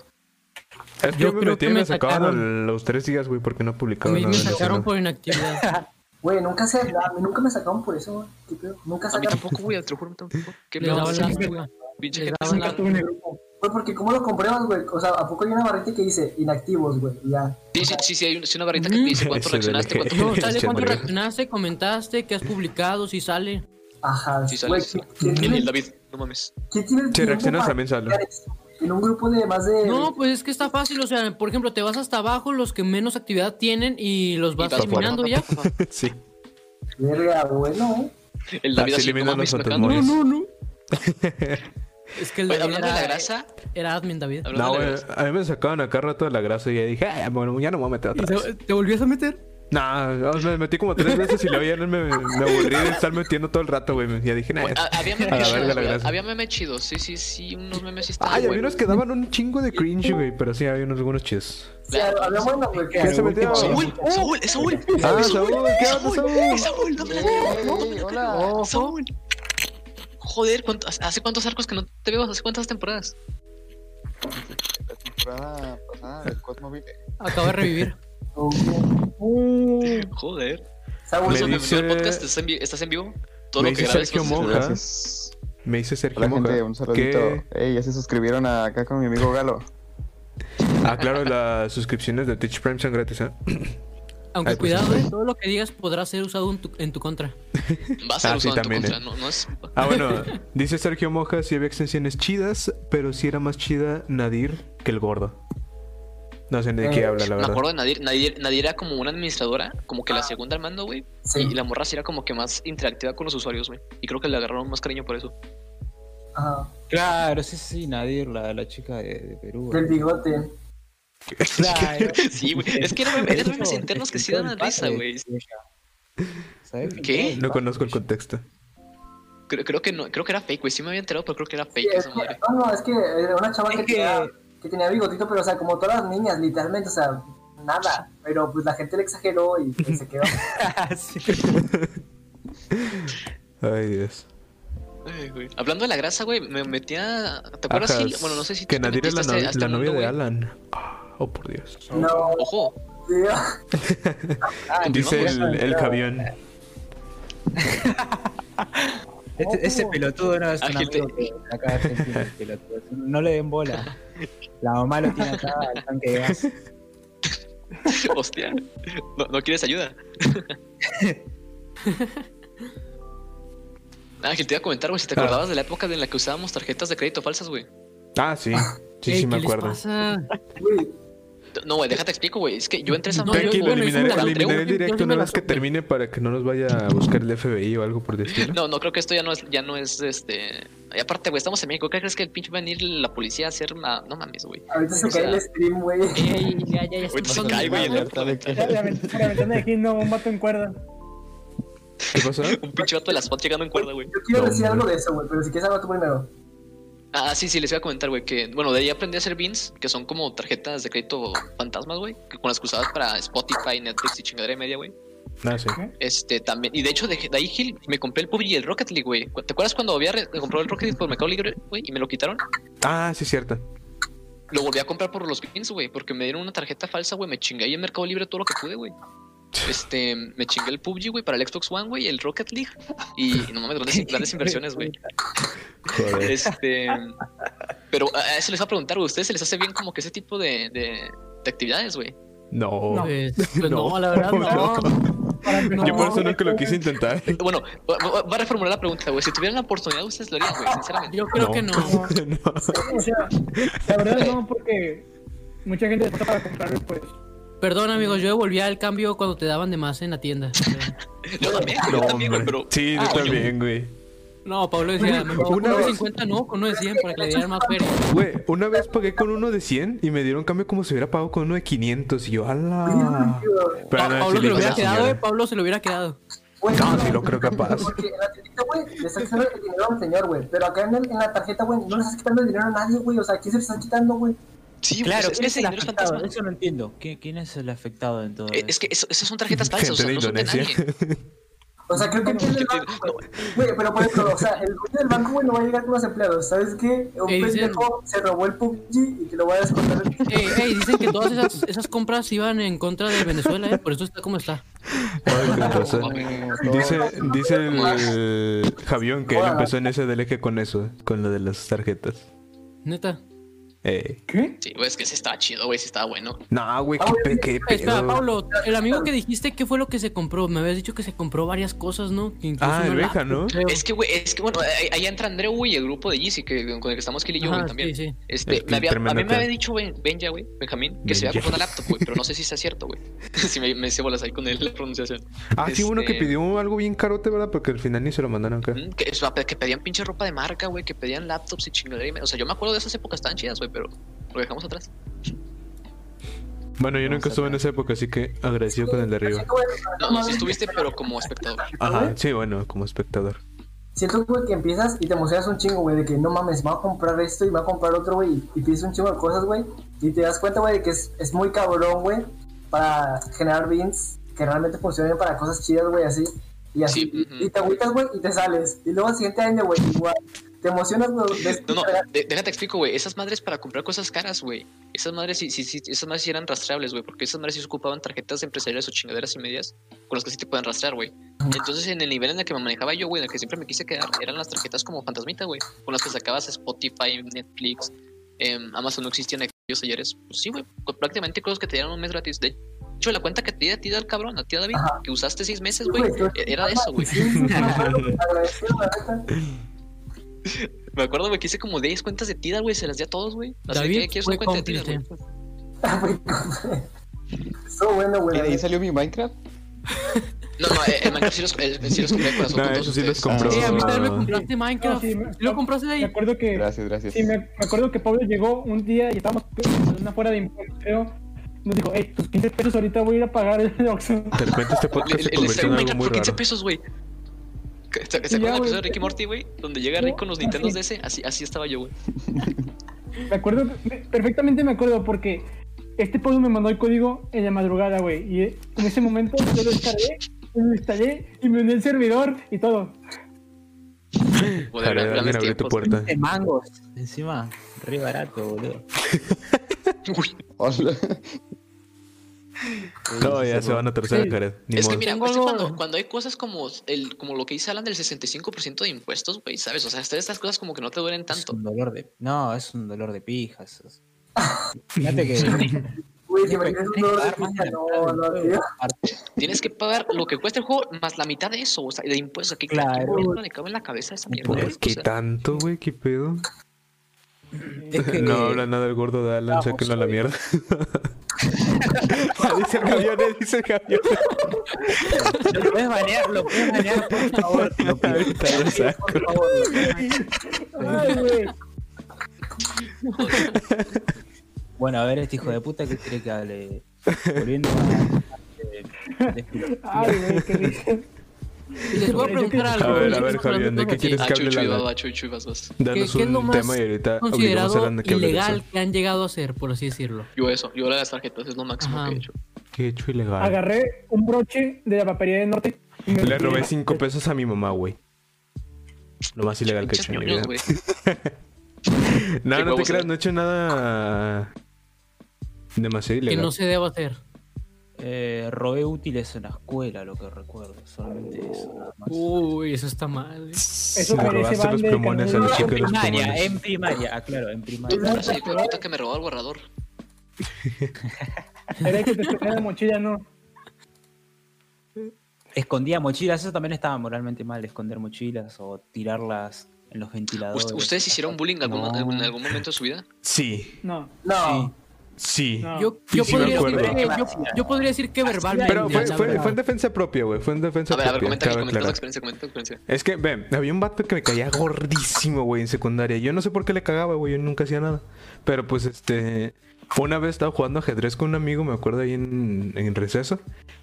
Speaker 2: Es que
Speaker 5: Yo
Speaker 2: yo me
Speaker 5: creo
Speaker 2: metí
Speaker 5: que
Speaker 2: y me
Speaker 5: me
Speaker 2: sacaban
Speaker 5: sacaron.
Speaker 2: a los tres días, güey, porque no
Speaker 5: A
Speaker 2: publicaba
Speaker 5: mí
Speaker 2: nada.
Speaker 5: me
Speaker 2: en el
Speaker 5: sacaron
Speaker 2: canal.
Speaker 5: por inactividad.
Speaker 6: Güey, nunca se, a mí nunca me sacaron por eso, güey. ¿Qué pedo? Nunca
Speaker 1: A mí
Speaker 6: sacaron.
Speaker 1: tampoco, güey. Te lo juro, tampoco. Qué
Speaker 5: Les
Speaker 1: pedo.
Speaker 5: daban lástima.
Speaker 1: Pinche
Speaker 5: Les
Speaker 1: gente saca-
Speaker 5: daban la-
Speaker 4: Nunca tuve en el grupo.
Speaker 6: Pues porque, ¿cómo lo compruebas, güey? O sea, ¿a poco hay una barrita que dice inactivos, güey? Y Ya.
Speaker 1: Sí, sí, sí, sí, hay un- sí, una barrita que te dice cuánto
Speaker 2: Ese
Speaker 1: reaccionaste,
Speaker 2: del
Speaker 1: cuánto
Speaker 2: eje.
Speaker 5: No, sale
Speaker 2: Pinche
Speaker 5: cuánto
Speaker 2: Mario.
Speaker 5: reaccionaste, comentaste, qué has publicado, si sale.
Speaker 6: Ajá.
Speaker 1: Sí,
Speaker 6: güey,
Speaker 1: sales.
Speaker 6: ¿quién,
Speaker 1: Ni
Speaker 6: tiene,
Speaker 1: el David, no mames.
Speaker 6: quién tiene el
Speaker 2: Si
Speaker 6: tiempo
Speaker 2: reaccionas
Speaker 6: para
Speaker 2: también sale.
Speaker 6: explicar eso? En un grupo de más de.
Speaker 5: No, pues es que está fácil, o sea, por ejemplo, te vas hasta abajo, los que menos actividad tienen y los vas
Speaker 1: Y vas
Speaker 5: eliminando
Speaker 1: por-
Speaker 5: ya.
Speaker 1: pues,
Speaker 2: sí. Ah,
Speaker 6: Verga, bueno, ¿eh?
Speaker 1: El David
Speaker 2: Así
Speaker 1: así, no
Speaker 2: eliminan
Speaker 1: mames,
Speaker 2: los
Speaker 1: me acaban de-
Speaker 2: fantasmoides.
Speaker 5: no, no. Es que el
Speaker 1: Oye,
Speaker 5: David
Speaker 1: hablando de la
Speaker 5: era, eh,
Speaker 1: grasa,
Speaker 5: era admin, David.
Speaker 1: hablando
Speaker 2: No,
Speaker 1: de la
Speaker 2: güey,
Speaker 1: grasa,
Speaker 2: a mí me sacaban acá rato de la grasa y ya dije, "Ah, bueno, ya no me voy a meter otra vez.
Speaker 5: ¿Te volvías a meter?
Speaker 2: No, me metí como tres veces y luego ya no me, me aburrí de estar metiendo todo el rato, güey. Ya dije, nada.
Speaker 1: güey, ha- había
Speaker 2: A la
Speaker 1: memes
Speaker 2: verga,
Speaker 1: chidos,
Speaker 2: la
Speaker 1: güey,
Speaker 2: grasa.
Speaker 1: había memes chidos, sí, sí, sí, unos memes sí estaban
Speaker 2: Ay, había
Speaker 1: buenos.
Speaker 2: unos que daban un chingo de cringe, güey, pero sí, había unos algunos chidos.
Speaker 6: Sí, había bueno, güey. que-
Speaker 2: ¿Qué se metió?
Speaker 1: Saúl, Saúl, es Saúl.
Speaker 2: Ah,
Speaker 1: Es
Speaker 2: Saúl, ¿qué onda,
Speaker 1: Es
Speaker 2: Saúl?
Speaker 1: Saúl, no me la creo, no me la creo. Saúl. Joder, ¿cuánto- ¿hace cuántos arcos que no te veo? ¿Hace cuántas temporadas?
Speaker 7: La temporada pasada de Cosmo Vive.
Speaker 5: Acaba de revivir.
Speaker 6: Oh,
Speaker 1: Joder.
Speaker 6: Saúl,
Speaker 1: Por
Speaker 2: Me
Speaker 1: eso,
Speaker 2: dice-
Speaker 1: bienvenido al podcast, ¿estás en, vi- estás en vivo? Todo
Speaker 2: me
Speaker 1: lo que
Speaker 2: dice
Speaker 1: grabes
Speaker 2: Sergio
Speaker 1: lo haces en
Speaker 2: Moja.
Speaker 1: vivo.
Speaker 7: Gracias.
Speaker 2: Me dice Sergio
Speaker 7: Hola,
Speaker 2: Moja,
Speaker 7: gente. Un saludito.
Speaker 2: que-
Speaker 7: Ey, ya se suscribieron a- acá con mi amigo Galo.
Speaker 2: Ah, claro, las suscripciones de Twitch Prime son gratis, ¿eh?
Speaker 5: Aunque
Speaker 2: Ay, pues,
Speaker 5: cuidado,
Speaker 2: sí.
Speaker 5: eh, todo lo que digas podrá ser usado en tu, en tu contra.
Speaker 1: Va a ser
Speaker 2: Ah,
Speaker 1: usado en
Speaker 2: sí,
Speaker 1: tu
Speaker 2: también,
Speaker 1: contra,
Speaker 2: eh.
Speaker 1: no, no es...
Speaker 2: Ah, bueno, dice Sergio Moja, si había extensiones chidas, pero si era más chida Nadir que el gordo. No sé ni de qué habla, la
Speaker 1: Mm, pues, Me
Speaker 2: verdad.
Speaker 1: acuerdo de Nadir, Nadir, Nadir era como una administradora, como que la segunda al mando, güey.
Speaker 6: Ah. sí.
Speaker 1: Y la morra sí era como que más interactiva con los usuarios, güey. Y creo que le agarraron más cariño por eso.
Speaker 6: Ajá.
Speaker 3: Claro, sí, sí, Nadir, la, la chica de, de Perú.
Speaker 6: Del bigote.
Speaker 3: Claro.
Speaker 1: Sí, güey. Es que eran eran memes internos que sí
Speaker 3: dan
Speaker 1: dan risa, güey.
Speaker 3: ¿Sabes?
Speaker 1: ¿Qué?
Speaker 2: No conozco el contexto.
Speaker 1: Creo, creo que no, creo que era fake, güey. Sí me había enterado, pero creo que era
Speaker 6: Sí,
Speaker 1: fake
Speaker 6: es
Speaker 1: esa
Speaker 6: que-
Speaker 1: madre.
Speaker 6: no, no, es que era una chava
Speaker 3: Es
Speaker 6: que,
Speaker 3: que-
Speaker 6: tenía, que tenía bigotito, pero, o sea, como todas las niñas, literalmente, o sea, nada. Pero pues la gente le exageró y pues, se quedó.
Speaker 2: Ay, Dios.
Speaker 1: Ay, güey. Hablando de la grasa, güey, me metía. ¿Te acuerdas?
Speaker 2: Ajá,
Speaker 1: Gil? bueno, no sé si tú
Speaker 2: Que
Speaker 1: te
Speaker 2: Nadir es la,
Speaker 1: metiste a
Speaker 2: no-
Speaker 1: este- a este
Speaker 2: la novia
Speaker 1: mundo, güey.
Speaker 2: de Alan. Ah, Oh, por Dios.
Speaker 6: No,
Speaker 1: Ojo,
Speaker 6: tío.
Speaker 1: Ah,
Speaker 2: Dice
Speaker 1: continuamos.
Speaker 2: el, el Javión.
Speaker 3: Este- ese pelotudo no es un
Speaker 1: Ágil,
Speaker 3: amigo que- de acá de Argentina, el pelotudo. No le den bola. La mamá lo tiene acá al tanque de gas.
Speaker 1: Hostia. ¿No, no quieres ayuda? Ángel, te iba a comentar, güey, si te
Speaker 2: Ah.
Speaker 1: acordabas de la época en la que usábamos tarjetas de crédito falsas, güey.
Speaker 2: Ah, sí. Sí,
Speaker 5: Ey,
Speaker 2: sí, me
Speaker 5: ¿qué les
Speaker 2: acuerdo.
Speaker 5: pasa?
Speaker 6: Güey,
Speaker 1: No, güey, déjate explico, güey. Es que yo entré a esa
Speaker 5: No,
Speaker 1: madre
Speaker 5: yo-
Speaker 2: Tranqui,
Speaker 1: como-
Speaker 5: bueno,
Speaker 2: eliminar-
Speaker 1: como
Speaker 5: hicimos la-
Speaker 1: cuando
Speaker 2: eliminar
Speaker 1: entré,
Speaker 2: el
Speaker 5: yo- yo
Speaker 2: directo
Speaker 5: sí
Speaker 2: una
Speaker 5: me la
Speaker 2: vez que
Speaker 5: supe.
Speaker 2: termine para que no nos vaya a buscar el FBI o algo por el estilo.
Speaker 1: No, no creo que esto ya no es, ya no es este. Y aparte, güey, estamos en México. ¿Qué crees que el pinche va a venir la policía a hacer una. No mames, güey.
Speaker 6: ahorita se
Speaker 1: O sea,
Speaker 6: cae el stream, güey.
Speaker 5: Ey, ya, ya, ya.
Speaker 1: Ahorita se
Speaker 5: estamos
Speaker 1: cae, güey, el
Speaker 5: hablando.
Speaker 1: alerta de
Speaker 4: Era La vent- la ventana de aquí, no, un vato en cuerda.
Speaker 2: ¿Qué pasó?
Speaker 1: Un pinche vato de las SWAT llegando en cuerda, güey.
Speaker 6: Yo quiero
Speaker 2: No,
Speaker 6: decir
Speaker 2: hombre.
Speaker 6: algo de eso, güey, pero si quieres hablar tú primero.
Speaker 1: Ah, sí, sí, les voy a comentar, güey, que, bueno, de ahí aprendí a hacer beans, que son como tarjetas de crédito fantasmas, güey, que con las que usabas para Spotify, Netflix y chingadera y media, güey.
Speaker 2: No, sí.
Speaker 1: Este, también, y de hecho, de, de ahí, Gil, me compré el PUBG y el Rocket League, güey. ¿Te acuerdas cuando había re- comprado el Rocket League por Mercado Libre, güey, y me lo quitaron?
Speaker 2: Ah, sí, cierto.
Speaker 1: Lo volví a comprar por los beans, güey, porque me dieron una tarjeta falsa, güey, me chingué ahí en Mercado Libre todo lo que pude, güey. Este, me chingué el PUBG, güey, para el Xbox One, güey, el Rocket League. Y no mames, grandes, grandes inversiones, güey.
Speaker 2: Joder.
Speaker 1: Este. Pero a a eso les va a preguntar, güey. ¿A ustedes se les hace bien como que ese tipo de, de, de actividades, güey?
Speaker 2: No.
Speaker 5: Pues, pues
Speaker 2: No.
Speaker 5: no. la verdad no.
Speaker 2: No.
Speaker 4: Para empezar,
Speaker 2: Yo por eso nunca lo quise intentar.
Speaker 1: Bueno, va, va- va a reformular la pregunta, güey. Si tuvieran la oportunidad, ustedes lo harían,
Speaker 2: Ah,
Speaker 1: güey, sinceramente.
Speaker 5: Yo creo que no.
Speaker 2: No.
Speaker 4: O sea, la verdad no, porque mucha gente está para comprarlo, pues.
Speaker 5: Perdón, amigos, yo devolvía el cambio cuando te daban de más en la tienda.
Speaker 1: Yo también, güey, yo
Speaker 2: No,
Speaker 1: también, güey,
Speaker 2: hombre.
Speaker 1: pero.
Speaker 2: Sí, yo
Speaker 1: Ah,
Speaker 2: también, güey.
Speaker 5: No, Pablo decía, me
Speaker 2: Una
Speaker 5: uno de
Speaker 2: vez-
Speaker 5: 50 no, con uno de 100 para que le dieran más feria.
Speaker 2: Güey, una vez pagué con uno de 100 y me dieron cambio como si hubiera pagado con uno de 500. Y yo, ala.
Speaker 5: Pa- Ah, Pablo se lo hubiera
Speaker 2: hubiera
Speaker 5: quedado, eh, Pablo se lo hubiera quedado.
Speaker 6: Güey,
Speaker 2: No, sí lo creo capaz.
Speaker 6: Porque en la tiendita, güey, le está quitando el dinero al señor, güey. Pero acá en, el- en la tarjeta, güey, no le estás quitando el dinero a nadie, güey. O sea, ¿quién se lo está quitando, güey?
Speaker 1: Sí, güey,
Speaker 3: Claro,
Speaker 1: es
Speaker 3: ¿quién
Speaker 1: que
Speaker 3: es
Speaker 1: ese
Speaker 3: el
Speaker 1: dinero es
Speaker 3: afectado?
Speaker 1: fantasma.
Speaker 3: Eso no entiendo. ¿Qui- ¿Quién es el afectado en todo
Speaker 1: Eh, Es
Speaker 3: esto?
Speaker 1: que eso- esas son tarjetas falsas, o
Speaker 2: Gente
Speaker 1: sea,
Speaker 2: de
Speaker 1: no son de
Speaker 2: Indonesia.
Speaker 1: nadie.
Speaker 6: O sea, creo que el dueño del banco, güey. Güey, pero por ejemplo, o sea, el dueño del banco, güey, no va a llegar con los empleados. ¿Sabes qué? Un
Speaker 5: Ey, dicen-
Speaker 6: pendejo se robó el PUBG y te lo voy a descontar.
Speaker 5: Ey, ey, dicen que todas esas, esas compras iban en contra de Venezuela, ¿eh? Por eso está como está.
Speaker 2: Ay, con razón. Dice, dice el Javión que él empezó en ese del eje con eso, con lo de las tarjetas.
Speaker 5: Neta.
Speaker 2: Eh.
Speaker 4: ¿Qué?
Speaker 1: Sí, güey, es que sí estaba chido, güey, sí estaba bueno.
Speaker 2: No, güey, qué, pe- qué
Speaker 5: Ah, Ahí está,
Speaker 2: pedo.
Speaker 5: Pablo, el amigo que dijiste, ¿qué fue lo que se compró? Me habías dicho que se compró varias cosas, ¿no? Que incluso
Speaker 2: Ah,
Speaker 5: una
Speaker 2: el Benja,
Speaker 5: laptop,
Speaker 2: ¿no?
Speaker 5: creo.
Speaker 1: Es que, güey, es que bueno, ahí, ahí entra Andreu, güey, y el grupo de Yeezy, que, con el que estamos Kill y yo,
Speaker 5: Ajá,
Speaker 1: güey, también.
Speaker 5: sí, sí.
Speaker 1: Este,
Speaker 2: El
Speaker 1: me había, a mí
Speaker 2: Intermenata.
Speaker 1: me había dicho Ben- Benja, güey, Benjamín, que se había
Speaker 2: Benja.
Speaker 1: comprado una laptop, güey, pero no sé si sea cierto, güey. si me, me hice bolas ahí con el- la pronunciación.
Speaker 2: Ah, sí, uno que
Speaker 1: Este,
Speaker 2: pidió algo bien carote, ¿verdad? Porque al final ni se lo mandaron acá.
Speaker 1: mm, Que, o sea, que pedían pinche ropa de marca, güey, que pedían laptops y chingadera. y me- O sea, yo me acuerdo de esas épocas tan chidas, güey, pero lo dejamos atrás.
Speaker 2: Bueno, yo nunca estuve en esa época, así que agradecido con el de arriba.
Speaker 6: Siento, güey,
Speaker 1: No, no, sí estuviste, pero como espectador.
Speaker 2: Ajá, sí, bueno, como espectador.
Speaker 6: Siento, güey, que empiezas y te emocionas un chingo, güey, de que no mames, va a comprar esto y va a comprar otro, güey, y pides un chingo de cosas, güey, y te das cuenta, güey, de que es, es muy cabrón, güey, para generar beans que realmente funcionen para cosas chidas, güey, así, y así,
Speaker 1: Sí, ujú.
Speaker 6: y te agüitas, güey, y te sales, y luego al siguiente año, güey, igual, te emocionas, güey, ves
Speaker 1: No, no,
Speaker 6: que-
Speaker 1: de- déjate explico, güey. Esas madres para comprar cosas caras, güey. Esas madres sí, sí, sí, esas madres sí eran rastreables, güey. Porque esas madres sí ocupaban tarjetas empresariales o chingaderas y medias con las que sí te pueden rastrear, güey. Entonces, en el nivel en el que me manejaba yo, güey, en el que siempre me quise quedar, eran las tarjetas como fantasmita, güey. Con las que sacabas Spotify, Netflix, em, Amazon no existían en aquellos ayeres. Pues sí, güey. con- Prácticamente cosas que te dieron un mes gratis. De hecho, la cuenta que te di a ti del cabrón, a ti David,
Speaker 6: Ajá.
Speaker 1: que usaste seis meses,
Speaker 6: Sí,
Speaker 1: güey,
Speaker 6: güey,
Speaker 1: e- era de eso, güey.
Speaker 6: Sí, sí, sí, me acuerdo, güey, agradecido, la neta.
Speaker 1: Me acuerdo, güey, que hice como 10 cuentas de Tidal, güey. Se las di a todos, güey. Así
Speaker 5: David
Speaker 1: que quieres
Speaker 5: fue
Speaker 1: una cuenta de Tidal, güey.
Speaker 5: cómplice.
Speaker 6: Ah, güey, compadre. Estuvo bueno, güey.
Speaker 7: ¿Y
Speaker 6: la
Speaker 7: de ahí
Speaker 6: neta.
Speaker 7: salió mi Minecraft?
Speaker 1: No, no, eh, eh, Minecraft sí los, eh, sí los compré corazón
Speaker 2: No,
Speaker 1: con todos
Speaker 2: eso sí los
Speaker 1: ustedes.
Speaker 2: compró.
Speaker 5: Sí, a mí también me
Speaker 2: Ah.
Speaker 5: compraste Minecraft.
Speaker 4: No, sí, me-
Speaker 5: ¿Lo compraste de
Speaker 4: Me
Speaker 5: ahí?
Speaker 4: acuerdo que.
Speaker 7: Gracias, gracias.
Speaker 4: Sí, me, me acuerdo que Pablo llegó un día y estábamos en una fuera de impuesto, creo. Nos dijo, hey, tus 15 pesos ahorita voy a ir a pagar el Oxxo.
Speaker 2: De repente este
Speaker 1: Le,
Speaker 2: podcast se
Speaker 1: le- les
Speaker 2: convirtió
Speaker 1: traigo un
Speaker 2: en algo
Speaker 1: Minecraft
Speaker 2: muy
Speaker 1: por 15
Speaker 2: raro.
Speaker 1: pesos, güey. ¿Se se
Speaker 4: Ya,
Speaker 1: acuerdan del
Speaker 4: güey.
Speaker 1: episodio de Rick y Morty, güey? Donde llega Rick con los Nintendos de ese. Así, así estaba yo, güey.
Speaker 4: Me acuerdo, me- perfectamente me acuerdo porque este Pablo me mandó el código en la madrugada, güey. Y eh, en ese momento yo lo descargué, lo instalé y me uní al servidor y todo.
Speaker 1: Joder,
Speaker 2: Jared,
Speaker 1: grandes
Speaker 2: alguien abrió tu
Speaker 1: tiempos,
Speaker 2: puerta.
Speaker 3: De mangos. Encima, re barato, boludo.
Speaker 1: güey. Uy,
Speaker 7: Hola.
Speaker 2: No, ya se van a tercera
Speaker 4: Sí.
Speaker 2: Jared. Ni
Speaker 1: es que
Speaker 2: modo.
Speaker 1: mira,
Speaker 5: Tengo
Speaker 1: pues,
Speaker 5: algo-
Speaker 1: cuando, cuando hay cosas como, el, como lo que dice Alan del 65% de impuestos, güey, ¿sabes? O sea, estas- estas cosas como que no te duelen
Speaker 3: Es
Speaker 1: tanto.
Speaker 3: un dolor de. No, es un dolor de pijas. es- Fíjate que.
Speaker 6: Güey, te
Speaker 3: Sí, güey,
Speaker 6: imaginas
Speaker 3: tienes
Speaker 6: un
Speaker 3: que
Speaker 6: dolor de
Speaker 3: pagar más
Speaker 6: pija,
Speaker 3: de la
Speaker 6: No,
Speaker 3: mitad
Speaker 6: no,
Speaker 3: del
Speaker 6: tío.
Speaker 3: juego, aparte.
Speaker 1: Tienes que pagar lo que cuesta el juego más la mitad de eso, o sea, de impuestos. ¿Qué
Speaker 3: Claro.
Speaker 1: qué mierda le cabe en la cabeza a esa mierda? güey?
Speaker 2: ¿Por
Speaker 1: O
Speaker 2: qué
Speaker 1: sea,
Speaker 2: tanto, güey? ¿Qué pedo?
Speaker 3: Es que-
Speaker 2: No habla nada el gordo de Alan,
Speaker 3: Vamos,
Speaker 2: sáquenlo a la
Speaker 3: güey.
Speaker 2: mierda. dice el Javier, eh, dice el Javier.
Speaker 3: Lo puedes banear, lo puedes banear, por favor. te lo pido.
Speaker 2: Ahorita lo saco.
Speaker 3: Por favor, lo puedes banear.
Speaker 4: Ay, güey.
Speaker 3: Bueno, a ver, este hijo de puta que quiere que hable. Volviendo a. de- de-
Speaker 4: Ay, güey, qué risa.
Speaker 5: Les voy a preguntar algo.
Speaker 2: A ver, a ver,
Speaker 5: Estamos hablando
Speaker 2: Javier, ¿de qué
Speaker 1: Ah,
Speaker 2: quieres
Speaker 5: cosas
Speaker 2: que hable
Speaker 1: Chuchu,
Speaker 2: la-
Speaker 1: va, va, Chuchu, vas, vas.
Speaker 5: ¿Qué,
Speaker 2: Danos
Speaker 5: qué es lo
Speaker 2: un
Speaker 5: más
Speaker 2: tema y ahorita obligamos a
Speaker 5: considerado
Speaker 2: Alan a que hable de
Speaker 5: ilegal
Speaker 2: eso.
Speaker 5: que han llegado a hacer, por así decirlo?
Speaker 1: Yo eso, yo las tarjetas es lo máximo
Speaker 5: Ajá.
Speaker 1: que he hecho.
Speaker 2: ¿Qué he hecho ilegal?
Speaker 4: Agarré un broche de la papelería del norte. y me-
Speaker 2: Le robé 5 pesos a mi mamá, güey. Lo más ilegal que he
Speaker 1: Pinches
Speaker 2: hecho en mi
Speaker 1: ñoños,
Speaker 2: vida.
Speaker 1: güey. Qué
Speaker 2: No, no te
Speaker 1: huevos,
Speaker 2: creas,
Speaker 1: eh.
Speaker 2: no he hecho nada demasiado
Speaker 5: Que
Speaker 2: ilegal.
Speaker 5: no se deba hacer.
Speaker 3: Eh, robé útiles en la escuela, lo que recuerdo. Solamente eso. nada más.
Speaker 5: Uy, eso está mal.
Speaker 4: Eso
Speaker 2: Le
Speaker 4: parece
Speaker 2: robaste
Speaker 4: van
Speaker 2: los
Speaker 4: de
Speaker 2: plumones a
Speaker 4: Canelo.
Speaker 2: los chicos de los
Speaker 3: primaria,
Speaker 2: plumones.
Speaker 4: eh.
Speaker 3: en primaria. Ah, claro, en primaria.
Speaker 1: Ahora sí, hijo de puta que me robó el borrador.
Speaker 4: Era que te escondía la mochila, no.
Speaker 3: Escondía mochilas, eso también estaba moralmente mal, esconder mochilas o tirarlas en los
Speaker 2: Ah,
Speaker 3: ventiladores.
Speaker 1: Ust- ¿Ustedes hicieron bullying algún-
Speaker 3: No.
Speaker 1: algún- en algún momento de su vida?
Speaker 2: Sí,
Speaker 4: No,
Speaker 6: No,
Speaker 2: sí.
Speaker 4: no.
Speaker 5: Yo,
Speaker 2: Sí,
Speaker 5: yo
Speaker 2: sí me
Speaker 5: podría
Speaker 2: acuerdo.
Speaker 5: decir que, yo, yo podría decir que verbalmente.
Speaker 2: Pero fue,
Speaker 5: la
Speaker 2: fue,
Speaker 5: verdad.
Speaker 2: fue en defensa propia, güey. Fue en defensa
Speaker 1: A ver, a ver,
Speaker 2: propia.
Speaker 1: comenta,
Speaker 2: cabe
Speaker 1: comenta tu
Speaker 2: aclarar.
Speaker 1: experiencia, comenta tu experiencia.
Speaker 2: Es que, ven, había un vato que me caía gordísimo, güey, en secundaria. Yo no sé por qué le cagaba, güey. Yo nunca hacía nada. Pero pues, este. Una vez estaba jugando ajedrez con un amigo, me acuerdo ahí en, en receso.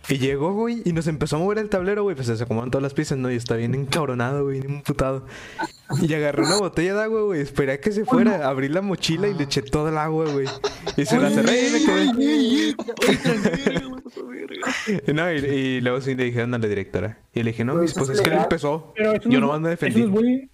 Speaker 2: Y llegó, güey, y nos empezó a mover el tablero, güey. Pues se acomodaron todas las piezas, ¿no? Y está bien encabronado, güey, bien putado. Y agarré una botella de agua, güey. Esperé a que se fuera. Abrí la mochila y le eché todo el agua, güey. Y se la cerré y me quedé. No, y, y luego sí le dijeron a la directora. Y le dije, no,
Speaker 6: Güey,
Speaker 2: pues
Speaker 6: eso
Speaker 2: es
Speaker 6: es
Speaker 2: que él
Speaker 6: legal.
Speaker 2: empezó.
Speaker 4: Pero eso
Speaker 2: Yo
Speaker 4: no-
Speaker 2: nomás me
Speaker 4: Eso no
Speaker 2: defendí.
Speaker 4: es bullying.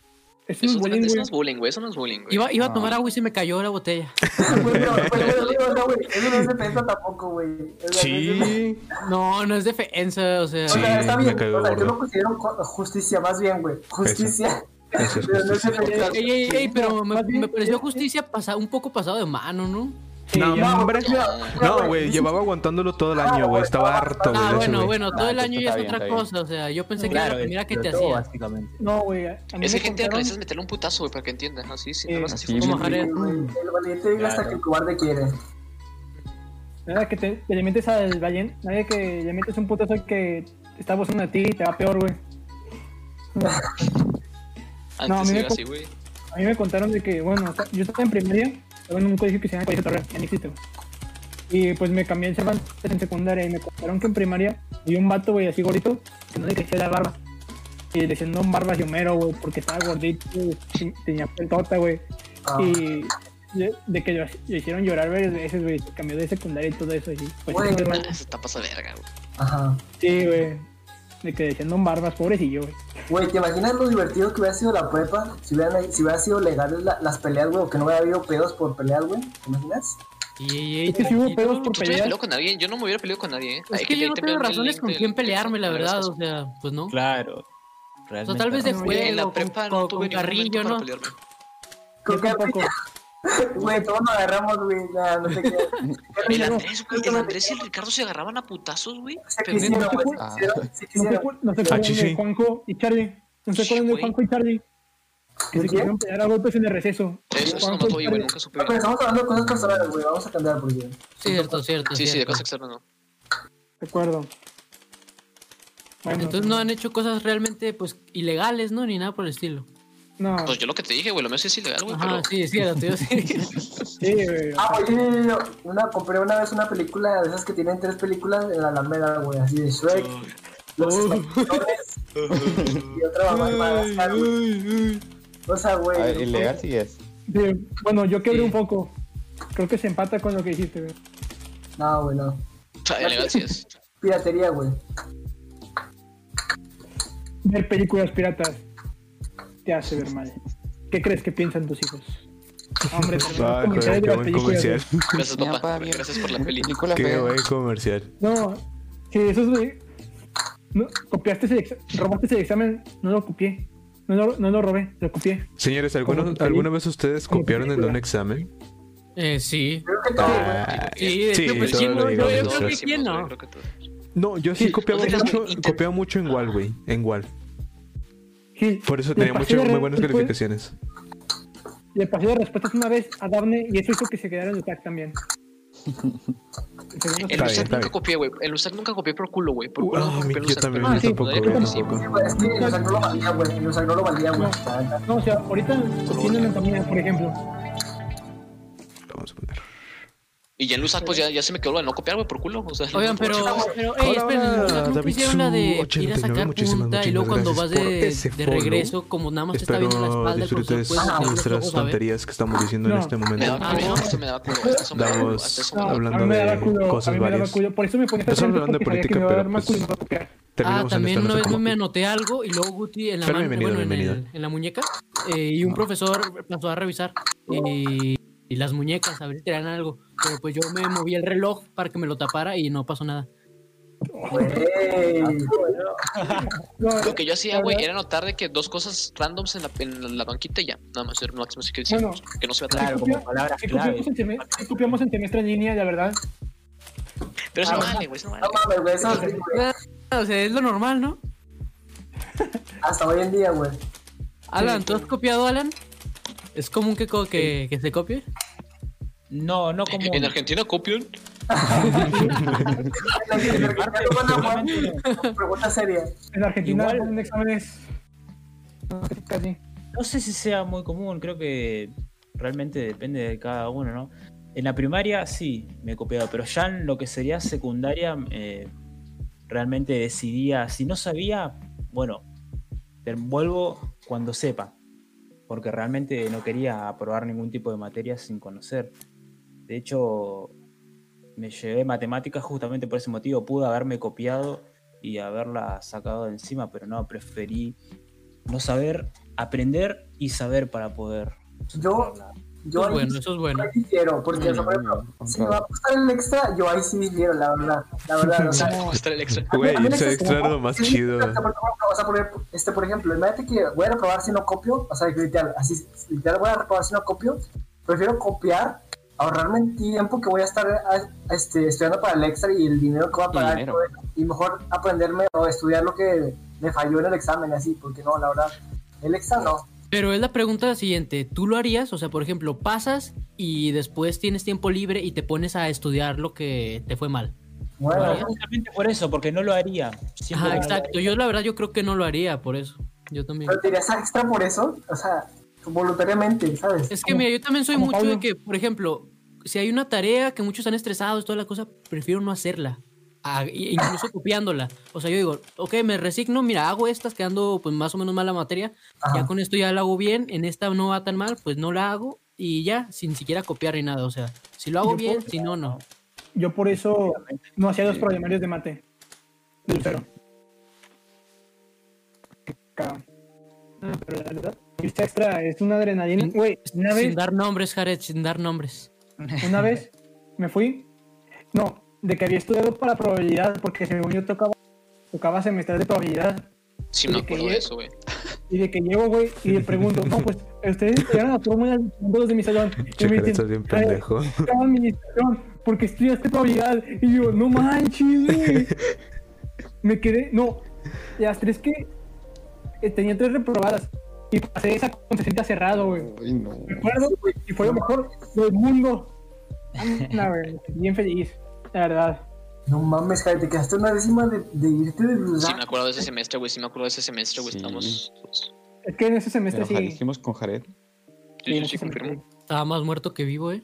Speaker 4: Eso no
Speaker 1: Eso,
Speaker 4: es bullying,
Speaker 1: eso
Speaker 4: güey.
Speaker 1: no es bullying, güey. Eso no es bullying, güey.
Speaker 5: Iba, iba a tomar agua y se me cayó la botella.
Speaker 6: Güey, pero- pero- pero- no, güey, Eso no es defensa tampoco, güey. O sea, no es defensa.
Speaker 2: Sí.
Speaker 5: No, no es defensa, o sea.
Speaker 6: O sea,
Speaker 2: Sí,
Speaker 6: está
Speaker 2: me
Speaker 6: bien.
Speaker 2: cayó
Speaker 6: O sea, yo
Speaker 2: gordo.
Speaker 6: lo considero co- justicia, más bien, güey. Justicia.
Speaker 2: Eso es
Speaker 6: Pero no es
Speaker 2: justicia.
Speaker 6: defensa.
Speaker 4: Eh,
Speaker 5: Ey, ey, ey, pero me,
Speaker 4: Más bien,
Speaker 5: me pareció
Speaker 4: eh,
Speaker 5: justicia pasa, un poco pasado de mano, ¿no?
Speaker 2: No,
Speaker 4: ya,
Speaker 2: hombre.
Speaker 6: mira, mira,
Speaker 2: No, güey, llevaba aguantándolo todo el año, güey. Estaba harto, güey. de
Speaker 5: Ah,
Speaker 2: ese
Speaker 5: bueno,
Speaker 2: güey.
Speaker 5: bueno, todo
Speaker 3: Ah,
Speaker 5: el
Speaker 3: entonces
Speaker 5: año
Speaker 3: está
Speaker 5: ya es
Speaker 3: bien,
Speaker 5: otra
Speaker 3: está bien.
Speaker 5: cosa, o sea, yo pensé que era la primera que te
Speaker 3: sobre todo,
Speaker 5: hacía.
Speaker 3: Básicamente.
Speaker 4: No, güey. a- a mí
Speaker 1: Es
Speaker 4: me
Speaker 1: que gente
Speaker 4: contaron-
Speaker 1: atrás es meterle un putazo, güey, para que entienda. Así, si no
Speaker 4: Eh,
Speaker 1: más así.
Speaker 3: sí,
Speaker 1: justo.
Speaker 5: Como Jared.
Speaker 6: güey, El valiente vive hasta
Speaker 3: Claro.
Speaker 6: que el cobarde quiere.
Speaker 4: Nada que te, te le metes al Bayern, nadie que le metes un putazo al que está abusando de ti y te va peor, güey. No, a
Speaker 1: Antes
Speaker 4: mí me
Speaker 1: era
Speaker 4: co-
Speaker 1: así, güey.
Speaker 4: A mí me contaron de que, bueno, yo estaba en primaria, estaba en un colegio que se llama Colegio Torreón, ya no existe, güey. Y pues me cambié el Cervantes en secundaria y me contaron que en primaria había un vato, güey, así gordito, que no le crecía la barba. Y le decían, no, barba de Homero, güey, porque estaba gordito, y tenía pelota, güey.
Speaker 6: Ah,
Speaker 4: Y de, de que lo, lo hicieron llorar varias veces, güey, cambió de secundaria y todo eso. Y, pues,
Speaker 6: Güey,
Speaker 4: ese
Speaker 6: no.
Speaker 1: Ah,
Speaker 4: vato-
Speaker 1: Eso está pasa de verga, güey.
Speaker 6: Ajá.
Speaker 4: sí, güey. De que decían, no, barbas, pobrecillo, güey.
Speaker 6: Güey, ¿te imaginas lo divertido que hubiera sido la prepa? Si hubieran, si hubiera sido legales la- las peleas, güey, o que no hubiera habido pedos por pelear, güey. ¿Te imaginas?
Speaker 5: Ey, ey, ey,
Speaker 4: Es que si hubo
Speaker 5: tranquilo.
Speaker 4: pedos
Speaker 1: ¿Tú
Speaker 4: por
Speaker 1: te hubieras
Speaker 4: pelear.
Speaker 1: peleado con alguien? Yo no me hubiera peleado con nadie, ¿eh?
Speaker 5: Es
Speaker 1: Hay
Speaker 5: que yo no
Speaker 1: te
Speaker 5: tengo
Speaker 1: mando el
Speaker 5: razones
Speaker 1: link
Speaker 5: con
Speaker 1: del-
Speaker 5: quién pelearme, la
Speaker 1: de las
Speaker 5: verdad,
Speaker 1: cosas.
Speaker 5: o sea, pues no.
Speaker 3: Claro.
Speaker 5: O sea, tal vez de
Speaker 4: no,
Speaker 5: juego,
Speaker 1: en la
Speaker 5: con-
Speaker 1: prepa
Speaker 5: con,
Speaker 1: no
Speaker 5: con
Speaker 1: tuve ningún momento
Speaker 5: carrillo, ¿no?
Speaker 1: para pelearme.
Speaker 4: Yo tampoco.
Speaker 6: Güey, todos nos agarramos, güey. Nah, no te creas.
Speaker 1: El Andrés, güey, el Andrés y el Ricardo se agarraban a putazos, güey.
Speaker 6: Se
Speaker 1: Pero
Speaker 6: quisieron, güey.
Speaker 4: no,
Speaker 6: Se quisieron. Se
Speaker 4: No se
Speaker 6: quisieron.
Speaker 4: acuer- no se
Speaker 2: Ah,
Speaker 4: acuerdan
Speaker 2: sí, sí.
Speaker 4: de Juanjo y Charlie. No se
Speaker 1: Sí,
Speaker 4: acuerdan de
Speaker 1: güey.
Speaker 4: Juanjo y Charlie. Que
Speaker 6: ¿De
Speaker 4: se
Speaker 6: quién?
Speaker 4: quisieron pelear a golpes en el receso.
Speaker 1: Eso es
Speaker 4: Juanjo
Speaker 1: nomás
Speaker 4: y
Speaker 1: hoy, güey,
Speaker 4: Charlie.
Speaker 1: nunca supe
Speaker 6: No, pero
Speaker 1: bien.
Speaker 6: estamos hablando de cosas personales, güey. Vamos a cambiar porque.
Speaker 5: Cierto, cierto.
Speaker 1: Sí, sí, de
Speaker 5: cierto.
Speaker 1: cosas externas, no.
Speaker 4: De acuerdo. Bueno,
Speaker 5: Entonces no han hecho cosas realmente, pues, ilegales, ¿no? Ni nada por el estilo.
Speaker 4: no.
Speaker 1: Pues yo lo que te dije, güey, lo mío sí es ilegal, güey,
Speaker 5: Ajá,
Speaker 1: pero...
Speaker 5: sí, sí, era tuyo, sí.
Speaker 4: Sí, güey.
Speaker 6: Ah, güey, yo, yo, yo, yo. Una, compré una vez una película de esas que tienen tres películas en la Alameda, güey. Así de Shrek. Los Escapadores, y otra mamá de Madagascar, güey. O sea, güey.
Speaker 7: A ver, Ah, ilegal sí es.
Speaker 4: Sí, Bueno, yo quebré
Speaker 5: Sí.
Speaker 4: un poco. Creo que se empata con lo que hiciste, güey.
Speaker 6: No, güey, no.
Speaker 1: O sea, ilegal sí es.
Speaker 6: Piratería, güey.
Speaker 4: Ver películas piratas te hace ver mal. ¿Qué crees que piensan tus hijos? Hombre,
Speaker 2: Ah, joder,
Speaker 4: terminamos comentarios de
Speaker 2: qué
Speaker 4: las
Speaker 2: buen
Speaker 4: películas,
Speaker 2: comercial.
Speaker 1: Gracias,
Speaker 7: Mi
Speaker 1: papá.
Speaker 7: bien-
Speaker 1: Gracias por la peli.
Speaker 7: película
Speaker 2: Qué
Speaker 7: fea.
Speaker 2: buen comercial.
Speaker 4: güey. No, sí, eso es de... No, copiaste ese exa- robaste ese examen, no lo copié. No lo, no lo robé, lo copié.
Speaker 2: Señores, ¿alguno-
Speaker 4: Como peli-
Speaker 2: ¿alguna vez ustedes
Speaker 4: como
Speaker 2: copiaron en
Speaker 4: película.
Speaker 2: un examen?
Speaker 5: Eh, sí.
Speaker 6: Creo que todo, güey.
Speaker 2: Ah,
Speaker 5: Sí, de
Speaker 2: Sí,
Speaker 5: hecho, pues,
Speaker 2: todo
Speaker 5: ¿quién
Speaker 2: lo
Speaker 5: no?
Speaker 2: digo,
Speaker 5: Yo yo
Speaker 2: todo
Speaker 5: creo
Speaker 2: lo
Speaker 5: que quién no.
Speaker 2: No, yo sí
Speaker 5: Sí,
Speaker 2: copiaba
Speaker 1: no te las-
Speaker 2: mucho,
Speaker 1: inter-
Speaker 2: copiaba mucho en Wal, güey. En Wal.
Speaker 4: Gil,
Speaker 2: Por eso
Speaker 4: le
Speaker 2: tenía
Speaker 4: pasé
Speaker 2: mucho,
Speaker 4: de
Speaker 2: muy
Speaker 4: re-
Speaker 2: buenas
Speaker 4: después-
Speaker 2: calificaciones.
Speaker 4: Le pasé las respuestas una vez a Daphne y eso hizo que se quedara en el tag también. Segundo,
Speaker 1: El
Speaker 2: Está bien,
Speaker 1: Lusat
Speaker 2: está
Speaker 1: nunca
Speaker 2: bien.
Speaker 1: copié, güey. El Lusat nunca copié por culo, güey. Por
Speaker 2: Uh,
Speaker 1: culo
Speaker 2: ah,
Speaker 1: nunca
Speaker 2: mi-
Speaker 1: copié el
Speaker 2: yo
Speaker 1: Lusat,
Speaker 2: también,
Speaker 1: pero
Speaker 4: yo
Speaker 1: en
Speaker 4: tampoco,
Speaker 1: secundaria
Speaker 4: güey,
Speaker 1: sí,
Speaker 6: Sí, güey, es que el Usag no lo valía, güey. El Usag no lo valía, güey. la neta.
Speaker 4: no, o sea, ahorita tiene una camina, por ejemplo.
Speaker 2: Lo vamos a poner.
Speaker 1: Y ya en Lusat, pues ya, ya se me quedó lo de no copiar, güey, por culo. O sea,
Speaker 5: Oigan, pero, pero ey,
Speaker 2: Hola,
Speaker 5: esperen,
Speaker 2: hola,
Speaker 5: ¿no- ¿nunca
Speaker 2: David
Speaker 5: hicieron la de
Speaker 2: Su,
Speaker 5: ir a
Speaker 2: 89,
Speaker 5: sacar
Speaker 2: muchísimas,
Speaker 5: punta y
Speaker 2: muchísimas
Speaker 5: luego cuando vas
Speaker 2: gracias por
Speaker 5: de,
Speaker 2: ese
Speaker 5: de
Speaker 2: follow.
Speaker 5: regreso, como nada más te está
Speaker 2: Espero
Speaker 5: viendo la espalda, el profesor
Speaker 2: disfrutes
Speaker 5: puede cerrar los
Speaker 2: nuestras
Speaker 5: ojos a ver.
Speaker 2: tonterías que estamos diciendo en
Speaker 4: No.
Speaker 2: este
Speaker 1: Me daba
Speaker 2: momento.
Speaker 5: Ah,
Speaker 1: culo,
Speaker 5: no.
Speaker 1: esto me daba culo. hasta eso me daba culo, hasta eso me
Speaker 4: No,
Speaker 1: daba culo.
Speaker 2: hablando
Speaker 4: a mí me
Speaker 2: de
Speaker 4: daba culo,
Speaker 2: cosas
Speaker 4: a mí me daba
Speaker 2: varias.
Speaker 4: culo, Por eso me ponía
Speaker 2: Estamos
Speaker 4: frente
Speaker 2: hablando de
Speaker 4: porque sabía que
Speaker 2: política,
Speaker 4: me iba a dar
Speaker 2: pero,
Speaker 4: más
Speaker 2: pues,
Speaker 4: culo, no, porque-
Speaker 5: Ah,
Speaker 2: Terminamos en
Speaker 5: también
Speaker 2: esta
Speaker 5: una
Speaker 2: nota
Speaker 5: vez
Speaker 2: como-
Speaker 5: me anoté algo y luego Guti en la
Speaker 2: Pero
Speaker 5: mano,
Speaker 2: bienvenido,
Speaker 5: bueno, en, el-
Speaker 2: bienvenido.
Speaker 5: en la muñeca, eh, y un profesor pasó a revisar eh, y las muñecas, a ver si tenían algo. Pero pues yo me moví el reloj para que me lo tapara y no pasó nada.
Speaker 6: Güey.
Speaker 4: No,
Speaker 1: Lo que yo hacía,
Speaker 4: la
Speaker 1: güey,
Speaker 4: verdad-
Speaker 1: era notar de que dos cosas randoms en la, en la banquita y ya. Nada más, era lo máximo así que
Speaker 4: No, no.
Speaker 1: decíamos. Que no se va a
Speaker 4: Sí,
Speaker 1: traer.
Speaker 4: copia- sí copiamos en semestre- sí copiamos en semestre en línea, la verdad.
Speaker 1: Pero eso
Speaker 6: Ah,
Speaker 1: no vale, güey, eso no
Speaker 6: No
Speaker 1: vale.
Speaker 6: mames, güey. Eso sí, güey.
Speaker 5: Ah, O sea, es lo normal, ¿no?
Speaker 6: Hasta hoy en día, güey.
Speaker 5: Alan, ¿tú has copiado, Alan? ¿Es común que, co- que, que se copie?
Speaker 3: No, no como.
Speaker 1: En Argentina copian.
Speaker 6: Pregunta seria.
Speaker 4: En Argentina
Speaker 3: Igual.
Speaker 4: ponen exámenes. no, Casi.
Speaker 3: No sé si sea muy común, creo que realmente depende de cada uno, ¿no? En la primaria sí me he copiado, pero ya en lo que sería secundaria eh, realmente decidía, si no sabía, bueno, te vuelvo cuando sepa, porque realmente no quería aprobar ningún tipo de materia sin conocer. De hecho, me llevé matemáticas justamente por ese motivo, pude haberme copiado y haberla sacado de encima, pero no, preferí no saber, aprender y saber para poder.
Speaker 6: Yo,
Speaker 5: Eso
Speaker 6: yo
Speaker 5: es
Speaker 6: ahí
Speaker 5: bueno, eso es bueno.
Speaker 6: Ahí sí quiero, porque o sea, por ejemplo, si me va a costar el extra, yo ahí sí quiero, la verdad. La verdad, o sea.
Speaker 1: ¿Cómo está el extra?
Speaker 2: Güey,
Speaker 6: a mí me
Speaker 2: ese
Speaker 6: extra se
Speaker 2: extra
Speaker 6: me
Speaker 2: es lo
Speaker 6: va.
Speaker 2: más
Speaker 6: Sí,
Speaker 2: chido.
Speaker 6: O sea, por ejemplo, o sea, por, este, por ejemplo, imagínate que voy a reprobar si no copio, o sea, que literal, así, literal voy a reprobar si no copio, prefiero copiar, ahorrarme el tiempo que voy a estar a- este, estudiando para el extra y el dinero que voy a pagar,
Speaker 7: dinero.
Speaker 6: todo eso, y mejor aprenderme o estudiar lo que me falló en el examen, así, porque no, la verdad, el extra no.
Speaker 5: Pero es la pregunta siguiente, ¿tú lo harías? O sea, por ejemplo, pasas y después tienes tiempo libre y te pones a estudiar lo que te fue mal.
Speaker 6: Bueno,
Speaker 5: Vaya.
Speaker 3: Justamente por eso, porque no lo haría. Siempre
Speaker 5: Ajá,
Speaker 3: lo haría.
Speaker 5: exacto. Yo la verdad yo creo que no lo haría por eso. Yo también.
Speaker 6: pero te dirías extra por eso, o sea, voluntariamente, ¿sabes?
Speaker 5: Es que mira, yo también soy
Speaker 4: como
Speaker 5: mucho de
Speaker 4: Pablo.
Speaker 5: que, por ejemplo, si hay una tarea que muchos están estresados, toda la cosa, prefiero no hacerla. A- e incluso copiándola. O sea, yo digo, ok, me resigno, mira, hago estas quedando pues más o menos mal la materia.
Speaker 6: Ajá.
Speaker 5: Ya con esto ya la hago bien, en esta no va tan mal, pues no la hago y ya, sin siquiera copiar ni nada. O sea, si lo hago
Speaker 4: Yo
Speaker 5: bien,
Speaker 4: puedo-
Speaker 5: si no, no.
Speaker 4: Yo por eso no hacía dos problemarios de mate. De cero. Cabrón. Ah, Pero la verdad, irse extra es una adrenalina.
Speaker 5: Sin-
Speaker 4: Güey, una
Speaker 5: Sin
Speaker 4: vez,
Speaker 5: dar nombres, Jared, sin dar nombres.
Speaker 4: una vez me fui. No, de que había estudiado para probabilidad, porque según yo tocaba, tocaba semestral de probabilidad.
Speaker 1: Sí, me acuerdo de eso, güey.
Speaker 4: Y de que llego, güey, y le pregunto, no, pues, ustedes estudiaron a fórmula de los de mi salón. Y me
Speaker 2: Checar,
Speaker 4: dicen,
Speaker 2: estás bien
Speaker 4: "Ay,
Speaker 2: pendejo.
Speaker 4: estaba en mi salón, porque estudiaste probabilidad. Y yo, no manches, güey. Me quedé, no, las tres que eh, tenía tres reprobadas. Y pasé esa con 60 cerrado, güey.
Speaker 7: Ay, no.
Speaker 4: Me acuerdo, y fue lo mejor del mundo. Anda, güey, bien feliz, la verdad.
Speaker 6: No mames, Javi, te quedaste una décima de, de irte de verdad.
Speaker 1: Sí, me acuerdo de ese semestre, güey. Sí, me acuerdo de ese semestre, güey.
Speaker 7: Sí.
Speaker 1: Estamos.
Speaker 4: Es que en ese semestre
Speaker 7: Pero
Speaker 4: Este sí.
Speaker 7: ja- dijimos con Jared.
Speaker 1: Sí,
Speaker 4: en
Speaker 1: sí,
Speaker 4: ese
Speaker 1: sí, confirmo.
Speaker 4: semestre.
Speaker 5: Estaba más muerto que vivo, eh.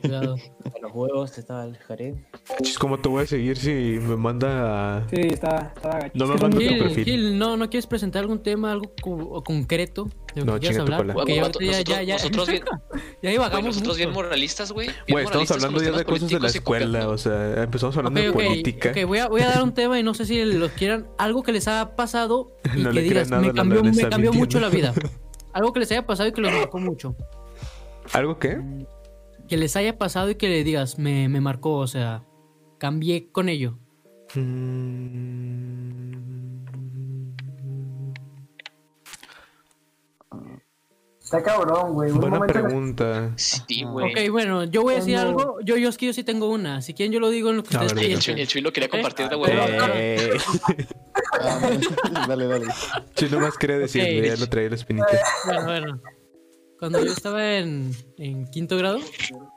Speaker 5: Cuidado.
Speaker 3: A los huevos estaba el Jared.
Speaker 2: Chis, ¿Cómo te voy a seguir si me manda a...
Speaker 4: Sí, estaba, estaba gacho.
Speaker 2: No me mando tu
Speaker 5: Gil,
Speaker 2: perfil.
Speaker 5: Gil, no, ¿no quieres presentar algún tema, algo co- concreto? de lo
Speaker 2: No,
Speaker 5: que quieras
Speaker 2: chinga tu cola.
Speaker 5: hablar? Porque
Speaker 1: Güey,
Speaker 5: ya,
Speaker 1: vato,
Speaker 5: ahorita ya,
Speaker 1: nosotros-
Speaker 5: ya, ya,
Speaker 1: nosotros bien-
Speaker 5: ya divagamos
Speaker 1: Güey, nosotros bien
Speaker 5: mucho.
Speaker 1: moralistas, güey. bien
Speaker 2: Güey, estamos
Speaker 1: moralistas con
Speaker 2: hablando
Speaker 1: los
Speaker 2: ya de
Speaker 1: temas
Speaker 2: cosas de la
Speaker 1: políticos y copiando.
Speaker 2: escuela, o sea, empezamos hablando
Speaker 5: Ok, ok,
Speaker 2: de política.
Speaker 5: ok, voy a, voy a dar un tema y no sé si los quieran. Algo que les haya pasado y
Speaker 2: No
Speaker 5: que
Speaker 2: le creas
Speaker 5: digas,
Speaker 2: nada a
Speaker 5: me
Speaker 2: la
Speaker 5: cambió,
Speaker 2: Lorena,
Speaker 5: me
Speaker 2: está
Speaker 5: cambió mucho la vida.
Speaker 2: mintiendo.
Speaker 5: Algo que les haya pasado y que los marcó mucho.
Speaker 2: ¿Algo qué?
Speaker 5: Que les haya pasado y que le digas, me, me marcó, o sea, cambié con ello.
Speaker 6: Está cabrón, güey. Un
Speaker 2: Buena
Speaker 6: momento en el-
Speaker 2: pregunta.
Speaker 1: Sí,
Speaker 7: Ajá.
Speaker 1: güey.
Speaker 5: Ok, bueno, yo voy a decir
Speaker 4: Cuando-
Speaker 5: algo. Yo, yo es que yo sí tengo una. Si quieren, yo lo digo en lo que
Speaker 2: A
Speaker 5: ustedes
Speaker 2: ver,
Speaker 1: Y el
Speaker 5: piensan.
Speaker 1: Chuy, el Chuy lo quería compartir de
Speaker 5: Pero-
Speaker 1: huevo.
Speaker 2: Eh,
Speaker 7: Ah, dale, dale.
Speaker 2: Yo nomás quería decirle, ya lo traía la espinita.
Speaker 5: Bueno, bueno. Cuando yo estaba en, en quinto grado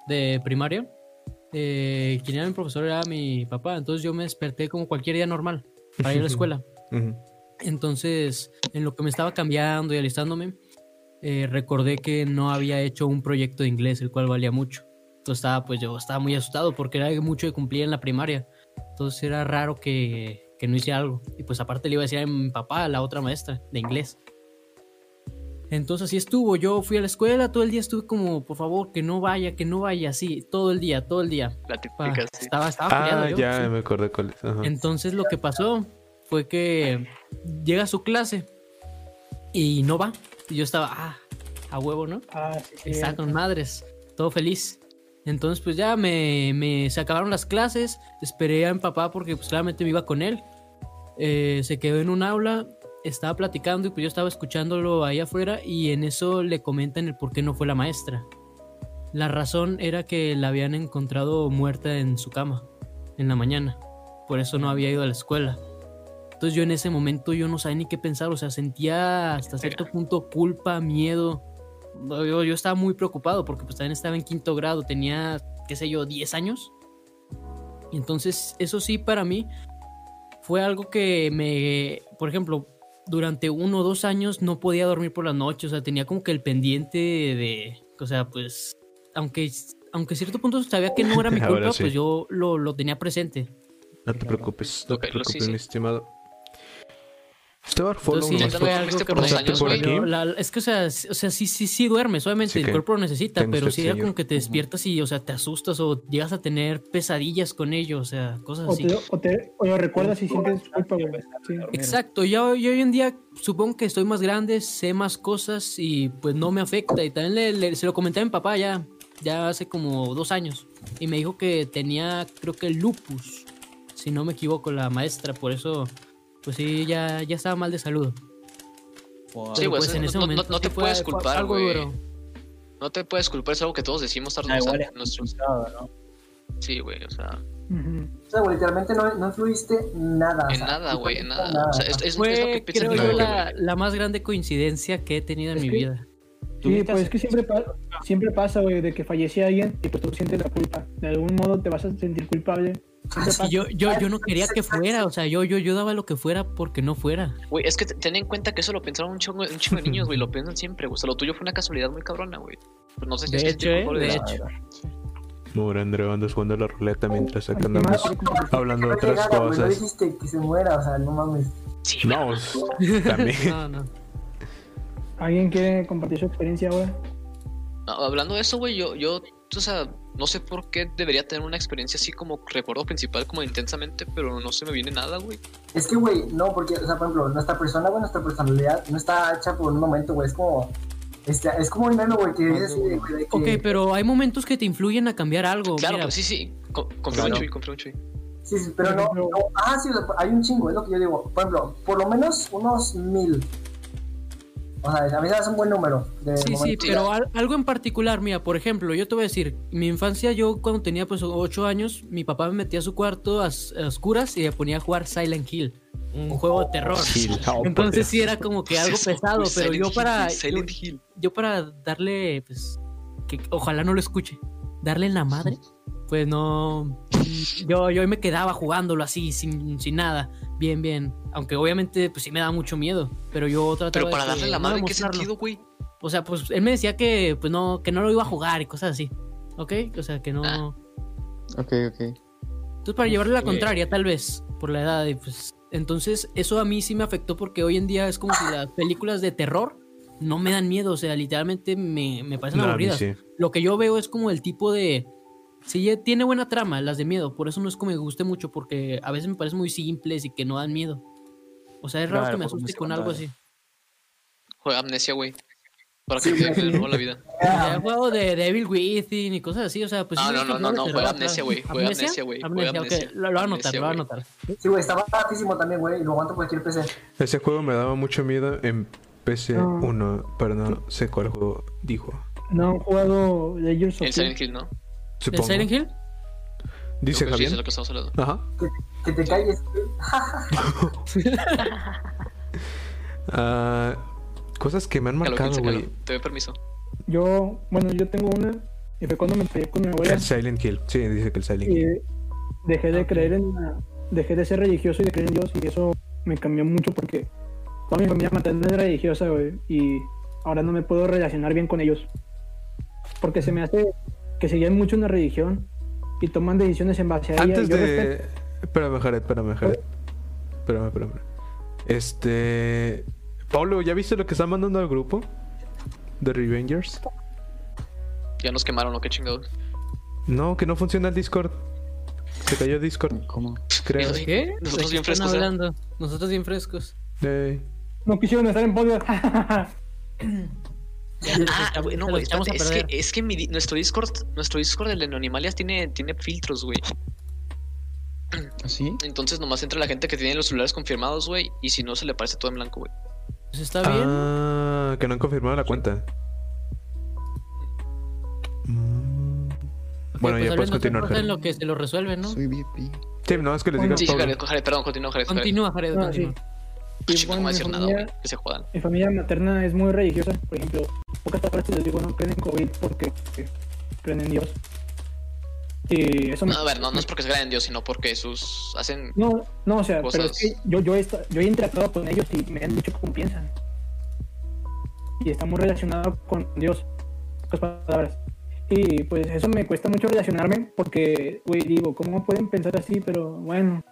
Speaker 5: de primaria, eh, quien era mi profesor era mi papá. Entonces yo me desperté como cualquier día normal para ir a la escuela.
Speaker 2: Ujú.
Speaker 5: Entonces, en lo que me estaba cambiando y alistándome, eh, recordé que no había hecho un proyecto de inglés, el cual valía mucho. Entonces estaba, pues yo estaba muy asustado porque era mucho de cumplir en la primaria. Entonces era raro que, que no hice algo. Y pues aparte le iba a decir a mi papá, a la otra maestra de inglés. Entonces así estuvo, yo fui a la escuela, todo el día estuve como, por favor, que no vaya, que no vaya, así, todo el día, todo el día.
Speaker 1: La
Speaker 5: Pa-
Speaker 1: típica, sí.
Speaker 5: Estaba, estaba peleado
Speaker 2: Ah,
Speaker 5: yo, sí.
Speaker 2: ya me acordé cuál es. ajá.
Speaker 5: Entonces lo que pasó fue que llega a su clase y no va. Y yo estaba, ah, a huevo, ¿no?
Speaker 4: Ah, sí, sí.
Speaker 5: Está con madres, todo feliz. Entonces pues ya me, me- se acabaron las clases, esperé a mi papá porque pues claramente me iba con él. Eh, se quedó en un aula, estaba platicando y pues yo estaba escuchándolo ahí afuera y en eso le comentan el por qué no fue la maestra. La razón era que la habían encontrado muerta en su cama en la mañana. Por eso no había ido a la escuela. Entonces yo en ese momento yo no sabía ni qué pensar, o sea, sentía hasta cierto punto culpa, miedo. Yo, yo estaba muy preocupado porque pues también estaba en quinto grado, tenía, qué sé yo, 10 años. Y entonces eso sí para mí fue algo que me, por ejemplo, durante uno o dos años no podía dormir por la noche, o sea, tenía como que el pendiente de, o sea, pues, aunque aunque cierto punto sabía que no era mi
Speaker 2: Ahora
Speaker 5: culpa,
Speaker 2: sí.
Speaker 5: pues yo lo, lo tenía presente.
Speaker 2: No te preocupes, no te
Speaker 1: Tocarlo, sí,
Speaker 2: preocupes,
Speaker 1: sí.
Speaker 2: mi estimado. Te va a dar follow
Speaker 5: Entonces,
Speaker 2: nomás
Speaker 5: sí,
Speaker 1: intentando
Speaker 5: fue
Speaker 2: por-
Speaker 1: que
Speaker 5: algo
Speaker 1: este
Speaker 5: que
Speaker 1: por los
Speaker 5: me-
Speaker 1: años,
Speaker 2: ¿Por aquí?
Speaker 5: la- es que, o sea, sí- o sea, sí, sí, sí duermes, obviamente,
Speaker 2: Sí,
Speaker 5: el
Speaker 2: que-
Speaker 5: cuerpo lo necesita,
Speaker 2: tengo
Speaker 5: pero
Speaker 2: usted,
Speaker 5: sí era
Speaker 2: señor.
Speaker 5: como que te despiertas y, o sea, te asustas o llegas a tener pesadillas con ello, o sea, cosas
Speaker 4: O,
Speaker 5: así.
Speaker 4: te, o, te, o lo recuerdas y sientes culpa, güey. Sí.
Speaker 5: Exacto, yo, yo hoy en día supongo que estoy más grande, sé más cosas y pues no me afecta. Y también le- le- se lo comenté a mi papá ya, ya hace como dos años y me dijo que tenía, creo que lupus, si no me equivoco, la maestra, por eso, pues sí, ya, ya estaba mal de salud.
Speaker 3: Por-
Speaker 1: Sí,
Speaker 5: Pero,
Speaker 1: güey,
Speaker 5: pues,
Speaker 1: eso
Speaker 5: en
Speaker 1: no-
Speaker 5: ese
Speaker 1: no- no-
Speaker 5: momento
Speaker 1: no te
Speaker 5: sí fue-
Speaker 1: puedes
Speaker 5: fue
Speaker 1: culpar,
Speaker 5: algo
Speaker 1: güey.
Speaker 5: duro.
Speaker 1: No te puedes culpar, es algo que todos decimos tarde o
Speaker 3: Ah,
Speaker 1: temprano,
Speaker 3: igual es
Speaker 1: nuestros-
Speaker 3: complicado, ¿no?
Speaker 1: Sí, güey, o sea,
Speaker 4: Ujú.
Speaker 6: O sea, güey, literalmente no, no influiste nada. o
Speaker 1: en
Speaker 6: sea,
Speaker 1: nada, güey, en
Speaker 6: literalmente
Speaker 1: nada. O sea, este- es, es- es lo que
Speaker 5: Fue,
Speaker 1: piensan
Speaker 5: creo
Speaker 1: de
Speaker 5: yo,
Speaker 1: mí,
Speaker 5: la, la más grande coincidencia que he tenido en
Speaker 4: Es
Speaker 5: mi
Speaker 4: que-
Speaker 5: vida.
Speaker 4: Sí, pues es que siempre, pa- siempre pasa, güey, de que fallece alguien y pues tú sientes la culpa. De algún modo te vas a sentir culpable. Siempre
Speaker 5: Y yo, yo, yo no quería que fuera, o sea, yo, yo, yo daba lo que fuera porque no fuera.
Speaker 1: Güey, es que te- ten en cuenta que eso lo pensaron un chingo, un chingo de niños, güey. Lo piensan siempre, güey. O sea, lo tuyo fue una casualidad muy cabrona, güey. Pues no sé si
Speaker 5: De
Speaker 1: es que
Speaker 5: hecho,
Speaker 1: estoy
Speaker 5: eh,
Speaker 1: culpable
Speaker 5: de
Speaker 1: de-
Speaker 5: hecho.
Speaker 2: Mora, Andreu, andas jugando a la ruleta mientras acá
Speaker 4: Encima-
Speaker 2: andamos hablando de
Speaker 6: No
Speaker 2: otras
Speaker 6: llegara, güey, no
Speaker 2: cosas.
Speaker 6: dijiste que se muera, o sea, no mames.
Speaker 1: Sí, güey.
Speaker 2: No, s- también.
Speaker 5: No, no.
Speaker 4: ¿Alguien quiere compartir su experiencia ahora?
Speaker 1: No, hablando de eso, güey, yo, yo, o sea, no sé por qué debería tener una experiencia así como recuerdo principal, como intensamente, pero no se me viene nada, güey.
Speaker 5: Pues
Speaker 6: Es que, güey, no, porque, o sea, por ejemplo, nuestra persona, güey, nuestra personalidad no está hecha por un momento, güey. Es como. Este, es como un meme, güey, que dice así, güey, de que.
Speaker 5: Ok, pero hay momentos que te influyen a cambiar algo.
Speaker 1: Claro,
Speaker 5: Mira,
Speaker 1: pero sí, sí. co- Confío en
Speaker 6: Claro.
Speaker 1: Chuy, confío en Chuy.
Speaker 6: Sí, sí, pero no, no. Ah, sí, o sea, hay un chingo, es lo que yo digo. Por ejemplo, por lo menos unos mil. O sea, a mí se me hace un buen número. De
Speaker 5: sí, sí,
Speaker 6: momentos.
Speaker 5: pero al- algo en particular, mira, por ejemplo, yo te voy a decir, mi infancia, yo cuando tenía pues 8 años, mi papá me metía a su cuarto a, s- a oscuras y me ponía a jugar Silent Hill,
Speaker 1: Mm.
Speaker 5: un juego de terror. Entonces sí era como que algo pesado,
Speaker 1: Güey,
Speaker 5: pero
Speaker 1: Silent
Speaker 5: yo
Speaker 1: Hill,
Speaker 5: para
Speaker 1: güey,
Speaker 5: yo,
Speaker 1: Silent Hill.
Speaker 5: yo para darle pues que ojalá no lo escuche, darle en la madre, pues no yo yo ahí me quedaba jugándolo así sin, sin nada, bien bien, aunque obviamente pues sí me daba mucho miedo, pero yo trataba
Speaker 1: Pero
Speaker 5: de
Speaker 1: para
Speaker 5: que
Speaker 1: darle la
Speaker 5: no
Speaker 1: madre, ¿en qué
Speaker 5: demostrarlo.
Speaker 1: sentido, güey?
Speaker 5: O sea, pues él me decía que pues no, que no lo iba a jugar y cosas así. ¿Ok? O sea, que no.
Speaker 1: Ah.
Speaker 7: Ok, ok.
Speaker 5: Entonces, para llevarle la
Speaker 3: Este-
Speaker 5: contraria, tal vez, por la edad. Y pues. Entonces, eso a mí sí me afectó porque hoy en día es como si las películas de terror no me dan miedo. O sea, literalmente me, me parecen
Speaker 2: No, a mí
Speaker 5: aburridas.
Speaker 2: sí.
Speaker 5: Lo que yo veo es como el tipo de. Sí, ya tiene buena trama, las de miedo. Por eso no es que me guste mucho, porque a veces me parecen muy simples y que no dan miedo. O sea, es raro
Speaker 3: Claro,
Speaker 5: que me
Speaker 3: porque muy
Speaker 5: asuste con algo así.
Speaker 3: secundario.
Speaker 1: Juega amnesia, güey. Para que te de nuevo la vida.
Speaker 5: Ya he jugado de Devil Within y cosas así, o sea, pues.
Speaker 1: No,
Speaker 5: sí,
Speaker 1: no,
Speaker 5: es
Speaker 1: no,
Speaker 5: que
Speaker 1: no,
Speaker 5: juego de
Speaker 1: no,
Speaker 5: terror,
Speaker 1: juega
Speaker 5: claro.
Speaker 1: Amnesia, güey, juega Amnesia, güey, juega
Speaker 5: Amnesia, ok,
Speaker 1: Amnesia.
Speaker 5: Lo, lo voy a anotar, lo voy a
Speaker 1: Amnesia,
Speaker 5: anotar.
Speaker 6: Sí, güey, está baratísimo también, güey, y lo aguanto cualquier PC.
Speaker 2: Ese juego me daba mucho miedo en
Speaker 4: No.
Speaker 2: PC1, pero no sé cuál juego dijo.
Speaker 4: No han jugado Legends
Speaker 1: El
Speaker 4: of
Speaker 1: Silent Hill, ¿no?
Speaker 5: ¿El
Speaker 2: Supongo.
Speaker 5: Silent Hill?
Speaker 1: Creo que pues
Speaker 2: Dice
Speaker 1: sí, es de
Speaker 2: Javier.
Speaker 1: lo que estamos hablando.
Speaker 2: Ajá.
Speaker 6: Que te calles, güey.
Speaker 2: Ah, cosas que me han
Speaker 1: Calo,
Speaker 2: marcado,
Speaker 1: calo,
Speaker 2: güey.
Speaker 1: calo. Te doy permiso.
Speaker 4: Yo, bueno, yo tengo una y fue cuando me peleé con mi abuela
Speaker 2: El Silent Hill. Sí, dice que el Silent
Speaker 4: y
Speaker 2: Hill.
Speaker 4: dejé de
Speaker 5: Ok.
Speaker 4: creer en la- dejé de ser religioso y de creer en Dios y eso me cambió mucho porque toda mi familia materna es religiosa, güey, y ahora no me puedo relacionar bien con ellos. Porque se me hace que siguen mucho una religión y toman decisiones en base a ella.
Speaker 2: Antes
Speaker 4: Yo respeto-
Speaker 2: de. Espérame, Jared, espérame, Jared. Espérame, espérame. Este. Pablo, ¿ya viste lo que está mandando al grupo? De Revengers.
Speaker 1: Ya nos quemaron, ¿no? Qué chingados.
Speaker 2: No, que no funciona el Discord. Se cayó Discord,
Speaker 7: ¿Cómo?
Speaker 2: creo.
Speaker 1: Eso-
Speaker 5: ¿Qué?
Speaker 1: Nosotros
Speaker 5: ¿De
Speaker 1: bien
Speaker 5: qué
Speaker 1: frescos,
Speaker 5: están
Speaker 1: ¿eh?
Speaker 5: hablando? Nosotros bien frescos.
Speaker 2: Ey.
Speaker 4: No quisieron estar en podio.
Speaker 5: Ya nos
Speaker 1: Ah,
Speaker 5: echamos-
Speaker 1: güey, no,
Speaker 5: nos
Speaker 1: güey,
Speaker 5: echamos a
Speaker 1: espérate, es
Speaker 5: perder.
Speaker 1: que, es que mi di- nuestro Discord, nuestro Discord, el de Animalias, tiene, tiene filtros, güey.
Speaker 7: ¿Ah, ¿Sí?
Speaker 1: Entonces nomás entra la gente que tiene los celulares confirmados, güey, y si no, se le parece todo en blanco, güey.
Speaker 5: Pues está bien.
Speaker 2: Ah, que no han confirmado la cuenta. Mm.
Speaker 5: Ok,
Speaker 2: Bueno,
Speaker 5: pues,
Speaker 2: ya
Speaker 5: al
Speaker 2: puedes
Speaker 5: menos
Speaker 2: continuar,
Speaker 5: En
Speaker 2: Jared.
Speaker 5: lo que se lo resuelven, ¿no?
Speaker 7: Soy VIP.
Speaker 2: Sí, no, es que les digo
Speaker 1: Sí,
Speaker 2: a Pablo.
Speaker 1: Jared, Jared, perdón, continúa, Jared. Jared.
Speaker 5: Continúa, Jared,
Speaker 4: No,
Speaker 5: continúa.
Speaker 4: Y
Speaker 1: Chico, no
Speaker 4: bueno,
Speaker 1: voy a
Speaker 4: mi
Speaker 1: decir nada,
Speaker 4: familia-
Speaker 1: güey. Que se jodan.
Speaker 4: Mi familia materna es muy religiosa, por ejemplo, pocas partes les digo no creen en COVID porque creen en Dios. Y eso me-
Speaker 1: No, a ver, no, no es porque se crean en Dios, sino porque sus hacen.
Speaker 4: No, no, o sea, pero
Speaker 1: Cosas.
Speaker 4: es que yo, yo, he, esta- yo he interactuado con ellos y me han dicho cómo piensan. Y está muy relacionado con Dios, en pocas palabras. Y pues eso me cuesta mucho relacionarme porque, güey, digo, ¿cómo pueden pensar así? Pero bueno,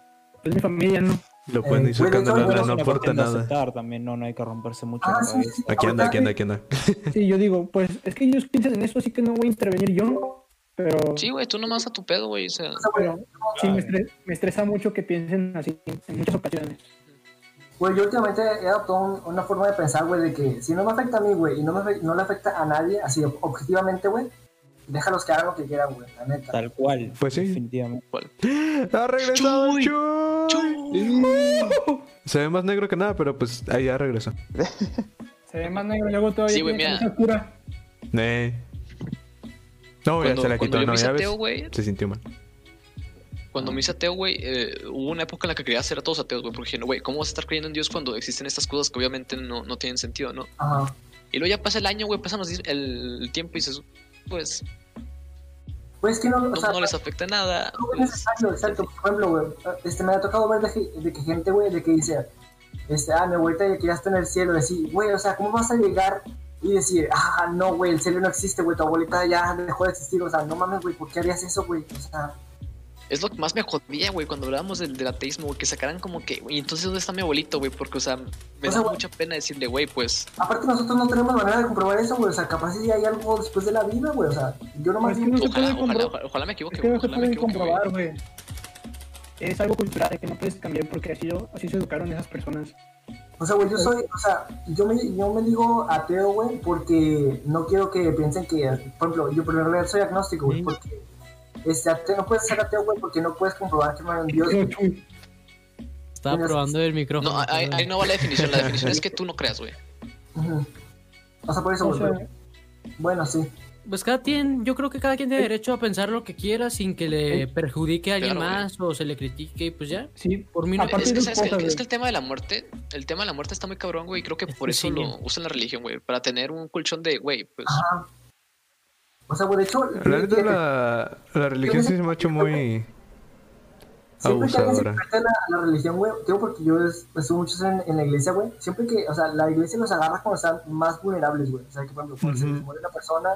Speaker 4: es mi familia, ¿no?
Speaker 2: Lo
Speaker 6: Eh,
Speaker 2: pueden ir
Speaker 6: bueno,
Speaker 2: sacando
Speaker 6: no,
Speaker 2: la
Speaker 6: bueno,
Speaker 2: lana,
Speaker 6: es
Speaker 2: no
Speaker 3: una
Speaker 2: aporta
Speaker 3: cuestión de
Speaker 2: nada.
Speaker 3: aceptar también, no, no hay que romperse mucho
Speaker 6: Ah,
Speaker 3: la
Speaker 6: sí,
Speaker 3: cabeza.
Speaker 6: sí, sí.
Speaker 2: Aquí anda, aquí anda,
Speaker 6: Ahorita-
Speaker 2: aquí anda.
Speaker 4: Sí, yo digo, pues es que ellos piensan en eso, así que no voy a intervenir yo. Pero
Speaker 1: Sí,
Speaker 4: sí,
Speaker 1: güey, tú nomás a tu pedo, güey. O sea,
Speaker 6: O sea, güey,
Speaker 4: me, estre- me estresa mucho que piensen así en muchas ocasiones.
Speaker 6: Güey, yo últimamente he adoptado un- una forma de pensar, güey, de que si no me afecta a mí, güey, y no, me, afe- no le afecta a nadie, así ob- objetivamente, güey, déjalos que hagan lo que quieran, güey, la neta.
Speaker 3: Tal cual.
Speaker 2: Pues sí.
Speaker 3: Definitivamente.
Speaker 2: ¡Ha regresado
Speaker 1: Chuy.
Speaker 2: Chuy! Se ve más negro que nada, pero pues ahí ya regresó.
Speaker 4: Se ve más negro, luego todavía
Speaker 1: Sí, güey,
Speaker 4: tiene
Speaker 1: mira.
Speaker 4: camisa oscura.
Speaker 2: Eh. No, ya
Speaker 1: Cuando-
Speaker 2: se
Speaker 1: cuando
Speaker 2: la quitó,
Speaker 1: yo
Speaker 2: no,
Speaker 1: me hice
Speaker 2: ya
Speaker 1: ateo,
Speaker 2: ves.
Speaker 1: güey.
Speaker 2: Se sintió mal.
Speaker 1: Cuando me hice ateo, güey, eh, hubo una época en la que quería hacer a todos ateos, güey, porque dije, no, güey, ¿cómo vas a estar creyendo en Dios cuando existen estas cosas que obviamente no, no tienen sentido, no?
Speaker 6: Ajá.
Speaker 1: Y luego ya pasa el año, güey, pasan los, di- el, el tiempo y dices, pues,
Speaker 6: Güey, es que no, o
Speaker 1: no,
Speaker 6: sea,
Speaker 1: no les afecta nada.
Speaker 6: no es
Speaker 1: pues,
Speaker 6: necesario, exacto. Por ejemplo, güey, este, me ha tocado ver de, que- de que gente, güey, de que dice, este, ah, mi abuelita ya que ya está en el cielo, decir, güey, o sea, ¿cómo vas a llegar y decir, ah, no, güey, el cielo no existe, güey, tu abuelita ya dejó de existir, o sea, no mames, güey, ¿por qué harías eso, güey? O sea,
Speaker 1: Es lo que más me jodía, güey, cuando hablábamos del, del ateísmo, güey, que sacaran como que, güey, entonces ¿dónde está mi abuelito, güey? Porque, o sea, me
Speaker 6: O
Speaker 1: da
Speaker 6: sea, güey.
Speaker 1: mucha pena decirle, güey, pues,
Speaker 6: Aparte nosotros no tenemos manera de comprobar eso, güey. O sea, capaz si hay algo después de la vida, güey. O sea, yo nomás
Speaker 4: Pues que
Speaker 6: digo,
Speaker 4: no se
Speaker 1: ojalá,
Speaker 4: puede
Speaker 1: ojalá,
Speaker 4: compro-
Speaker 1: ojalá, ojalá me equivoque,
Speaker 4: Es que
Speaker 1: güey,
Speaker 4: no se
Speaker 1: ojalá me
Speaker 4: pueden
Speaker 1: equivoque, güey.
Speaker 4: comprobar, güey. Es algo cultural que no puedes cambiar porque así, lo- así se educaron esas personas.
Speaker 6: o sea, güey, yo soy, o sea, yo me, yo me digo ateo, güey, porque no quiero que piensen que, por ejemplo, yo por lo general soy agnóstico, güey,
Speaker 2: Sí.
Speaker 6: porque este ateo, no puedes ser ateo, güey, porque no puedes comprobar que no hay un Dios. güey.
Speaker 5: Estaba
Speaker 6: Tienes-
Speaker 5: probando el micrófono.
Speaker 1: No, ahí, ahí
Speaker 5: perdón.
Speaker 1: no va la definición, la definición es que tú no creas, güey.
Speaker 6: Ujú. O sea, por eso,
Speaker 4: O
Speaker 6: güey.
Speaker 4: sea,
Speaker 6: pero- Bueno, sí.
Speaker 5: Pues cada quien, yo creo que cada quien tiene derecho a pensar lo que quiera sin que le perjudique a alguien
Speaker 1: Claro, güey.
Speaker 5: más o se le critique y pues ya.
Speaker 4: sí,
Speaker 5: Por mí no.
Speaker 4: Aparte
Speaker 1: es,
Speaker 4: de
Speaker 1: que, ¿sabes qué?
Speaker 4: cosas,
Speaker 1: Es
Speaker 4: güey.
Speaker 1: que el tema de la muerte, el tema de la muerte está muy cabrón, güey. y Creo que
Speaker 5: Es
Speaker 1: por
Speaker 5: que
Speaker 1: eso
Speaker 5: sí.
Speaker 1: lo usan la religión, güey. Para tener un colchón de, güey, pues.
Speaker 6: Ajá. O sea, güey, de hecho,
Speaker 2: La
Speaker 6: fíjate,
Speaker 2: neta, la, la religión sí se me ha hecho muy.
Speaker 6: Siempre que alguien se
Speaker 2: Abusadora.
Speaker 6: convierte a la, a la religión, güey, digo porque yo es- estuve muchos en, en la iglesia, güey, siempre que, o sea, la iglesia los agarra cuando están más vulnerables, güey, o sea, que cuando, cuando se
Speaker 2: Ujú.
Speaker 6: les muere una persona,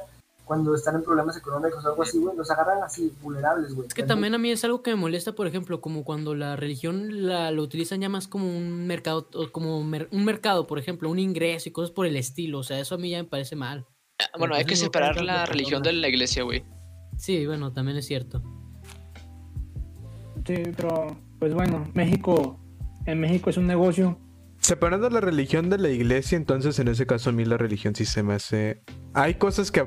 Speaker 6: cuando están en problemas económicos o algo así, güey, los agarran así, vulnerables, güey.
Speaker 5: Es que también a mí es algo que me molesta, por ejemplo, como cuando la religión la, lo utilizan ya más como un mercado, o como mer- un mercado, por ejemplo, un ingreso y cosas por el estilo. O sea, eso a mí ya me parece mal.
Speaker 1: ah, Bueno, hay que
Speaker 5: Entonces, no
Speaker 1: separar
Speaker 5: creas
Speaker 1: la
Speaker 5: tanto,
Speaker 1: religión de
Speaker 5: perdona.
Speaker 1: la iglesia, güey.
Speaker 5: Sí, bueno, también es cierto.
Speaker 4: sí, pero pues bueno, México, en México es un negocio.
Speaker 2: Separando la religión de la iglesia, entonces en ese caso a mí la religión sí se me hace. Hay cosas que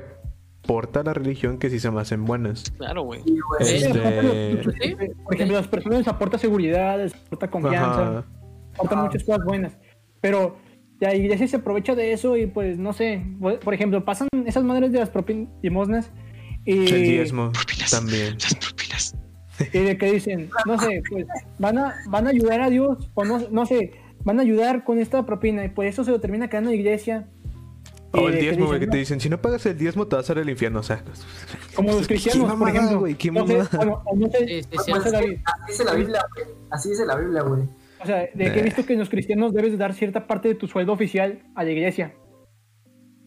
Speaker 2: aporta la religión que sí se me hacen buenas.
Speaker 1: Claro, güey.
Speaker 6: Sí, güey,
Speaker 5: Eh,
Speaker 4: Sí,
Speaker 2: Este.
Speaker 4: Por ejemplo, por ejemplo, las personas les aporta seguridad, les aporta confianza,
Speaker 2: Ajá.
Speaker 4: aporta
Speaker 6: Ajá.
Speaker 4: muchas cosas buenas. Pero la iglesia se aprovecha de eso y pues no sé, por- por ejemplo, pasan esas madres de las propias limosnas y,
Speaker 2: El diezmo
Speaker 1: propinas.
Speaker 2: también.
Speaker 1: Las propinas.
Speaker 4: y de que dicen, no sé, pues van a, van a ayudar a Dios o no, no sé, van a ayudar con esta propina y pues eso se lo termina quedando la iglesia. Y
Speaker 2: O
Speaker 4: de
Speaker 2: Oh, el
Speaker 4: que
Speaker 2: diezmo, güey, que
Speaker 4: dicen,
Speaker 2: te dicen, si no pagas el diezmo te vas a dar el infierno, o sea.
Speaker 4: Como los cristianos, por
Speaker 2: mamada,
Speaker 4: ejemplo.
Speaker 2: güey, qué
Speaker 4: no sé,
Speaker 2: mamada.
Speaker 4: bueno, o no sé,
Speaker 5: Sí, sí,
Speaker 1: Pues,
Speaker 4: no
Speaker 5: sí,
Speaker 4: sé,
Speaker 5: sí.
Speaker 4: David.
Speaker 6: Pues, así dice la Biblia, güey, así dice la Biblia, güey.
Speaker 4: O sea, de que he visto que en los cristianos debes de dar cierta parte de tu sueldo oficial a la iglesia.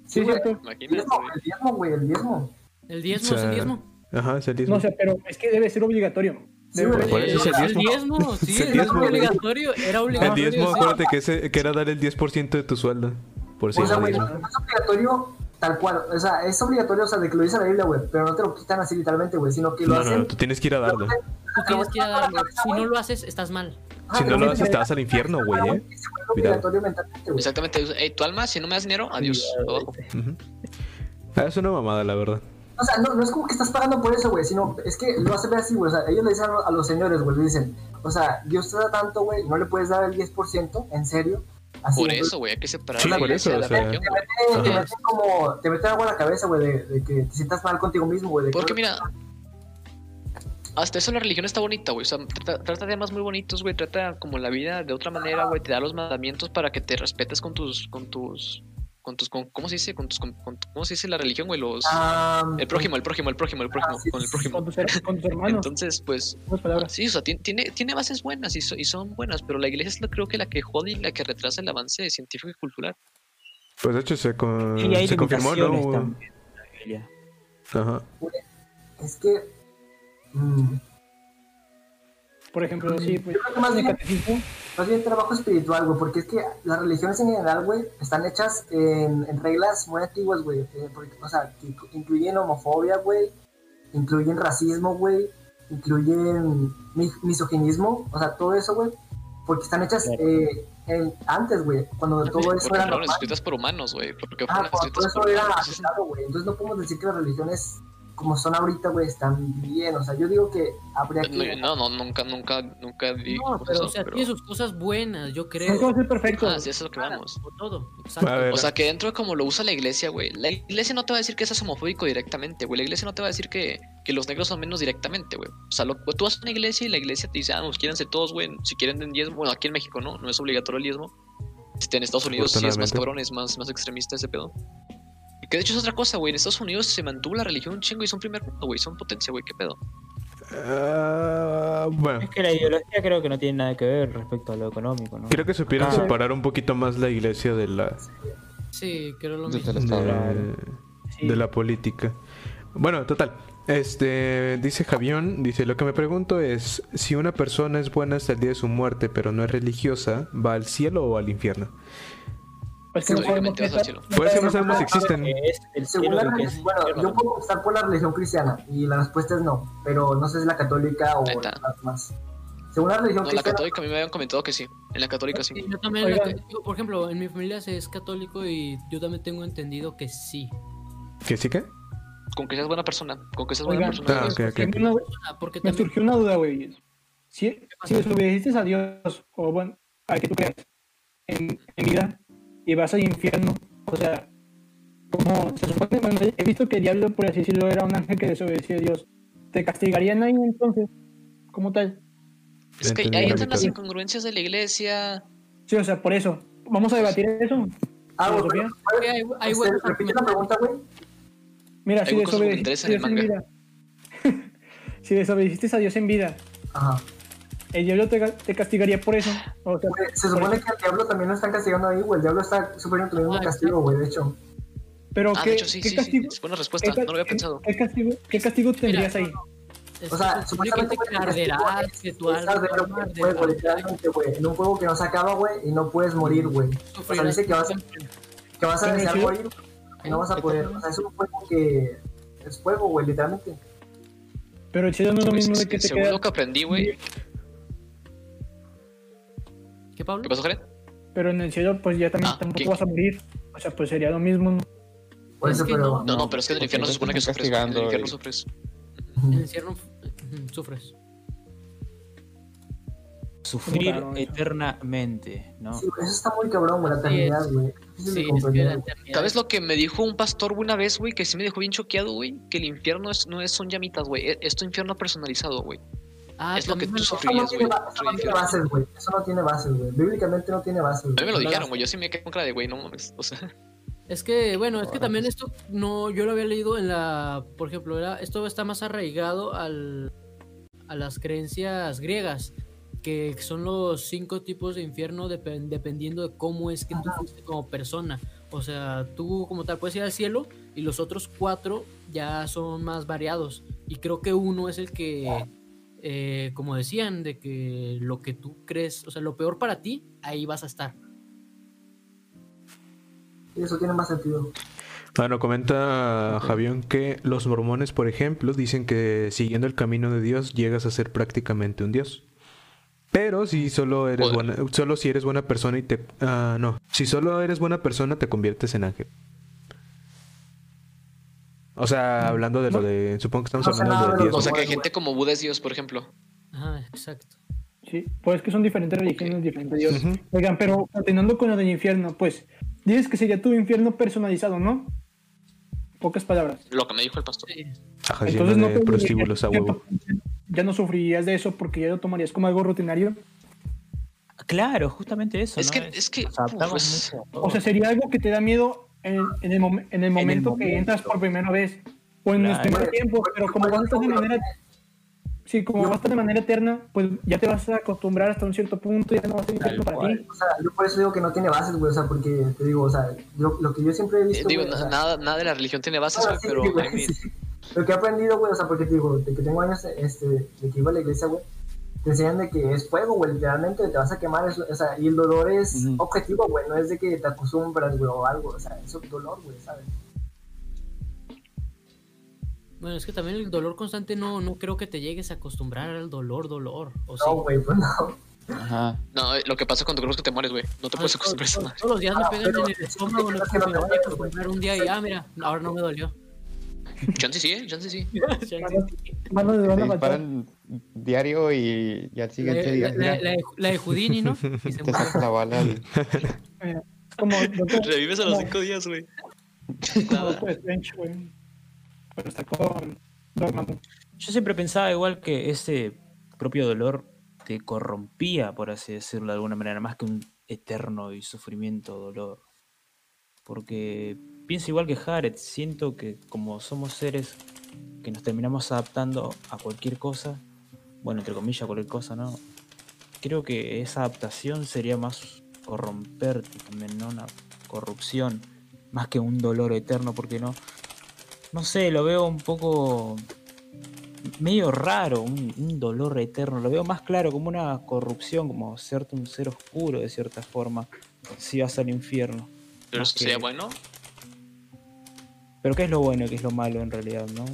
Speaker 4: Sí, es
Speaker 6: güey,
Speaker 4: cierto.
Speaker 6: el
Speaker 1: Imagínate,
Speaker 6: diezmo,
Speaker 1: güey.
Speaker 6: el diezmo, güey, el diezmo.
Speaker 5: El diezmo
Speaker 2: O
Speaker 5: es el
Speaker 2: sea,
Speaker 5: diezmo.
Speaker 2: Ajá, es el diezmo.
Speaker 4: No, o sea, pero es que debe ser obligatorio.
Speaker 6: Sí, güey,
Speaker 2: Por eso es el
Speaker 5: Eh,
Speaker 2: diezmo.
Speaker 5: sí,
Speaker 2: Es el
Speaker 5: era
Speaker 2: diezmo, güey.
Speaker 5: obligatorio, era
Speaker 2: el
Speaker 5: obligatorio.
Speaker 2: diezmo,
Speaker 5: sí.
Speaker 2: acuérdate que, ese- que era dar el 10% de tu sueldo. Por si
Speaker 6: o sea,
Speaker 2: no
Speaker 6: güey,
Speaker 2: diezmo.
Speaker 6: no es obligatorio tal cual, o sea, es obligatorio, o sea, de que lo dice la Biblia, güey, pero no te lo quitan así literalmente, güey, sino que
Speaker 2: No,
Speaker 6: lo
Speaker 2: no,
Speaker 6: hacen...
Speaker 2: no, tú tienes que ir a darlo.
Speaker 5: Tú tienes que ir a darlo. Si no lo haces, estás mal.
Speaker 6: Ajá,
Speaker 2: Si no
Speaker 6: pero
Speaker 2: lo haces, te vas al infierno, güey, ¿eh?
Speaker 6: Es obligatorio mentalmente, güey.
Speaker 1: Exactamente. Ey, tu alma, si no me das dinero, adiós. abajo.
Speaker 2: Ujú. Ah, Es una mamada, la verdad.
Speaker 6: O sea, no, no es como que estás pagando por eso, güey, sino es que lo hacen ver así, güey. O sea, ellos le dicen a lo- a los señores, güey, le dicen, o sea, Dios te da tanto, güey, no le puedes dar el 10%, en serio. Así,
Speaker 1: Por
Speaker 6: güey.
Speaker 1: eso, güey, hay que separar
Speaker 2: Sí,
Speaker 1: la
Speaker 2: por
Speaker 1: iglesia
Speaker 2: eso,
Speaker 1: de la
Speaker 2: o sea.
Speaker 1: religión,
Speaker 6: Te
Speaker 1: güey.
Speaker 6: meten, te
Speaker 1: Ajá.
Speaker 6: meten como, te meten agua a la cabeza, güey, de, de que te sientas mal contigo mismo, güey. de que-
Speaker 1: Porque mira, hasta eso la religión está bonita, güey. O sea, tra- trata temas muy bonitos, güey. Trata como la vida de otra manera, güey. Te da los mandamientos para que te respetes con tus, con tus, con tus, con- ¿cómo se dice? Con tus, con- con- ¿cómo se dice la religión, güey? Los,
Speaker 6: Ah,
Speaker 1: el prójimo, el prójimo, el prójimo, el prójimo,
Speaker 6: Ah, sí,
Speaker 1: con el
Speaker 6: sí,
Speaker 1: prójimo.
Speaker 4: Con tus, her- con tus hermanos,
Speaker 1: Entonces, pues,
Speaker 4: con tus palabras.
Speaker 1: sí, o sea, tien- tiene, tiene bases buenas y, so- y son buenas, pero la iglesia es la, creo que la que jode y la que retrasa el avance científico y cultural.
Speaker 2: Pues de hecho se, con-
Speaker 3: Y hay
Speaker 2: se confirmó, ¿no?
Speaker 3: limitaciones
Speaker 2: Hubo-
Speaker 3: también, Amelia.
Speaker 2: Ajá.
Speaker 6: Es que. mm,
Speaker 4: Por ejemplo, sí, pues.
Speaker 6: Yo creo que más
Speaker 4: de
Speaker 6: bien-
Speaker 4: catecismo.
Speaker 6: más bien trabajo espiritual, güey, porque es que las religiones en general, güey, están hechas en, en reglas muy antiguas, güey. eh, porque, o sea, que inclu- incluyen homofobia, güey, incluyen racismo, güey, incluyen mi- misoginismo, o sea, todo eso, güey, porque están hechas eh, en- antes, güey, cuando todo eso
Speaker 1: Porque
Speaker 6: era
Speaker 1: fueron
Speaker 6: normal.
Speaker 1: escritas por humanos, güey. Porque fueron
Speaker 6: Ah, cuando
Speaker 1: escritas
Speaker 6: todo eso
Speaker 1: por
Speaker 6: era
Speaker 1: humanos. es-
Speaker 6: aceptado, güey. Entonces no podemos decir que las religiones como son ahorita, güey, están bien. O sea, yo digo que habría que...
Speaker 1: No, no, nunca, nunca, nunca digo
Speaker 5: No, pero,
Speaker 1: eso.
Speaker 5: o sea,
Speaker 1: pero-
Speaker 5: tiene sus cosas buenas, yo creo.
Speaker 4: Nunca va a ser perfecto.
Speaker 1: Ah, sí, eso es lo que vamos.
Speaker 5: Como todo.
Speaker 2: A
Speaker 5: Exacto.
Speaker 2: ver.
Speaker 1: O sea, que dentro de como lo usa la iglesia, güey. La iglesia no te va a decir que seas homofóbico directamente, güey. La iglesia no te va a decir que, que los negros son menos directamente, güey. O sea, lo, tú vas a una iglesia y la iglesia te dice, ah, pues quírense todos, güey. Si quieren den diezmo, bueno, aquí en México no, no es obligatorio el diezmo. Este, en Estados Unidos sí es más
Speaker 2: Afortunadamente.
Speaker 1: cabrón, es más, más extremista ese pedo. Que de hecho es otra cosa, güey. En Estados Unidos se mantuvo la religión un chingo y son primer mundo, güey. Son potencia, güey. ¿Qué pedo?
Speaker 2: Ah, bueno,
Speaker 8: Es que la ideología creo que no tiene nada que ver respecto a lo económico, ¿no?
Speaker 2: creo que supieron
Speaker 4: Ah.
Speaker 2: separar un poquito más la iglesia de la,
Speaker 5: Sí, creo lo mismo.
Speaker 7: Desde el Estado.
Speaker 2: de,
Speaker 4: Sí.
Speaker 2: de la política. Bueno, total. Este dice Javión, dice lo que me pregunto es si una persona es buena hasta el día de su muerte, pero no es religiosa, ¿va al cielo o al infierno?
Speaker 4: Pues que no sabemos
Speaker 1: Teóricamente
Speaker 4: qué
Speaker 1: vas al
Speaker 4: tal.
Speaker 1: cielo.
Speaker 2: Por eso no sabemos si existen.
Speaker 8: Que es el
Speaker 6: Según
Speaker 8: cielo
Speaker 6: la
Speaker 8: lo que
Speaker 6: relig-
Speaker 8: es
Speaker 6: bueno, yo puedo optar por la religión cristiana y la respuesta es no, pero no sé si la católica o
Speaker 1: Ahí está.
Speaker 6: la más. Según la religión
Speaker 1: No, la
Speaker 6: cristiana,
Speaker 1: católica a mí me habían comentado que sí. En la católica sí.
Speaker 5: Sí, yo también, la-
Speaker 4: Oigan.
Speaker 5: yo, por ejemplo, en mi familia se es católico y yo también tengo entendido que sí.
Speaker 2: ¿Que sí que?
Speaker 1: Con que seas buena persona. Con que seas buena
Speaker 4: Oigan.
Speaker 1: persona.
Speaker 2: Ah, ok, ok.
Speaker 4: Tengo una-
Speaker 5: Ah, Porque
Speaker 4: Me
Speaker 5: también,
Speaker 4: surgió una duda, güey. Si, si desobedeciste a Dios, o bueno, a que tú creas, en, en vida, y vas al infierno, o sea, como se supone, bueno, he visto que el diablo, por así decirlo, era un ángel que desobedeció a Dios, ¿te castigarían ahí entonces? Como tal.
Speaker 1: Es que
Speaker 2: Entendí
Speaker 1: ahí
Speaker 2: la
Speaker 1: entran las
Speaker 2: mitad.
Speaker 1: incongruencias de la iglesia.
Speaker 4: Sí, o sea, por eso. Vamos a debatir eso.
Speaker 6: Ah, bueno,
Speaker 4: filosofía.
Speaker 5: hay, hay
Speaker 6: Este,
Speaker 5: huecos
Speaker 6: repite la
Speaker 5: argumentales.
Speaker 6: pregunta, güey.
Speaker 4: Mira,
Speaker 1: Hay
Speaker 4: si
Speaker 1: huecos que me
Speaker 4: desobedeciste a
Speaker 1: interesan en
Speaker 4: Dios en
Speaker 1: el
Speaker 4: vida, si desobedeciste a Dios en vida,
Speaker 6: Ajá.
Speaker 4: el diablo te, ca- te castigaría por eso. O sea,
Speaker 6: Güey, Pues, Se supone que al diablo también lo están castigando ahí, güey. El diablo está sufriendo tu mismo
Speaker 5: Ah,
Speaker 6: castigo, güey, de hecho.
Speaker 4: pero
Speaker 1: Ah,
Speaker 4: ¿qué,
Speaker 1: de hecho, sí,
Speaker 4: qué
Speaker 1: sí, sí.
Speaker 4: castigo?
Speaker 1: Es buena respuesta.
Speaker 4: qué ca-
Speaker 1: No lo había
Speaker 4: qué-
Speaker 1: pensado.
Speaker 4: ¿Qué castigo, qué castigo tendrías ahí?
Speaker 5: Es
Speaker 6: O sea,
Speaker 5: que se supone que
Speaker 6: supuestamente
Speaker 5: te arderás, que tu
Speaker 6: Es
Speaker 5: alma
Speaker 6: arder,
Speaker 5: va a
Speaker 6: güey,
Speaker 5: arder,
Speaker 6: güey, literalmente, güey. En un juego que no se acaba, güey, y no puedes morir, güey.
Speaker 5: sufrirás
Speaker 6: dice que vas a-
Speaker 5: siempre.
Speaker 6: Que vas a
Speaker 4: Pero
Speaker 6: desear
Speaker 4: sí.
Speaker 6: morir y no vas a poder. O sea, es un juego que. Es juego, güey, literalmente.
Speaker 4: Pero el cielo no es lo
Speaker 1: Pues,
Speaker 4: mismo
Speaker 1: es-
Speaker 4: de que te
Speaker 1: según
Speaker 4: quedas.
Speaker 1: lo que aprendí, güey.
Speaker 5: ¿Qué, Pablo?
Speaker 1: ¿Qué pasó, Jared?
Speaker 4: Pero en el cielo, pues ya también
Speaker 1: Ah,
Speaker 4: tampoco
Speaker 1: ¿qué?
Speaker 4: vas a morir. O sea, pues sería lo mismo. ¿no?
Speaker 6: Por
Speaker 5: Es
Speaker 6: eso,
Speaker 5: que
Speaker 6: pero.
Speaker 1: No, no, pero es que en el
Speaker 7: porque
Speaker 1: infierno se
Speaker 7: te
Speaker 1: supone que
Speaker 7: están
Speaker 1: sufres. güey, En el
Speaker 7: castigando
Speaker 1: infierno
Speaker 7: y-
Speaker 1: sufres.
Speaker 5: En el infierno ujú, sufres.
Speaker 3: Sufrir
Speaker 4: Puta, no, eso.
Speaker 3: eternamente, ¿no?
Speaker 6: Sí, güey, eso está muy cabrón, güey, la
Speaker 5: Así
Speaker 6: eternidad,
Speaker 5: es.
Speaker 6: güey. Es difícil de
Speaker 5: Sí, es que
Speaker 6: comprender,
Speaker 5: la
Speaker 6: güey.
Speaker 5: eternidad
Speaker 1: ¿Sabes lo que me dijo un pastor una vez, güey? Que sí me dejó bien choqueado, güey. Que el infierno es, no es, son llamitas, güey. E, Es, es tu infierno personalizado, güey.
Speaker 5: Ah,
Speaker 1: es lo que
Speaker 5: también
Speaker 1: tú
Speaker 5: me
Speaker 1: sufres.
Speaker 6: Eso no
Speaker 1: Ríes,
Speaker 6: tiene
Speaker 1: güey,
Speaker 6: ba- eso no tiene
Speaker 1: ríes.
Speaker 6: bases, güey. Eso no tiene bases, güey. Bíblicamente no tiene
Speaker 1: A
Speaker 6: bases.
Speaker 1: mí me lo
Speaker 6: No las-
Speaker 1: dijeron, güey. Yo sí me quedé con cara de, güey, no mames. O sea,
Speaker 5: Es que, bueno, es que también esto no, yo lo había leído en la, por ejemplo, era, esto está más arraigado al, a las creencias griegas, que son los cinco tipos de infierno depen- dependiendo de cómo es que tú fuiste como persona. O sea, tú como tal puedes ir al cielo y los otros cuatro ya son más variados. Y creo que uno es el que, eh, como decían, de que lo que tú crees, o sea, lo peor para ti, ahí vas a estar.
Speaker 6: Sí, Eso tiene más sentido.
Speaker 2: Bueno, comenta Javión que los mormones, por ejemplo, dicen que siguiendo el camino de Dios llegas a ser prácticamente un dios. Pero si solo eres
Speaker 1: Joder.
Speaker 2: buena, solo si eres buena persona y te ah, no, si solo eres buena persona te conviertes en ángel. O sea, hablando de lo de supongo que estamos
Speaker 6: No sé
Speaker 2: hablando
Speaker 6: nada
Speaker 2: de
Speaker 6: de los
Speaker 1: o
Speaker 2: Dios.
Speaker 1: sea que hay
Speaker 6: güey.
Speaker 1: gente como Buda es Dios, por ejemplo.
Speaker 5: Ajá, exacto.
Speaker 4: Sí, pues es que son diferentes religiones, diferentes dioses.
Speaker 2: Ujú.
Speaker 4: Oigan, pero continuando con lo del infierno, pues dices que sería tu infierno personalizado, ¿no? Pocas palabras.
Speaker 1: Lo que me dijo el pastor.
Speaker 5: Sí.
Speaker 2: Ajá, lleno
Speaker 4: no
Speaker 2: de
Speaker 4: tendrías-
Speaker 2: prostíbulos a
Speaker 4: ya
Speaker 2: huevo.
Speaker 4: no- Ya no sufrirías de eso porque ya lo tomarías como algo rutinario.
Speaker 8: Claro, justamente eso.
Speaker 1: Es
Speaker 8: ¿no?
Speaker 1: que, es que,
Speaker 8: nos adaptamos
Speaker 1: pues,
Speaker 8: mucho a todo.
Speaker 4: O sea, sería algo que te da miedo en, en el, mom- en el momento que
Speaker 8: momento.
Speaker 4: entras por primera vez o en los
Speaker 8: Claro.
Speaker 4: primeros tiempos, pero como vas a estar de manera. Sí, como vas a estar de manera eterna, pues ya te vas a acostumbrar hasta un cierto punto y ya no va a ser infierno para ti.
Speaker 6: O sea, yo por eso digo que no tiene bases, güey. O sea, porque te digo, o sea, yo- lo que yo siempre he
Speaker 1: eh,
Speaker 6: visto.
Speaker 1: digo,
Speaker 6: güey, o sea,
Speaker 1: nada, nada de la religión tiene bases,
Speaker 6: Ahora
Speaker 1: güey,
Speaker 6: sí,
Speaker 1: pero
Speaker 6: sí, güey,
Speaker 1: a mí-
Speaker 6: sí. Lo que he aprendido, güey, o sea, porque te digo, de que tengo años este, de que iba a la iglesia, güey, te enseñan de que es fuego, güey, literalmente te vas a quemar, es- o sea, y el dolor es
Speaker 7: Ujú.
Speaker 6: objetivo, güey, no es de que te acostumbras, güey, o algo, o sea, es un dolor, güey, ¿sabes?
Speaker 5: Bueno, es que también el dolor constante no, no creo que te llegues a acostumbrar al dolor, dolor. O sí.
Speaker 6: No, güey, pues no.
Speaker 7: Ajá.
Speaker 1: No, eh, lo que pasa cuando crees que te mueres, güey. No te
Speaker 5: Ah,
Speaker 1: puedes
Speaker 5: todos-
Speaker 1: acostumbrar a esa
Speaker 5: todos-
Speaker 1: madre.
Speaker 5: Todos los días me
Speaker 6: pues, Ah,
Speaker 5: pegan
Speaker 6: pero
Speaker 5: en el
Speaker 6: es que
Speaker 5: estómago, no
Speaker 6: no
Speaker 5: es como
Speaker 6: te
Speaker 5: que me
Speaker 6: duele,
Speaker 5: voy a
Speaker 6: güey.
Speaker 5: acostumbrar un día y ah, mira, ahora no me dolió.
Speaker 1: Chance sí, eh, chance sí.
Speaker 4: Manos de
Speaker 7: Te
Speaker 4: van a matar.
Speaker 7: disparan diario y, y al
Speaker 5: La,
Speaker 7: siguiente día
Speaker 5: Eh, la-
Speaker 7: mira,
Speaker 5: la- la de, la de Houdini, ¿no? Y se
Speaker 7: te
Speaker 5: muere.
Speaker 7: sacas la bala. al-
Speaker 4: Como Doctor,
Speaker 1: Revives a los cinco días, güey.
Speaker 4: como Doctor Strange, güey. Cuando sacó Dormammu.
Speaker 3: Yo siempre pensaba igual que ese propio dolor te corrompía, por así decirlo de alguna manera, más que un eterno y sufrimiento dolor. Porque pienso igual que Jared, siento que como somos seres que nos terminamos adaptando a cualquier cosa, bueno, entre comillas, cualquier cosa, ¿no? Creo que esa adaptación sería más corromperte también, ¿no? Una corrupción, más que un dolor eterno, porque no. No sé, lo veo un poco medio raro, un, un dolor eterno. Lo veo más claro como una corrupción, como cierto un ser oscuro de cierta forma, si vas al infierno.
Speaker 1: Pero eso
Speaker 3: Ok.
Speaker 1: sería bueno.
Speaker 3: Pero qué es lo bueno y qué es lo malo en realidad, ¿no?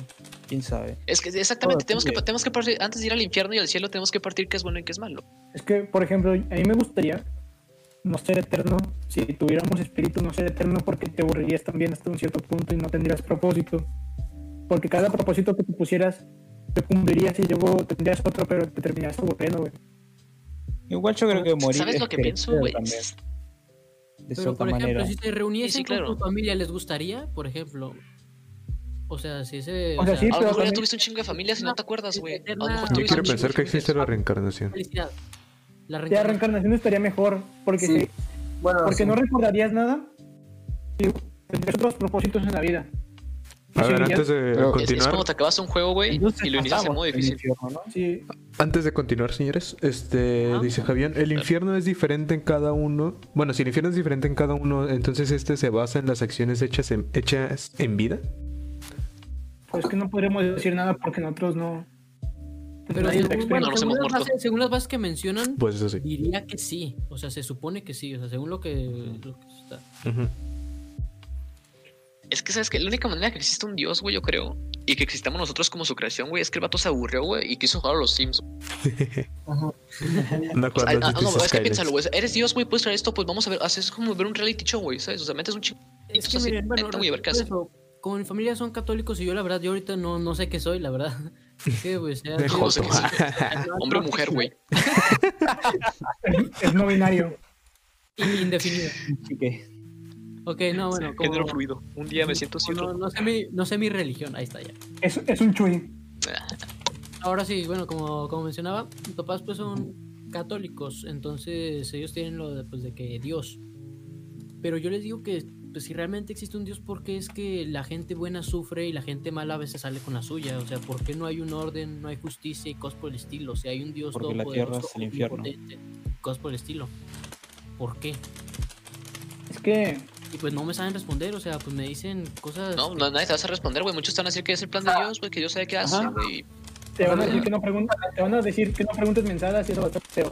Speaker 3: ¿Quién sabe?
Speaker 1: Es que exactamente,
Speaker 4: Todo
Speaker 1: tenemos que,
Speaker 4: depende.
Speaker 1: tenemos que partir, antes de ir al infierno y al cielo, tenemos que partir qué es bueno y qué es malo.
Speaker 4: Es que, por ejemplo, a mí me gustaría no ser eterno. Si tuviéramos espíritu, no ser eterno porque te aburrirías también hasta un cierto punto y no tendrías propósito. Porque cada propósito que te pusieras, te cumplirías y luego tendrías otro, pero te terminarías aburriendo, güey.
Speaker 3: Igual yo creo que Pues, morir.
Speaker 1: ¿Sabes
Speaker 3: es
Speaker 1: lo que pienso,
Speaker 3: crecer
Speaker 1: güey?
Speaker 3: también, De
Speaker 5: Pero,
Speaker 3: cierta
Speaker 5: por ejemplo,
Speaker 3: manera.
Speaker 5: si te reuniesen
Speaker 1: Sí, sí, claro.
Speaker 5: con tu familia, ¿les gustaría? Por ejemplo. O sea, si ese.
Speaker 4: O sea, sí,
Speaker 1: A lo
Speaker 4: pero
Speaker 1: mejor ya
Speaker 4: también-
Speaker 1: tuviste un chingo de familias y no te acuerdas, güey. A lo mejor
Speaker 5: Yo
Speaker 2: Yo
Speaker 1: tuviste
Speaker 2: quiero
Speaker 1: un chingo
Speaker 2: pensar
Speaker 1: de
Speaker 2: que existe
Speaker 1: familias.
Speaker 2: la reencarnación.
Speaker 5: Felicidad. La
Speaker 4: Ya
Speaker 5: reencarnación.
Speaker 4: reencarnación estaría mejor porque,
Speaker 6: Sí.
Speaker 4: si-
Speaker 6: Bueno,
Speaker 4: porque
Speaker 6: sí.
Speaker 4: no recordarías nada y tendrías otros propósitos en la vida. Y
Speaker 2: A ver,
Speaker 4: seguirías-
Speaker 2: antes de
Speaker 7: Pero-
Speaker 1: Es, es
Speaker 2: continuar,
Speaker 1: como te acabas un juego, güey, y lo inicias en modo difícil.
Speaker 4: Sí,
Speaker 2: Antes de continuar, señores, este
Speaker 5: Ah.
Speaker 2: dice Javier, el infierno es diferente en cada uno. Bueno, si el infierno es diferente en cada uno, entonces este se basa en las acciones hechas en, hechas en vida.
Speaker 4: pues que no podríamos decir nada porque nosotros no.
Speaker 5: Pero
Speaker 4: nadie está
Speaker 5: según, bueno,
Speaker 1: No nos
Speaker 5: según
Speaker 1: hemos
Speaker 5: las
Speaker 1: muerto.
Speaker 5: bases- según las bases que mencionan,
Speaker 2: Pues eso sí.
Speaker 5: diría que sí. O sea, se supone que sí. O sea, según lo que, lo que está.
Speaker 2: Ujú.
Speaker 1: Es que, ¿sabes que La única manera que existe un dios, güey, yo creo, y que existamos nosotros como su creación, güey, es que el vato se aburrió, güey, y quiso jugar a los Sims.
Speaker 6: Ajá.
Speaker 2: No
Speaker 1: Pues, ah,
Speaker 2: acuerdas de
Speaker 1: ah,
Speaker 2: tus
Speaker 1: no, es que
Speaker 2: Skylands.
Speaker 1: piénsalo, güey. Eres Dios, güey, puedes traer esto, pues vamos a ver. así Es como ver un reality show, güey, ¿sabes? O sea, metes un chingo.
Speaker 5: Es
Speaker 1: Entonces,
Speaker 5: que
Speaker 1: así,
Speaker 5: miren, bueno,
Speaker 1: neta, güey, a ver qué
Speaker 5: respecto
Speaker 1: hace.
Speaker 5: a eso, como mi familia son católicos y yo la verdad, yo ahorita no, no sé qué soy, la verdad. Es que, pues, sea,
Speaker 2: De
Speaker 5: digo,
Speaker 1: Joto.
Speaker 5: o sea, que Ah, sí,
Speaker 1: Hombre o mujer, güey.
Speaker 4: Es no binario.
Speaker 5: in- indefinido.
Speaker 3: Así que,
Speaker 5: Ok, no, Ah, bueno. Como,
Speaker 1: Género fluido. Un día me siento
Speaker 5: como no,
Speaker 1: cierto.
Speaker 5: no sé mi, no sé mi religión, ahí está ya.
Speaker 4: Es, es un chui.
Speaker 5: Ahora sí, bueno, como, como mencionaba, mis papás pues son católicos, entonces ellos tienen lo de, pues, de que Dios. Pero yo les digo que pues, si realmente existe un Dios, ¿por qué es que la gente buena sufre y la gente mala a veces sale con la suya? O sea, ¿por qué no hay un orden, no hay justicia y cosas por el estilo? O sea, hay un Dios
Speaker 3: Porque la tierra
Speaker 5: todopoderoso,
Speaker 3: es el infierno.
Speaker 5: omnipotente, Cosas por el estilo. ¿Por qué?
Speaker 4: Es que
Speaker 5: Y pues no me saben responder, o sea, pues me dicen cosas...
Speaker 1: No,
Speaker 5: que-
Speaker 1: no, nadie te vas a responder, güey. Muchos te van a decir que es el plan de Dios, güey, que Dios sabe qué hace,
Speaker 4: Ajá.
Speaker 1: güey.
Speaker 4: te van a decir que no preguntas, te van a decir que no preguntes mensadas y eso va a estar feo.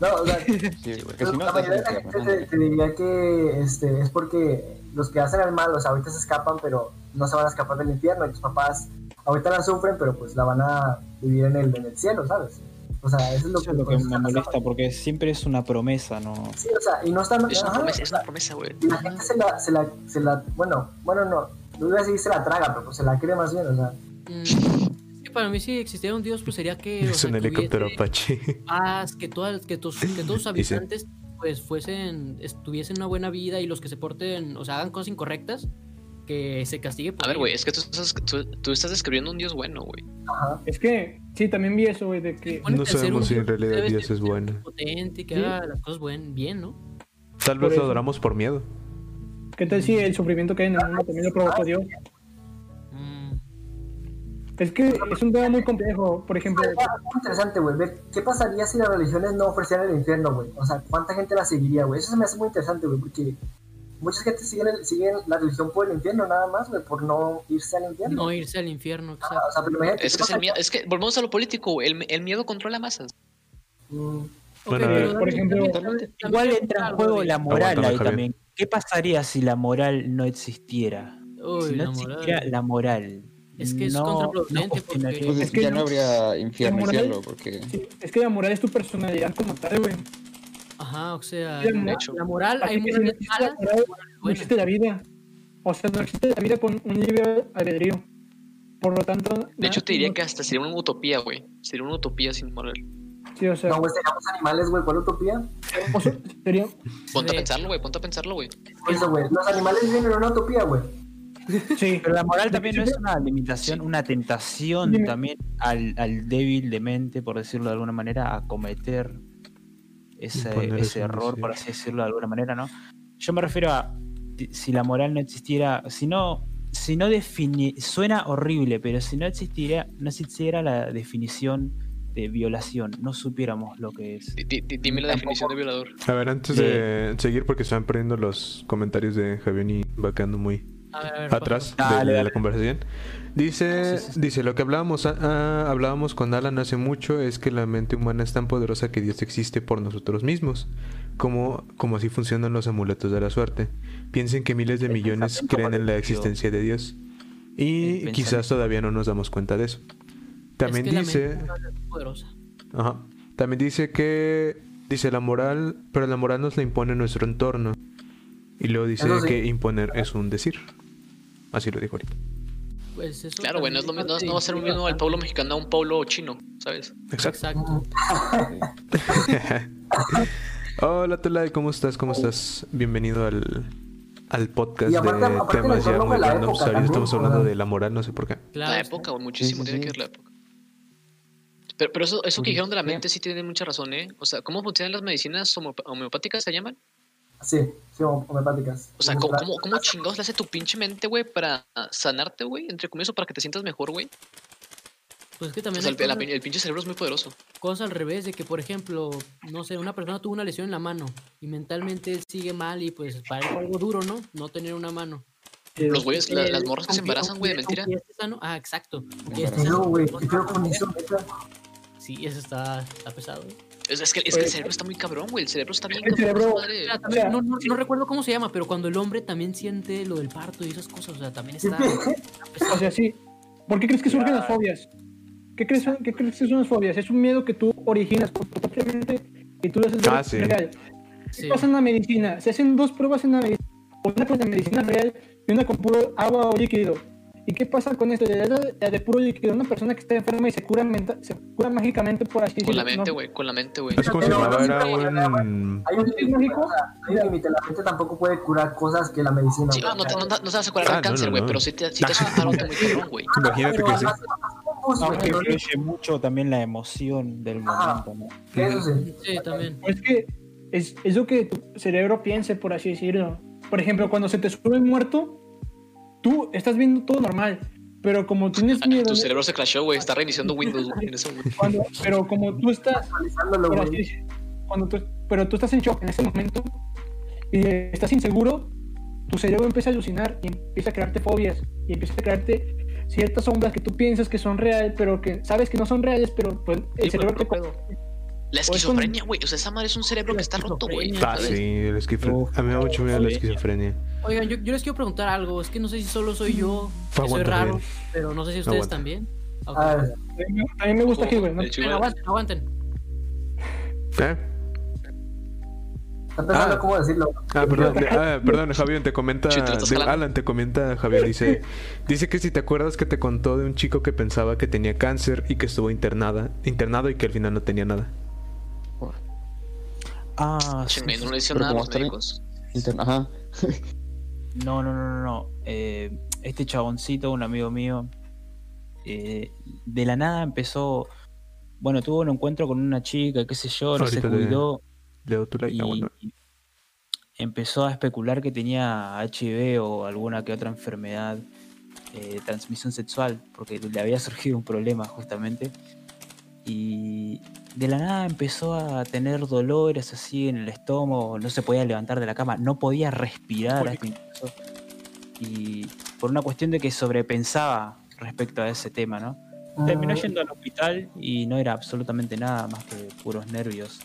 Speaker 6: No, o sea,
Speaker 7: Sí, porque si no,
Speaker 6: la
Speaker 7: te
Speaker 6: mayoría de
Speaker 7: hacen
Speaker 6: la
Speaker 7: infierno,
Speaker 6: gente te, te diría que este, es porque los que hacen el mal, o sea, ahorita se escapan, pero no se van a escapar del infierno. Y tus papás ahorita la sufren, pero pues la van a vivir en el, en el cielo, ¿sabes? O sea, eso es lo
Speaker 3: eso
Speaker 6: que,
Speaker 3: es lo que
Speaker 6: pues,
Speaker 3: me
Speaker 6: está
Speaker 3: molesta,
Speaker 6: pasando.
Speaker 3: porque siempre es una promesa, ¿no?
Speaker 6: Sí, o sea, y no están.
Speaker 1: Es una
Speaker 6: ajá,
Speaker 1: promesa, es
Speaker 6: o sea,
Speaker 1: una promesa, güey.
Speaker 6: y la gente se la, se la, se la. Bueno, bueno, no. No iba a decir se la traga, pero pues se la cree más bien, o sea.
Speaker 5: Mm, es que para mí si existiera un Dios, pues sería que... o
Speaker 2: Es
Speaker 5: sea,
Speaker 2: un
Speaker 5: que
Speaker 2: helicóptero
Speaker 5: hubiese-
Speaker 2: Apache.
Speaker 5: paz, que, todas, que, tos- que todos sus
Speaker 2: Dice.
Speaker 5: habitantes pues fuesen, estuviesen una buena vida y los que se porten, o sea, hagan cosas incorrectas, que se castigue por
Speaker 1: A ver,
Speaker 5: ello.
Speaker 1: güey, es que tú estás, tú, tú estás describiendo un Dios bueno, güey.
Speaker 6: Ajá.
Speaker 4: Es que sí, también vi eso, güey, de que
Speaker 5: Supone
Speaker 2: No
Speaker 5: que al ser
Speaker 2: sabemos
Speaker 5: un
Speaker 2: si en realidad
Speaker 5: debe
Speaker 2: Dios
Speaker 5: ser
Speaker 2: es bueno.
Speaker 5: Potente, que
Speaker 4: Sí.
Speaker 5: haga las cosas buen, bien, ¿no?
Speaker 2: Tal vez
Speaker 4: Por
Speaker 2: lo
Speaker 4: eso.
Speaker 2: adoramos por miedo.
Speaker 4: qué tal si el sufrimiento que hay en el mundo también lo provocó Dios.
Speaker 5: Mm,
Speaker 4: Es que es un tema muy complejo, por ejemplo,
Speaker 6: Está muy interesante, güey. Ver qué pasaría si las religiones no ofrecieran el infierno, güey. O sea, cuánta gente la seguiría, güey. Eso se me hace muy interesante, güey, porque muchas gente siguen, el- siguen la religión por el infierno nada más, güey, por no irse al infierno.
Speaker 5: No irse al infierno,
Speaker 6: Ah, o
Speaker 5: exacto.
Speaker 6: sea, pero imagínate,
Speaker 1: Es
Speaker 6: ¿qué
Speaker 1: que, es, el
Speaker 6: pasa?
Speaker 1: miedo- es que volvemos a lo político, güey, el, el miedo controla masas.
Speaker 6: Mm,
Speaker 5: Ok,
Speaker 2: Bueno, a ver,
Speaker 5: pero
Speaker 4: por
Speaker 5: también-
Speaker 4: ejemplo,
Speaker 5: también- también
Speaker 3: Igual
Speaker 5: hay
Speaker 3: entra en
Speaker 5: algo
Speaker 3: juego
Speaker 5: de-
Speaker 3: la moral
Speaker 2: Aguántame,
Speaker 3: ahí
Speaker 2: Javier.
Speaker 3: también. ¿Qué pasaría si la moral no existiera?
Speaker 5: Uy,
Speaker 3: si no
Speaker 5: la moral.
Speaker 3: existiera la moral.
Speaker 5: Es que es
Speaker 3: no-
Speaker 5: contraproducente
Speaker 3: no funcionaría.
Speaker 5: porque-
Speaker 7: Pues es
Speaker 4: Es que
Speaker 7: que ya
Speaker 4: yo-
Speaker 7: no habría infierno y
Speaker 4: moral-
Speaker 7: cielo, porque.
Speaker 4: Sí, es que la moral es tu personalidad como tal, güey.
Speaker 5: Ajá, o sea,
Speaker 4: Sí,
Speaker 5: la,
Speaker 1: hecho.
Speaker 5: la moral, hay
Speaker 4: Así que si no
Speaker 5: morales
Speaker 4: existe la
Speaker 5: malas,
Speaker 4: moral, no
Speaker 5: buenas.
Speaker 4: existe la vida. O sea, no existe la vida con un libre albedrío. Por lo tanto.
Speaker 1: De
Speaker 5: Ah,
Speaker 1: hecho, te diría que hasta sería una utopía, güey. Sería una utopía sin moral.
Speaker 4: Sí, o sea,
Speaker 6: No, güey, seríamos animales, güey, ¿cuál utopía?
Speaker 4: o sea, sería-
Speaker 1: Ponte a
Speaker 5: Sí.
Speaker 1: pensarlo, güey, ponte a pensarlo, güey.
Speaker 6: Por eso, güey, los animales viven en una utopía, güey.
Speaker 4: Sí,
Speaker 3: Pero la moral también no es una limitación, una tentación
Speaker 4: Dime.
Speaker 3: también al, al débil de mente, por decirlo de alguna manera, a cometer ese,
Speaker 2: Imponer
Speaker 3: ese
Speaker 2: eso, no
Speaker 3: error,
Speaker 2: sé.
Speaker 3: por así decirlo de alguna manera, ¿no? Yo me refiero a ti- si la moral no existiera, si no, si no defini- suena horrible, pero si no existiera, no existiera la definición de violación, no supiéramos lo que es.
Speaker 1: Di- di- di- Dime la
Speaker 3: Tampoco.
Speaker 1: definición de violador.
Speaker 2: A ver, antes de seguir, porque se van perdiendo los comentarios de Javier y va quedando muy
Speaker 5: a ver, a ver,
Speaker 2: atrás de,
Speaker 3: Dale, Ah,
Speaker 2: de
Speaker 3: dale.
Speaker 2: la conversación. Dice, dice lo que hablábamos, ah, ah, hablábamos con Alan hace mucho es que la mente humana es tan poderosa que Dios existe por nosotros mismos, como, como así funcionan los amuletos de la suerte. Piensen que miles de
Speaker 3: El
Speaker 2: millones
Speaker 3: pensamiento
Speaker 2: creen en la
Speaker 3: colectivo.
Speaker 2: existencia de Dios
Speaker 3: El
Speaker 2: y
Speaker 3: pensamiento.
Speaker 2: quizás todavía no nos damos cuenta de eso. También
Speaker 5: es que la
Speaker 2: dice,
Speaker 5: mente humana es poderosa.
Speaker 2: Ajá. También dice que. Dice la moral, pero la moral nos la impone nuestro entorno. Y luego dice
Speaker 6: Eso sí.
Speaker 2: que imponer es un decir. Así lo dijo ahorita.
Speaker 5: Pues eso
Speaker 1: Claro, güey, no, es lo
Speaker 5: también
Speaker 1: mismo- no,
Speaker 5: parte
Speaker 1: no va a ser lo
Speaker 5: influye
Speaker 1: mismo al
Speaker 5: bastante.
Speaker 1: pueblo mexicano a un pueblo chino, ¿sabes?
Speaker 2: Exacto.
Speaker 5: Exacto.
Speaker 2: Hola, Tolai, ¿cómo estás? ¿Cómo estás? Bienvenido al, al podcast
Speaker 6: Y aparte-
Speaker 2: de
Speaker 6: aparte
Speaker 2: temas ya
Speaker 6: nosotros
Speaker 2: muy
Speaker 6: de la
Speaker 2: random.
Speaker 6: época
Speaker 2: Ahorita estamos
Speaker 6: también,
Speaker 2: hablando
Speaker 6: ¿verdad?
Speaker 2: de la moral, no sé por qué.
Speaker 5: Claro,
Speaker 1: la
Speaker 5: está-
Speaker 1: época, güey, muchísimo
Speaker 7: sí,
Speaker 1: tiene
Speaker 7: sí.
Speaker 1: que ver la época. Pero, pero eso, eso que dijeron de la
Speaker 7: Curiosidad.
Speaker 1: mente sí tiene mucha razón, ¿eh? O sea, ¿cómo funcionan las medicinas homeop- homeopáticas, se llaman?
Speaker 6: Sí, sí, hom- homeopáticas.
Speaker 1: O sea, ¿cómo, cómo, cómo chingados le hace tu pinche mente, güey, para sanarte, güey? Entre comillas, o para que te sientas mejor, güey.
Speaker 5: Pues es que
Speaker 1: O
Speaker 5: también
Speaker 1: sea,
Speaker 5: hay
Speaker 1: el, la-
Speaker 5: cosas-
Speaker 1: el pinche cerebro es muy poderoso.
Speaker 5: cosas al revés, de que por ejemplo, no sé, una persona tuvo una lesión en la mano y mentalmente él sigue mal y pues para él fue algo duro, ¿no? No tener una mano.
Speaker 1: Los güeyes, la-
Speaker 5: Eh,
Speaker 1: las morras que se
Speaker 5: aunque-
Speaker 1: embarazan, güey, de
Speaker 5: aunque-
Speaker 1: mentira.
Speaker 5: aunque esté sano- Ah, exacto. aunque esté
Speaker 6: No,
Speaker 5: sano,
Speaker 6: güey,
Speaker 5: no
Speaker 6: ¿qué
Speaker 5: se va
Speaker 6: pedo
Speaker 5: a
Speaker 6: con
Speaker 5: poder.
Speaker 6: eso, neta?
Speaker 5: Sí, eso está, está pesado. ¿eh?
Speaker 1: Es, es que, es que el cerebro está muy cabrón, güey. El cerebro está bien
Speaker 4: El
Speaker 1: cabrón, esa
Speaker 4: cerebro-
Speaker 1: madre.
Speaker 5: Mira,
Speaker 4: O sea,
Speaker 5: también, no, no- no recuerdo cómo se llama, pero cuando el hombre también siente lo del parto y esas cosas, o sea, también está, está
Speaker 4: o
Speaker 5: pesado.
Speaker 4: sea, sí. ¿Por qué crees que surgen las fobias? ¿Qué crees, qué crees que son las fobias? Es un miedo que tú originas con tu propia mente y tú lo haces ver
Speaker 2: Ah, sí.
Speaker 4: real.
Speaker 5: Sí.
Speaker 4: Pasa en la medicina. Se hacen dos pruebas en la medicina. Una con la medicina real y una con puro agua o líquido. ¿Y qué pasa con esto? La de, la de puro líquido, una persona que está enferma y se cura, menta- se cura mágicamente por así
Speaker 1: Con la
Speaker 4: decirlo, ¿no?
Speaker 1: mente, güey, con la mente, güey.
Speaker 2: No Pues sé cómo se
Speaker 6: Pero-
Speaker 2: llamaba, era
Speaker 6: pero-
Speaker 2: un.
Speaker 6: Hay un
Speaker 4: ¿Es
Speaker 6: límite,
Speaker 4: mágico?
Speaker 6: o sea, hay un límite. La gente tampoco puede curar cosas que la medicina.
Speaker 1: Sí, ah, no,
Speaker 6: güey.
Speaker 1: no, te, no, no te vas a curar
Speaker 2: Ah,
Speaker 1: el
Speaker 2: no,
Speaker 1: cáncer,
Speaker 2: no,
Speaker 1: güey,
Speaker 2: no.
Speaker 1: pero sí te, sí te hace un paro muy cabrón, güey.
Speaker 2: Imagínate
Speaker 6: Pero
Speaker 2: que sí.
Speaker 6: además, es confuso,
Speaker 3: Aunque
Speaker 6: güey, pero-
Speaker 3: influye mucho también la emoción del
Speaker 6: Ajá.
Speaker 3: momento, ¿no?
Speaker 6: Eso sí.
Speaker 5: Sí, también.
Speaker 4: Es que es, es lo que tu cerebro piense, por así decirlo. Por ejemplo, cuando se te sube el muerto, tú estás viendo todo normal, pero como tienes miedo,
Speaker 1: Tu cerebro se crashó, güey. Está reiniciando Windows, güey, en ese momento.
Speaker 4: cuando- pero como tú estás,
Speaker 6: Analizándolo,
Speaker 4: por así
Speaker 6: güey.
Speaker 4: decir- cuando tú, pero tú estás en shock en ese momento y eh, estás inseguro, tu cerebro empieza a alucinar y empieza a crearte fobias y empieza a crearte ciertas sombras que tú piensas que son reales, pero que sabes que no son reales, pero pues el
Speaker 5: Sí,
Speaker 4: cerebro
Speaker 5: pero-
Speaker 4: te
Speaker 1: La
Speaker 4: con-
Speaker 1: esquizofrenia, güey. O sea, esa madre es un cerebro que está roto, güey.
Speaker 2: Ah,
Speaker 1: ¿sabes?
Speaker 2: sí, la esquizofrenia.
Speaker 3: Uf.
Speaker 2: A mí me da mucho miedo la esquizofrenia.
Speaker 5: Oigan, yo, yo les quiero preguntar algo, es que no sé si solo soy yo, que soy
Speaker 2: Aguanta,
Speaker 5: raro,
Speaker 2: bien.
Speaker 5: pero no sé si ustedes
Speaker 2: Aguanta.
Speaker 5: también. Ok.
Speaker 6: A ver,
Speaker 4: A mí me gusta
Speaker 1: O-
Speaker 4: aquí, güey, ¿no?
Speaker 1: el
Speaker 5: Bueno,
Speaker 1: chihuahua-
Speaker 5: aguanten, aguanten.
Speaker 2: ¿Eh?
Speaker 6: está pensando
Speaker 2: Ah.
Speaker 6: cómo decirlo.
Speaker 2: Ah, perdón, de- ah, perdón, Javier, te comenta.
Speaker 1: Sí, te lo estás
Speaker 2: de-
Speaker 1: jalando.
Speaker 2: Alan te comenta, Javier, dice. Dice que si te acuerdas que te contó de un chico que pensaba que tenía cáncer y que estuvo internada, internado y que al final no tenía nada.
Speaker 3: Ah, sí,
Speaker 1: Chingue,
Speaker 3: sí,
Speaker 1: no le dicen
Speaker 7: Pero
Speaker 1: nada a
Speaker 7: como
Speaker 1: los
Speaker 7: está bien.
Speaker 1: médicos.
Speaker 7: Interna- Ajá.
Speaker 3: No, no, no, no, no. Eh, este chaboncito, un amigo mío, eh, de la nada empezó. Bueno, tuvo un encuentro con una chica, qué sé yo, no se
Speaker 2: Ahorita te-
Speaker 3: cuidó
Speaker 2: Le doy tu like. Ah,
Speaker 3: y
Speaker 2: bueno.
Speaker 3: empezó a especular que tenía HIV o alguna que otra enfermedad eh, de transmisión sexual, porque le había surgido un problema justamente. Y
Speaker 8: de la nada empezó a tener dolores así en el estómago, no se podía levantar de la cama, no podía respirar hasta incluso. Y por una cuestión de que sobrepensaba respecto a ese tema, ¿no?
Speaker 6: Mm,
Speaker 8: Terminó yendo al hospital y no era absolutamente nada más que puros nervios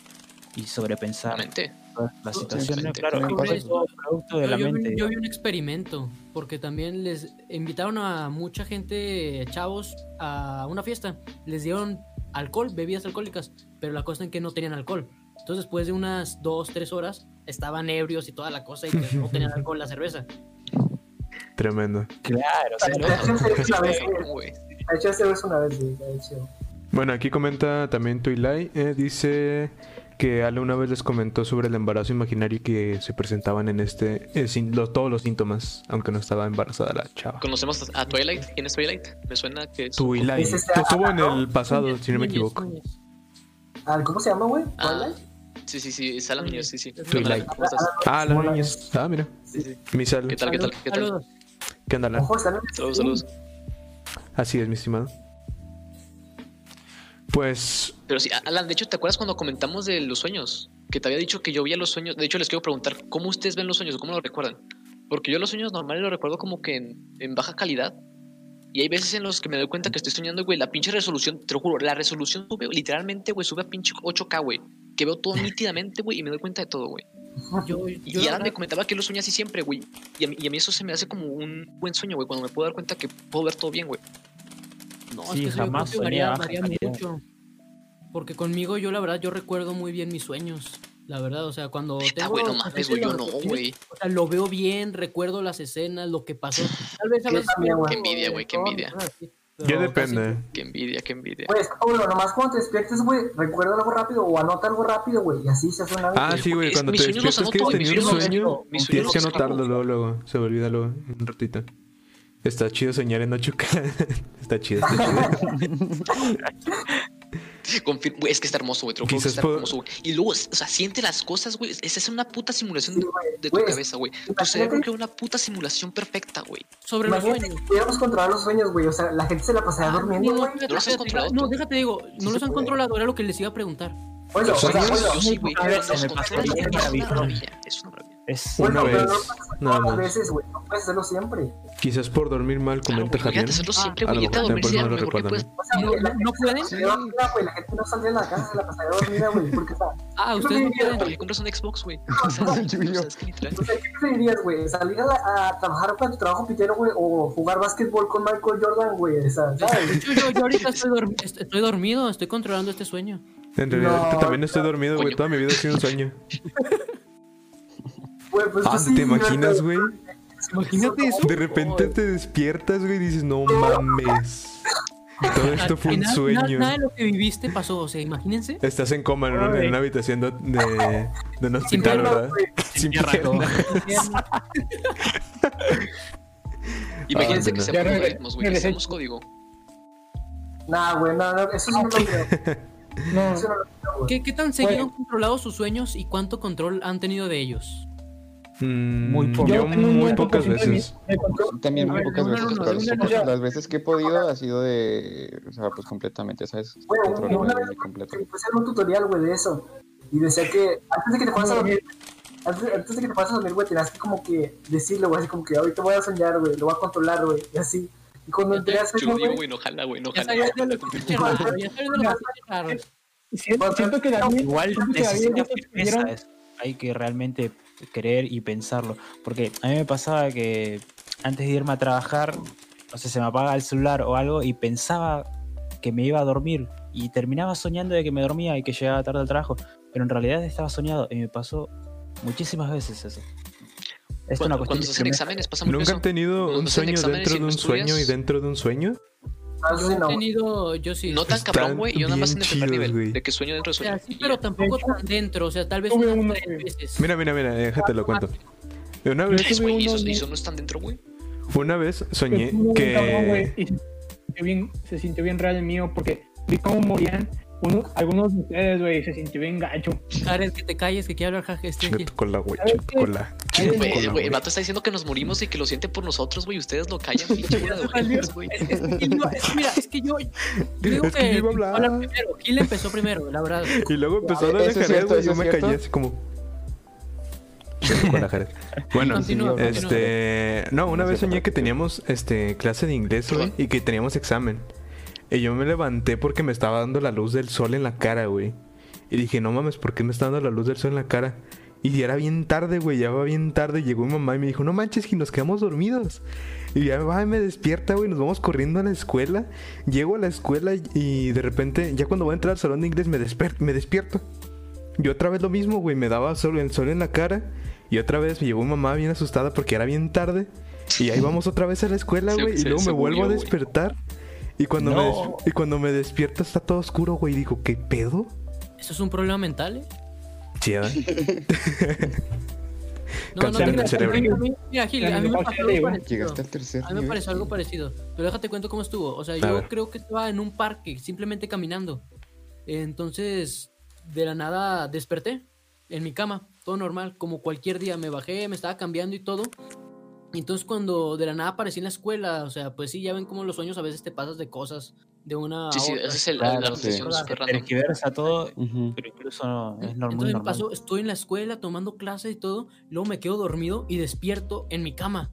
Speaker 8: y sobrepensar
Speaker 1: Realmente.
Speaker 8: toda la situación. Ah, ¿no?
Speaker 1: Obviamente.
Speaker 8: Claro,
Speaker 7: Me
Speaker 8: es
Speaker 5: pasa-
Speaker 8: todo producto de
Speaker 5: No,
Speaker 8: la
Speaker 5: yo, vi un-
Speaker 8: mente.
Speaker 5: yo vi un experimento, porque también les invitaron a mucha gente, chavos, a una fiesta. Les dieron alcohol, bebidas alcohólicas, pero la cosa es que no tenían alcohol. Entonces, después de unas dos, tres horas, estaban ebrios y toda la cosa y que no tenían alcohol la cerveza.
Speaker 2: Tremendo.
Speaker 8: Claro, o sea,
Speaker 6: Está-
Speaker 8: lo-
Speaker 6: está hecho una vez,
Speaker 1: Güey,
Speaker 6: güey.
Speaker 1: güey.
Speaker 6: Está hecho hacer eso una vez, güey. Está hecho.
Speaker 2: Bueno, aquí comenta también Tuilai. eh, dice que Ale una vez les comentó sobre el embarazo imaginario que se presentaban en este. eh, sin- lo- todos los síntomas, aunque no estaba embarazada la chava.
Speaker 1: Conocemos a Twilight. ¿Quién es Twilight? Me suena que es.
Speaker 2: Tuilai.
Speaker 6: Ese sea-
Speaker 2: Estuvo en el pasado,
Speaker 5: Núñez,
Speaker 2: si no me
Speaker 5: Núñez,
Speaker 2: equivoco.
Speaker 5: Núñez.
Speaker 6: Ah, ¿Cómo se llama, güey?
Speaker 1: Ah,
Speaker 5: pues,
Speaker 6: ¿Twilight?
Speaker 1: sí, sí, sí. Sala Muñoz, sí, sí.
Speaker 2: Twilight.
Speaker 1: ¿Cómo estás?
Speaker 2: Ah, la niña. Ah, mira.
Speaker 1: Sí, sí.
Speaker 2: Mi sal.
Speaker 1: ¿Qué tal, qué tal, qué tal?
Speaker 5: Saludos.
Speaker 2: ¿Qué onda, Lan?
Speaker 6: Ojo, están en el
Speaker 1: Saludos,
Speaker 6: stream.
Speaker 1: saludos.
Speaker 2: Así es, mi estimado. Pues
Speaker 1: Pero sí, Alan, de hecho, ¿te acuerdas cuando comentamos de los sueños? Que te había dicho que yo veía los sueños. De hecho, les quiero preguntar, ¿cómo ustedes ven los sueños o cómo los recuerdan? Porque yo los sueños normales los recuerdo como que en, en baja calidad. Y hay veces en los que me doy cuenta que estoy soñando, güey, la pinche resolución, te lo juro, la resolución sube, literalmente, güey, sube a pinche 8K, güey. Que veo todo nítidamente, güey, y me doy cuenta de todo, güey.
Speaker 5: Yo, yo
Speaker 1: Y
Speaker 5: la
Speaker 1: Alan me
Speaker 5: verdad-
Speaker 1: comentaba que él lo sueña así siempre, güey. Y a, mí, y a mí eso se me hace como un buen sueño, güey, cuando me puedo dar cuenta que puedo ver todo bien, güey.
Speaker 5: No,
Speaker 8: Sí,
Speaker 5: es que
Speaker 8: jamás
Speaker 5: jamás
Speaker 8: soñé
Speaker 5: varía,
Speaker 8: baja
Speaker 5: varía
Speaker 8: calidad.
Speaker 5: mucho. Porque conmigo, yo la verdad, yo recuerdo muy bien mis sueños. La verdad, o sea, cuando
Speaker 1: Ah,
Speaker 5: tengo.
Speaker 1: güey, no
Speaker 5: presente
Speaker 1: mames, güey, yo
Speaker 5: los
Speaker 1: no,
Speaker 5: sueños,
Speaker 1: güey.
Speaker 5: O sea, lo veo bien, recuerdo las escenas, lo que pasó. Tal vez a
Speaker 6: Yo
Speaker 5: veces.
Speaker 6: también, güey.
Speaker 1: Qué envidia, güey, qué envidia.
Speaker 2: yo depende.
Speaker 1: Qué envidia, qué envidia.
Speaker 6: Güey, es como, bueno, nomás cuando te despiertes, güey, recuerda algo rápido o anota algo rápido, güey, y así se hace una vez.
Speaker 2: Ah, sí, güey,
Speaker 1: Es-
Speaker 2: cuando
Speaker 1: mis
Speaker 2: te
Speaker 1: sueños los
Speaker 2: despiertas que
Speaker 1: anoto,
Speaker 2: tenías
Speaker 1: mis
Speaker 2: un
Speaker 1: sueños los
Speaker 2: sueño,
Speaker 1: anoto, mis sueños
Speaker 2: tienes que
Speaker 1: los anoto.
Speaker 2: anotarlo luego, luego. Se me olvida luego en un ratito. Está chido soñar en 8K. está chido, está chido.
Speaker 1: Confir- güey, es que está hermoso, güey. Te lo juro que
Speaker 2: Quizás
Speaker 1: está
Speaker 2: puedo-
Speaker 1: hermoso, güey. Y luego, o sea, siente las cosas, güey. Esa es una puta simulación
Speaker 6: Sí,
Speaker 1: de,
Speaker 6: güey.
Speaker 1: de tu
Speaker 6: Güey,
Speaker 1: cabeza, güey. Tu
Speaker 6: imagínate-
Speaker 1: cerebro crea una puta simulación perfecta, güey.
Speaker 5: Sobre los
Speaker 6: Imagínate
Speaker 5: sueños. Ah,
Speaker 6: que pudiéramos controlar los sueños, güey. O sea, la gente se la pasaría durmiendo,
Speaker 5: no,
Speaker 6: güey.
Speaker 5: espérate,
Speaker 1: ¿No los has
Speaker 5: espérate,
Speaker 1: controlado
Speaker 5: No,
Speaker 1: tú?
Speaker 5: déjate, digo, no
Speaker 6: se
Speaker 5: los han
Speaker 6: puede.
Speaker 5: controlado, era lo que les iba a preguntar.
Speaker 6: Por eso, o sea,
Speaker 2: Los
Speaker 6: bueno,
Speaker 2: sueños,
Speaker 1: Yo sí, güey.
Speaker 8: a veces
Speaker 1: Los
Speaker 8: me
Speaker 1: controlas,
Speaker 8: pasaría
Speaker 1: güey, Es una
Speaker 8: maravilloso.
Speaker 1: maravilla. Es una maravilla.
Speaker 8: Es
Speaker 2: Una
Speaker 6: Bueno, pero
Speaker 2: vez,
Speaker 6: no
Speaker 2: nada
Speaker 6: todas las
Speaker 2: más.
Speaker 6: veces, güey. No puedes hacerlo siempre.
Speaker 2: Quizás por dormir mal
Speaker 1: Claro,
Speaker 2: comenta
Speaker 1: güey,
Speaker 2: Javier.
Speaker 1: imagínate hacerlo siempre,
Speaker 2: A lo
Speaker 1: güey. Irte a
Speaker 2: mejor
Speaker 1: dormir sería
Speaker 2: también por
Speaker 1: lo mejor
Speaker 2: eso no
Speaker 1: que
Speaker 2: recuerdan,
Speaker 1: puedes.
Speaker 6: O sea,
Speaker 5: No,
Speaker 6: güey, la
Speaker 5: no- no pueden.
Speaker 6: gente se la pasaría dormida, güey. La gente no saldría de la casa, se la pasaría dormida, güey. Porque, o sea,
Speaker 5: Ah,
Speaker 6: Yo
Speaker 5: ustedes no
Speaker 6: me-
Speaker 5: pueden.
Speaker 1: ¿Para qué compras un Xbox, güey? O sea, o sea, es que literal.
Speaker 6: o sea, ¿qué preferirías, güey? ¿Salir a, la- a trabajar para tu trabajo pitero, güey? ¿O jugar básquetbol con Michael Jordan, güey? O sea,
Speaker 5: De
Speaker 6: ¿sabes?
Speaker 5: hecho, yo, yo ahorita estoy, dormi- est- estoy dormido, estoy controlando este sueño.
Speaker 2: En realidad, ahorita
Speaker 6: No,
Speaker 2: también estoy dormido, güey.
Speaker 1: coño.
Speaker 2: Toda mi vida ha sido un sueño.
Speaker 6: Güey, pues
Speaker 2: Ah,
Speaker 6: pues,
Speaker 2: ¿te
Speaker 6: sí,
Speaker 2: imaginas,
Speaker 6: güey?
Speaker 2: güey?
Speaker 5: Imagínate eso.
Speaker 2: De repente te despiertas, güey, y dices, no mames. Todo esto fue un
Speaker 5: Nada-
Speaker 2: sueño.
Speaker 5: Nada de lo que viviste pasó, o sea, imagínense.
Speaker 2: Estás en coma en una, en una habitación de, de- de un hospital,
Speaker 6: piernas,
Speaker 2: ¿verdad?
Speaker 6: güey.
Speaker 2: Sin pierna.
Speaker 1: Imagínense que
Speaker 2: no.
Speaker 1: seamos
Speaker 4: Ya regre-
Speaker 1: algoritmos, güey. Que
Speaker 4: regresé.
Speaker 1: seamos código.
Speaker 6: Nah, güey, no, no, eso sí no lo creo.
Speaker 4: No,
Speaker 6: Eso no lo creo, güey.
Speaker 5: ¿Qué, qué tan seguido
Speaker 4: Bueno.
Speaker 5: han controlado sus sueños y cuánto control han tenido de ellos?
Speaker 8: Muy
Speaker 2: Muy
Speaker 8: poco.
Speaker 2: Mm, Yo
Speaker 4: yo tengo un
Speaker 2: muy
Speaker 4: buen
Speaker 2: pocas
Speaker 4: porcentaje de mi-
Speaker 2: veces.
Speaker 4: de control.
Speaker 7: También muy
Speaker 4: A ver,
Speaker 7: pocas
Speaker 4: no,
Speaker 7: veces,
Speaker 4: no, no,
Speaker 7: pero
Speaker 4: de una
Speaker 7: sí,
Speaker 4: no.
Speaker 7: las veces que he podido ha sido de, o sea, pues completamente, ¿sabes?
Speaker 6: Güey,
Speaker 7: Control
Speaker 6: una
Speaker 7: muy-
Speaker 6: vez-
Speaker 7: muy completo.
Speaker 6: que puse un tutorial, güey, de eso. Y decía que antes de que te fueras a dormir, antes, antes de que te fueras a dormir, güey, tenías que como que decirlo, güey, así como que ahorita voy a soñar, güey, lo voy a controlar, güey, y así. Y cuando entré a
Speaker 1: Yo
Speaker 6: sueño,
Speaker 1: digo,
Speaker 6: güey,
Speaker 1: güey, no jala, güey, no
Speaker 5: Ya
Speaker 1: jala.
Speaker 5: sabía de lo que
Speaker 1: Yo
Speaker 5: pinche raro, ya sabía de lo que pinche raro.
Speaker 4: Siento, siento que David,
Speaker 8: Igual
Speaker 4: siento que David
Speaker 8: necesita
Speaker 4: justo
Speaker 8: firmeza,
Speaker 4: tuvieron-
Speaker 8: es- hay que realmente creer y pensarlo. Porque a mí me pasaba que antes de irme a trabajar, o sea, se me apagaba el celular o algo y pensaba que me iba a dormir y terminaba soñando de que me dormía y que llegaba tarde al trabajo. Pero en realidad estaba soñado y me pasó muchísimas veces eso. Es una cuestión
Speaker 1: Cuando, cuando
Speaker 8: de
Speaker 1: se hacen
Speaker 8: firmeza.
Speaker 1: exámenes pasa mucho
Speaker 2: ¿Nunca
Speaker 1: eso.
Speaker 2: han tenido
Speaker 1: Cuando
Speaker 2: un
Speaker 1: hacen
Speaker 2: sueño
Speaker 1: exámenes
Speaker 2: dentro
Speaker 1: y
Speaker 2: de un
Speaker 1: no
Speaker 2: sueño y
Speaker 1: estudias.
Speaker 2: dentro de un sueño?
Speaker 6: no, ah,
Speaker 5: Yo
Speaker 6: eso sí,
Speaker 5: he
Speaker 6: no, güey.
Speaker 5: tenido, yo sí.
Speaker 1: No tan
Speaker 2: Están
Speaker 1: cabrón, güey. Yo nada más en el
Speaker 2: bien
Speaker 1: primer
Speaker 2: chidos,
Speaker 1: nivel.
Speaker 2: güey.
Speaker 1: De que sueño dentro de
Speaker 5: O sea,
Speaker 1: sueño.
Speaker 5: sí,
Speaker 1: Y
Speaker 5: pero
Speaker 1: ya.
Speaker 5: tampoco tan dentro, o sea, tal vez
Speaker 4: Tuve
Speaker 5: unas
Speaker 4: uno,
Speaker 5: tres
Speaker 4: güey.
Speaker 5: veces.
Speaker 2: Mira, mira, mira, déjate lo cuento. Una vez,
Speaker 1: Tres,
Speaker 2: tuve
Speaker 1: güey, y
Speaker 2: uno-
Speaker 1: eso- y eso no están dentro, güey.
Speaker 2: una vez soñé
Speaker 4: estuvo bien cabrón, güey,
Speaker 2: que...
Speaker 4: y se sintió bien- se sintió bien real el mío porque vi cómo morían unos, algunos de ustedes, güey, y se sintió bien gacho.
Speaker 5: Jared, que te calles, que quiero hablar, jaje, este.
Speaker 2: Chinga tu cola, güey,
Speaker 4: ¿Sabes
Speaker 2: chinga tu
Speaker 4: qué?
Speaker 2: cola.
Speaker 1: Güey,
Speaker 4: Ay,
Speaker 1: güey,
Speaker 4: güey.
Speaker 1: el vato está diciendo que nos morimos y que lo siente por nosotros, güey. Ustedes lo callan, pinche bola de ojetes, güey.
Speaker 5: Es que yo- es que mira, es que yo digo
Speaker 2: Es que yo iba a
Speaker 5: que empezó a
Speaker 2: hablar.
Speaker 5: hablar primero. Gil empezó primero, la verdad.
Speaker 2: Y luego empezó a hablar de
Speaker 7: Eso
Speaker 2: Jared,
Speaker 7: es cierto,
Speaker 2: güey.
Speaker 7: eso
Speaker 2: Yo
Speaker 7: es
Speaker 2: me
Speaker 7: cierto.
Speaker 2: callé así como. Con la Jared. Bueno,
Speaker 5: Continúa, continúa.
Speaker 2: Este, no, una vez soñé que teníamos este clase de inglés güey, y que teníamos examen. Y yo me levanté porque me estaba dando la luz del sol en la cara, güey. Y dije, no mames, ¿por qué me está dando la luz del sol en la cara? Y ya era bien tarde, güey, ya va bien tarde. Llegó mi mamá y me dijo, no manches, que nos quedamos dormidos. Y ya va, y me despierta, güey, nos vamos corriendo a la escuela. Llego a la escuela y de repente, ya cuando voy a entrar al salón de inglés, me, desper- me despierto. Y otra vez lo mismo, güey, me daba sol- el sol en la cara. Y otra vez me llegó mi mamá bien asustada porque era bien tarde. Y ahí vamos otra vez a la escuela,
Speaker 1: Se-
Speaker 2: güey. Y
Speaker 1: se-
Speaker 2: luego
Speaker 1: se
Speaker 2: me vuelvo
Speaker 1: murió,
Speaker 2: a
Speaker 1: güey.
Speaker 2: despertar. Y cuando, me des-
Speaker 8: No.
Speaker 2: y cuando me despierto está todo oscuro, güey. Y digo, ¿qué pedo?
Speaker 5: ¿Eso es un problema mental? eh?
Speaker 2: Sí, ¿eh? ¿verdad?
Speaker 5: No,
Speaker 2: Cancela
Speaker 5: mira,
Speaker 2: el cerebro.
Speaker 5: a mí- a mí- Mira, Gil, a mí me pasó algo parecido.
Speaker 7: Llegaste al tercer
Speaker 5: A mí me
Speaker 7: nivel.
Speaker 5: pareció algo parecido. Pero déjate cuento cómo estuvo. O sea,
Speaker 2: A
Speaker 5: yo
Speaker 2: ver.
Speaker 5: creo que estaba en un parque, simplemente caminando. Entonces, de la nada desperté en mi cama, todo normal, como cualquier día. Me bajé, me estaba cambiando y todo. Y entonces, cuando de la nada aparecí en la escuela, o sea, pues sí, ya ven cómo los sueños a veces te pasas de cosas de una.
Speaker 1: Sí,
Speaker 5: a
Speaker 1: sí,
Speaker 5: otra.
Speaker 1: esa es
Speaker 4: Ah,
Speaker 1: el-
Speaker 8: Claro,
Speaker 1: la
Speaker 8: sí.
Speaker 1: obsesión súper random.
Speaker 8: Tergiversa todo,
Speaker 7: Ujú.
Speaker 8: pero incluso no, es normal.
Speaker 5: Entonces me
Speaker 8: normal.
Speaker 5: pasó, estoy en la escuela tomando clases y todo, luego me quedo dormido y despierto en mi cama.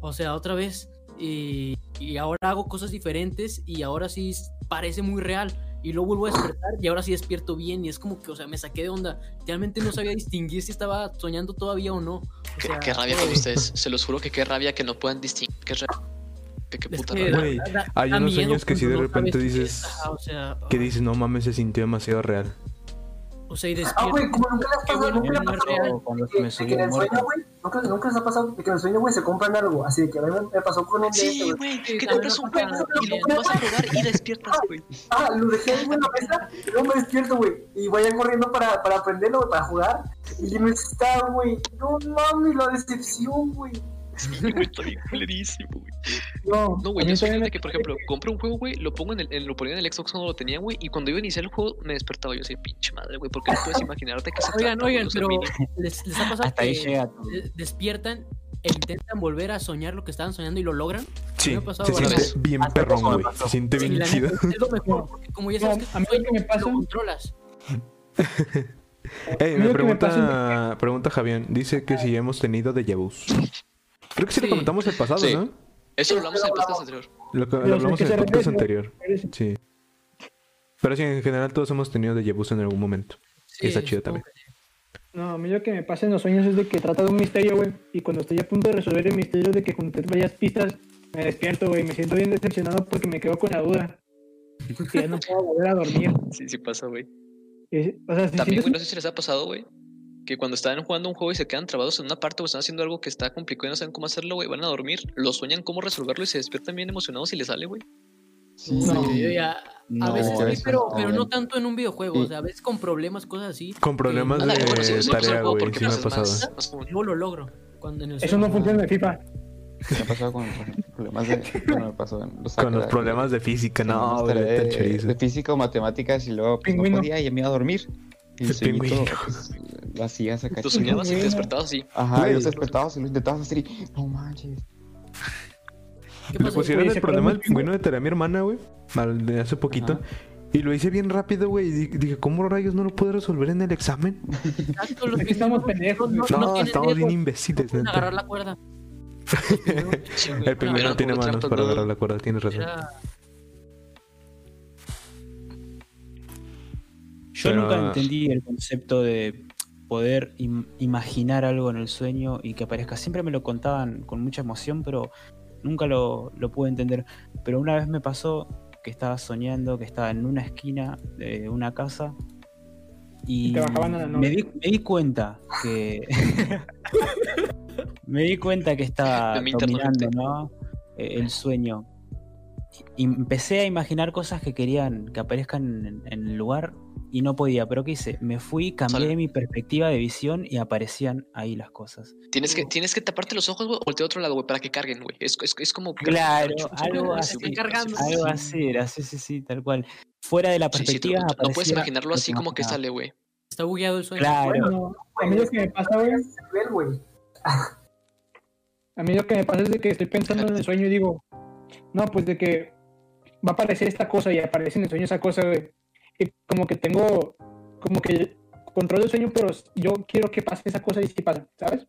Speaker 5: O sea, otra vez. Y, y ahora hago cosas diferentes y ahora sí s- parece muy real. Y luego vuelvo a despertar y ahora sí despierto bien. Y es como que, o sea, me saqué de onda. Realmente no sabía distinguir si estaba soñando todavía o no. O
Speaker 1: Qué,
Speaker 5: sea,
Speaker 1: qué rabia
Speaker 5: fue-
Speaker 1: con ustedes. Se los juro que qué rabia que no puedan distinguir. Qué, ra- qué, qué
Speaker 5: es
Speaker 1: puta
Speaker 5: que
Speaker 1: rabia.
Speaker 5: da-
Speaker 2: Güey,
Speaker 5: da- da
Speaker 2: hay unos
Speaker 5: miedo
Speaker 2: sueños que sí de
Speaker 5: cuando no sabes
Speaker 2: repente
Speaker 5: qué
Speaker 2: dices-
Speaker 5: está, o sea,
Speaker 2: Que dices, no mames, se sintió demasiado real.
Speaker 5: o sea, y
Speaker 6: Ah, güey,
Speaker 5: despierto.
Speaker 6: como nunca les ha
Speaker 5: Qué bueno que no
Speaker 6: pasado, nunca les ha
Speaker 5: es
Speaker 6: pasado
Speaker 5: real.
Speaker 8: O cuando
Speaker 6: que,
Speaker 8: me
Speaker 6: de
Speaker 8: subí
Speaker 6: que en
Speaker 8: el
Speaker 6: el sueño,
Speaker 8: muerto.
Speaker 6: güey, nunca, nunca les ha pasado de que en el sueño, güey, se compran algo. Así de que a mí me- me pasó con un de
Speaker 1: Sí,
Speaker 6: estos,
Speaker 1: güey, que
Speaker 5: también
Speaker 1: compras
Speaker 5: lo
Speaker 1: un
Speaker 5: compran
Speaker 1: juego y
Speaker 5: bien.
Speaker 1: lo vas a probar y despiertas, güey.
Speaker 6: Ah, lo dejé ahí güey, en la mesa, y luego me despierto, güey, y vaya corriendo para, para aprenderlo, güey, para jugar, y no está, güey. No mames, la decepción, güey.
Speaker 1: Güey, Está bien culerísimo, güey.
Speaker 4: No,
Speaker 1: No,
Speaker 4: a
Speaker 1: güey,
Speaker 4: mí
Speaker 1: yo soy
Speaker 4: también
Speaker 1: de
Speaker 4: me-
Speaker 1: que, por ejemplo, compré un juego, güey, lo pongo en el, en- lo ponía en el Xbox cuando lo tenía, güey, y cuando iba a iniciar el juego me despertaba yo así, pinche madre, güey, porque no puedes imaginarte que se
Speaker 5: Oigan,
Speaker 1: trata, güey,
Speaker 5: oigan,
Speaker 1: los
Speaker 5: pero
Speaker 1: terminé.
Speaker 5: les, les ha pasado
Speaker 8: Hasta ahí
Speaker 5: que-
Speaker 8: llega tu-
Speaker 5: de- despiertan e intentan volver a soñar lo que estaban soñando y lo logran.
Speaker 2: Sí,
Speaker 5: Me ha pasado
Speaker 2: se
Speaker 5: varias
Speaker 2: siente
Speaker 1: veces.
Speaker 2: bien
Speaker 8: Hasta
Speaker 2: perrón,
Speaker 8: eso me
Speaker 2: güey.
Speaker 8: pasó.
Speaker 2: Se siente
Speaker 5: Y
Speaker 2: bien
Speaker 5: la
Speaker 2: chido.
Speaker 5: neta, es lo mejor, porque como ya
Speaker 4: No,
Speaker 5: sabes que
Speaker 4: a mí lo que me pasa-
Speaker 5: lo controlas.
Speaker 2: Ey,
Speaker 4: Lo que
Speaker 2: me
Speaker 4: me
Speaker 2: pregunta,
Speaker 4: pasa
Speaker 2: pregunta Javier. Dice que si hemos tenido déjà vus. Creo que sí, lo
Speaker 5: Sí.
Speaker 2: comentamos el pasado,
Speaker 1: Sí.
Speaker 2: ¿no?
Speaker 1: Eso lo hablamos en el podcast anterior.
Speaker 2: Lo, que- lo
Speaker 4: sé
Speaker 2: hablamos
Speaker 4: que
Speaker 2: en el
Speaker 4: se
Speaker 2: podcast
Speaker 4: refiere.
Speaker 2: anterior. Sí. Pero sí, en general todos hemos tenido déjà vus en algún momento.
Speaker 5: Sí,
Speaker 2: Está chido
Speaker 5: supongo que sí.
Speaker 4: No, a mí lo que me pasa en los sueños es de que trata de un misterio, güey. Y cuando estoy a punto de resolver el misterio de que junté varias pistas, me despierto, güey. Me siento bien decepcionado porque me quedo con la duda. Que ya no puedo volver a dormir.
Speaker 1: Sí, sí pasa, güey.
Speaker 4: Es- o sea, si
Speaker 1: También, güey, no
Speaker 4: sientes-
Speaker 1: sé si les ha pasado, güey, que cuando están jugando un juego y se quedan trabados en una parte o están haciendo algo que está complicado y no saben cómo hacerlo, güey, van a dormir, lo sueñan cómo resolverlo y se despiertan bien emocionados y les sale, güey.
Speaker 7: Sí,
Speaker 5: No,
Speaker 7: sí.
Speaker 5: yo ya- a
Speaker 8: No,
Speaker 5: veces
Speaker 7: eso
Speaker 5: sí, pero,
Speaker 7: no.
Speaker 5: pero no tanto en un videojuego.
Speaker 7: Sí.
Speaker 5: O sea, a veces con problemas, cosas así.
Speaker 2: Con problemas
Speaker 5: Eh,
Speaker 1: Ándale, bueno, sí,
Speaker 2: de
Speaker 1: sí,
Speaker 2: tarea,
Speaker 1: juego
Speaker 2: güey.
Speaker 1: porque
Speaker 2: Sí me
Speaker 1: pues,
Speaker 2: ha
Speaker 1: es
Speaker 2: pasado.
Speaker 1: más- más como-
Speaker 5: Yo lo logro. Cuando en el
Speaker 4: Eso no funciona en FIFA.
Speaker 7: Me ha pasado con los problemas de. Bueno, me pasó en los
Speaker 2: Con los problemas de física, no, güey. vete al
Speaker 7: de,
Speaker 2: chorizo.
Speaker 7: de física o matemáticas y luego pues, no
Speaker 4: Pingüino.
Speaker 7: podía y ya me iba a dormir. Y el
Speaker 2: El
Speaker 7: sueñito
Speaker 2: pingüino.
Speaker 7: pues, lo hacías acá.
Speaker 1: Lo soñabas y te
Speaker 4: Bueno.
Speaker 1: despertabas así.
Speaker 7: Ajá, y
Speaker 2: Güey.
Speaker 7: los despertabas y lo intentabas hacer y. No manches.
Speaker 5: ¿Qué
Speaker 2: Le
Speaker 5: pasó?
Speaker 2: pusieron
Speaker 4: Güey,
Speaker 2: el
Speaker 4: se
Speaker 2: problema
Speaker 4: quedó
Speaker 2: del pingüino de tarea a mi hermana, güey. al de hace poquito.
Speaker 7: Ajá.
Speaker 2: Y lo hice bien rápido, güey. Y di- dije, ¿cómo rayos no lo pude resolver en el examen?
Speaker 5: Exacto, los
Speaker 4: Es que estamos
Speaker 5: pingüinos
Speaker 4: pendejos, güey.
Speaker 2: No,
Speaker 5: tienen
Speaker 2: estamos bien
Speaker 5: dedos,
Speaker 2: imbéciles,
Speaker 5: pueden
Speaker 2: neta.
Speaker 5: agarrar la cuerda. Los pingüinos, sí, güey,
Speaker 2: El pingüino
Speaker 1: Era
Speaker 2: no tiene
Speaker 1: como
Speaker 2: manos
Speaker 1: trampas,
Speaker 2: para
Speaker 1: ¿no?
Speaker 2: agarrar la cuerda, tienes razón.
Speaker 5: era-
Speaker 8: Yo
Speaker 2: Pero-
Speaker 8: nunca entendí el concepto de poder im- imaginar algo en el sueño y que aparezca. Siempre me lo contaban con mucha emoción, pero nunca lo, lo pude entender. Pero una vez me pasó que estaba soñando, que estaba en una esquina de una casa y
Speaker 4: Y te bajaban a la
Speaker 8: me,
Speaker 4: noche.
Speaker 8: di, me di cuenta que... me di cuenta que estaba
Speaker 1: De mí
Speaker 8: dominando
Speaker 1: internamente.
Speaker 8: ¿no? Eh, el sueño. Y empecé a imaginar cosas que querían que aparezcan en- en el lugar y no podía, pero ¿qué hice? Me fui, cambié
Speaker 1: Sale.
Speaker 8: mi perspectiva de visión y aparecían ahí las cosas.
Speaker 1: Tienes que, tienes que taparte los ojos, güey, o voltear a otro lado, güey, para que carguen, güey. Es, es, es como.
Speaker 8: Claro, algo
Speaker 1: Sí,
Speaker 8: así.
Speaker 1: güey,
Speaker 5: cargando.
Speaker 1: sí,
Speaker 8: Algo así era, sí, sí, sí, tal cual. Fuera de la
Speaker 1: sí, sí, te
Speaker 8: perspectiva
Speaker 1: lo compro. no puedes
Speaker 8: aparecía
Speaker 1: imaginarlo
Speaker 8: lo
Speaker 1: así como que
Speaker 8: imaginaba.
Speaker 1: sale, güey.
Speaker 5: Está bugueado el sueño.
Speaker 8: Claro,
Speaker 4: Bueno, a mí lo que me pasa, güey.
Speaker 6: Ese nivel, güey.
Speaker 4: A mí lo que me pasa es de que estoy pensando en el sueño y digo, no, pues de que va a aparecer esta cosa y aparece en el sueño esa cosa, güey. Y como que tengo, como que controlo el sueño, pero yo quiero que pase esa cosa y sí pasa, ¿sabes?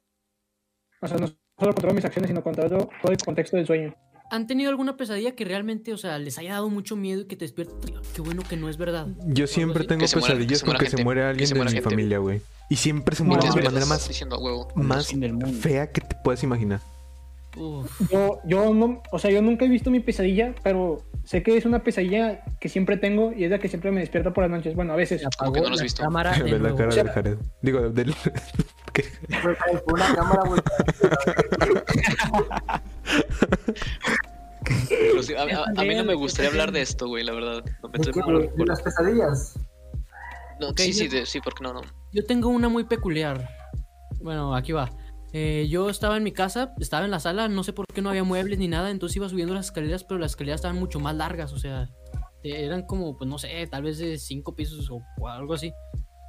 Speaker 4: O sea, no solo controlo mis acciones, sino controlo todo el contexto del sueño.
Speaker 5: ¿Han tenido alguna pesadilla que realmente, o sea, les haya dado mucho miedo y que te despierta? Qué bueno que no es verdad.
Speaker 2: Yo siempre
Speaker 5: así.
Speaker 2: tengo
Speaker 1: Que se muera-
Speaker 2: pesadillas
Speaker 1: que se muera
Speaker 2: con que se
Speaker 1: gente,
Speaker 2: muere
Speaker 1: que
Speaker 2: alguien
Speaker 1: se
Speaker 2: de
Speaker 1: muera
Speaker 2: mi
Speaker 1: gente.
Speaker 2: familia, güey. Y siempre se muere
Speaker 1: Muchas
Speaker 2: de la
Speaker 1: veces
Speaker 2: manera
Speaker 1: estás
Speaker 2: más,
Speaker 1: diciendo a huevo.
Speaker 2: más
Speaker 8: fin del mundo.
Speaker 2: fea que te puedas imaginar.
Speaker 5: Uf,
Speaker 4: Yo, yo no, o sea, yo nunca he visto mi pesadilla, pero sé que es una pesadilla que siempre tengo y es la que siempre me despierta por las noches. Bueno, a veces.
Speaker 5: se apagó
Speaker 1: no lo has
Speaker 5: la
Speaker 1: visto.
Speaker 5: cámara de
Speaker 2: Ver la
Speaker 5: nuevo.
Speaker 2: cara
Speaker 4: Sí.
Speaker 2: del Jared. Digo, del... que-
Speaker 6: Fue fue una cámara, güey.
Speaker 1: Pero sí, a, a- a mí no me gustaría hablar de esto, güey, la verdad. No, me
Speaker 6: ¿De qué,
Speaker 1: tengo-
Speaker 6: güey? ¿De las pesadillas.
Speaker 1: no,
Speaker 5: Ok,
Speaker 1: sí, sí,
Speaker 5: yo-
Speaker 1: de- sí, porque no, no.
Speaker 5: Yo tengo una muy peculiar. Bueno, aquí va. Eh, yo estaba en mi casa, estaba en la sala, no sé por qué no había muebles ni nada, entonces iba subiendo las escaleras, pero las escaleras estaban mucho más largas, o sea, eh, eran como, pues no sé, tal vez de cinco pisos o, o algo así.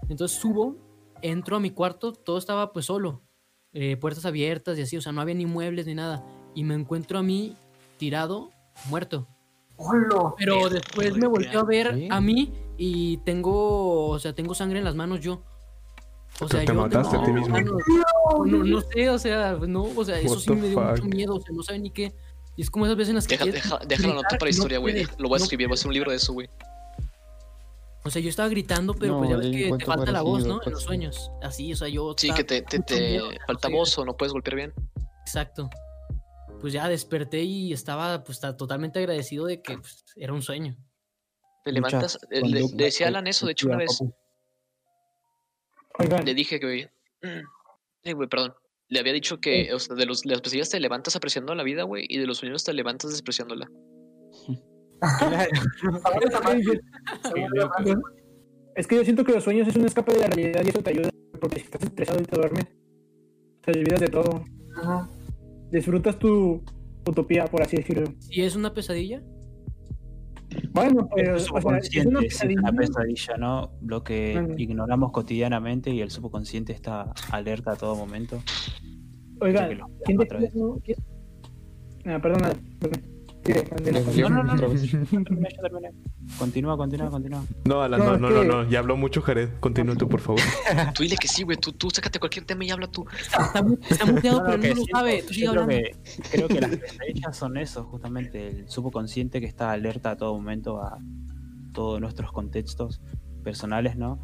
Speaker 5: Entonces subo, entro a mi cuarto, todo estaba pues solo, eh, puertas abiertas y así, o sea, no había ni muebles ni nada, y me encuentro a mí tirado, muerto.
Speaker 6: ¡Holo!
Speaker 5: Pero después me volvió a ver
Speaker 8: ¿Qué?
Speaker 5: a mí y tengo, o sea, tengo sangre en las manos yo. O sea,
Speaker 2: te
Speaker 5: yo
Speaker 2: mataste
Speaker 5: tengo
Speaker 2: a
Speaker 5: sangre
Speaker 2: ti
Speaker 5: en
Speaker 2: mismo.
Speaker 5: las manos. No, no sé, o sea, no, o sea, eso
Speaker 2: What
Speaker 5: sí
Speaker 2: the
Speaker 5: me dio mucho
Speaker 2: fuck?
Speaker 5: miedo, o sea, no saben ni qué. Y es como esas veces en las que
Speaker 1: Deja,
Speaker 5: quieres
Speaker 1: deja, déjalo
Speaker 5: gritar
Speaker 1: anotar para
Speaker 5: y no
Speaker 1: historia, güey.
Speaker 5: puedes,
Speaker 1: Lo voy a
Speaker 5: no
Speaker 1: escribir, voy a hacer un libro de eso, güey.
Speaker 5: O sea, yo estaba gritando, pero
Speaker 7: No,
Speaker 5: pues ya ves
Speaker 7: leí un
Speaker 5: que te
Speaker 7: cuento
Speaker 5: falta la voz,
Speaker 7: parecido,
Speaker 5: ¿no? En los
Speaker 7: pues.
Speaker 5: sueños. Así, o sea, yo
Speaker 1: Sí,
Speaker 5: estaba-
Speaker 1: que te, te,
Speaker 5: mucho
Speaker 1: te
Speaker 5: miedo,
Speaker 1: falta
Speaker 5: sí.
Speaker 1: voz o no puedes golpear bien.
Speaker 5: Exacto. Pues ya desperté y estaba pues ta- totalmente agradecido de que pues, era un sueño.
Speaker 1: Te
Speaker 8: Muchas
Speaker 1: levantas. eh, Le,
Speaker 8: conductas
Speaker 1: le decía a Alan eso, de hecho, una vez.
Speaker 8: papu.
Speaker 4: Oigan,
Speaker 1: Le dije que, güey. Eh, güey, perdón. Le había dicho que, o sea, de, los, de las pesadillas te levantas apreciando la vida, güey, y de los sueños te levantas despreciándola.
Speaker 4: ¿sabes qué? Yo- Es que yo siento que los sueños es un escape de la realidad y eso te ayuda, porque si estás estresado y te duermes, te olvidas de todo.
Speaker 6: Ajá.
Speaker 4: Disfrutas tu utopía, por así decirlo.
Speaker 5: Si es una pesadilla,
Speaker 4: Bueno,
Speaker 8: Pero
Speaker 4: pues,
Speaker 8: es
Speaker 4: o sea, es una
Speaker 8: subconsciente, es una
Speaker 4: pesadilla.
Speaker 8: pesadilla, ¿no? Lo que
Speaker 4: Ajá.
Speaker 8: ignoramos cotidianamente y el subconsciente está alerta a todo momento.
Speaker 4: Oigan,
Speaker 8: Creo que lo-
Speaker 4: ¿quién
Speaker 8: otra
Speaker 4: decía,
Speaker 8: vez.
Speaker 4: no? ¿Quién- Ah, perdona. perdona. Sí, continúa.
Speaker 8: No, no, no, no. yo terminé, yo terminé. Continúa, continúa, continúa.
Speaker 2: No, Alan,
Speaker 4: No,
Speaker 2: no,
Speaker 4: es
Speaker 2: no, no,
Speaker 4: que-
Speaker 2: no. Ya habló mucho Jared. Continúa tú, por favor.
Speaker 1: Tú dile que sí, güey. Tú, tú sácate cualquier tema y habla tú.
Speaker 5: está, mu- está muteado,
Speaker 8: No,
Speaker 5: pero
Speaker 8: que
Speaker 5: no lo
Speaker 8: sí,
Speaker 5: sabe.
Speaker 8: yo
Speaker 5: Tú sigue
Speaker 8: creo
Speaker 5: hablando.
Speaker 8: que, creo que las pesadillas son eso, justamente, el subconsciente que está alerta a todo momento a todos nuestros contextos personales, ¿no?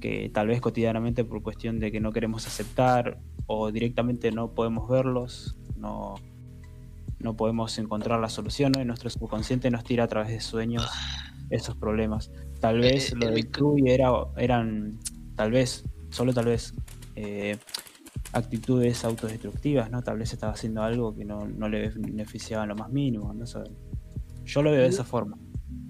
Speaker 8: Que tal vez cotidianamente por cuestión de que no queremos aceptar o directamente no podemos verlos, no, no podemos encontrar la solución, ¿no? Y nuestro subconsciente nos tira a través de sueños esos problemas. Tal vez
Speaker 1: Eh,
Speaker 8: lo
Speaker 1: el
Speaker 8: del
Speaker 1: micro-
Speaker 8: Tui era, eran, tal vez, solo tal vez, eh, actitudes autodestructivas, ¿no? Tal vez estaba haciendo algo que no, no le beneficiaba en lo más mínimo, no sé. Yo lo veo
Speaker 2: Mm.
Speaker 8: de esa forma.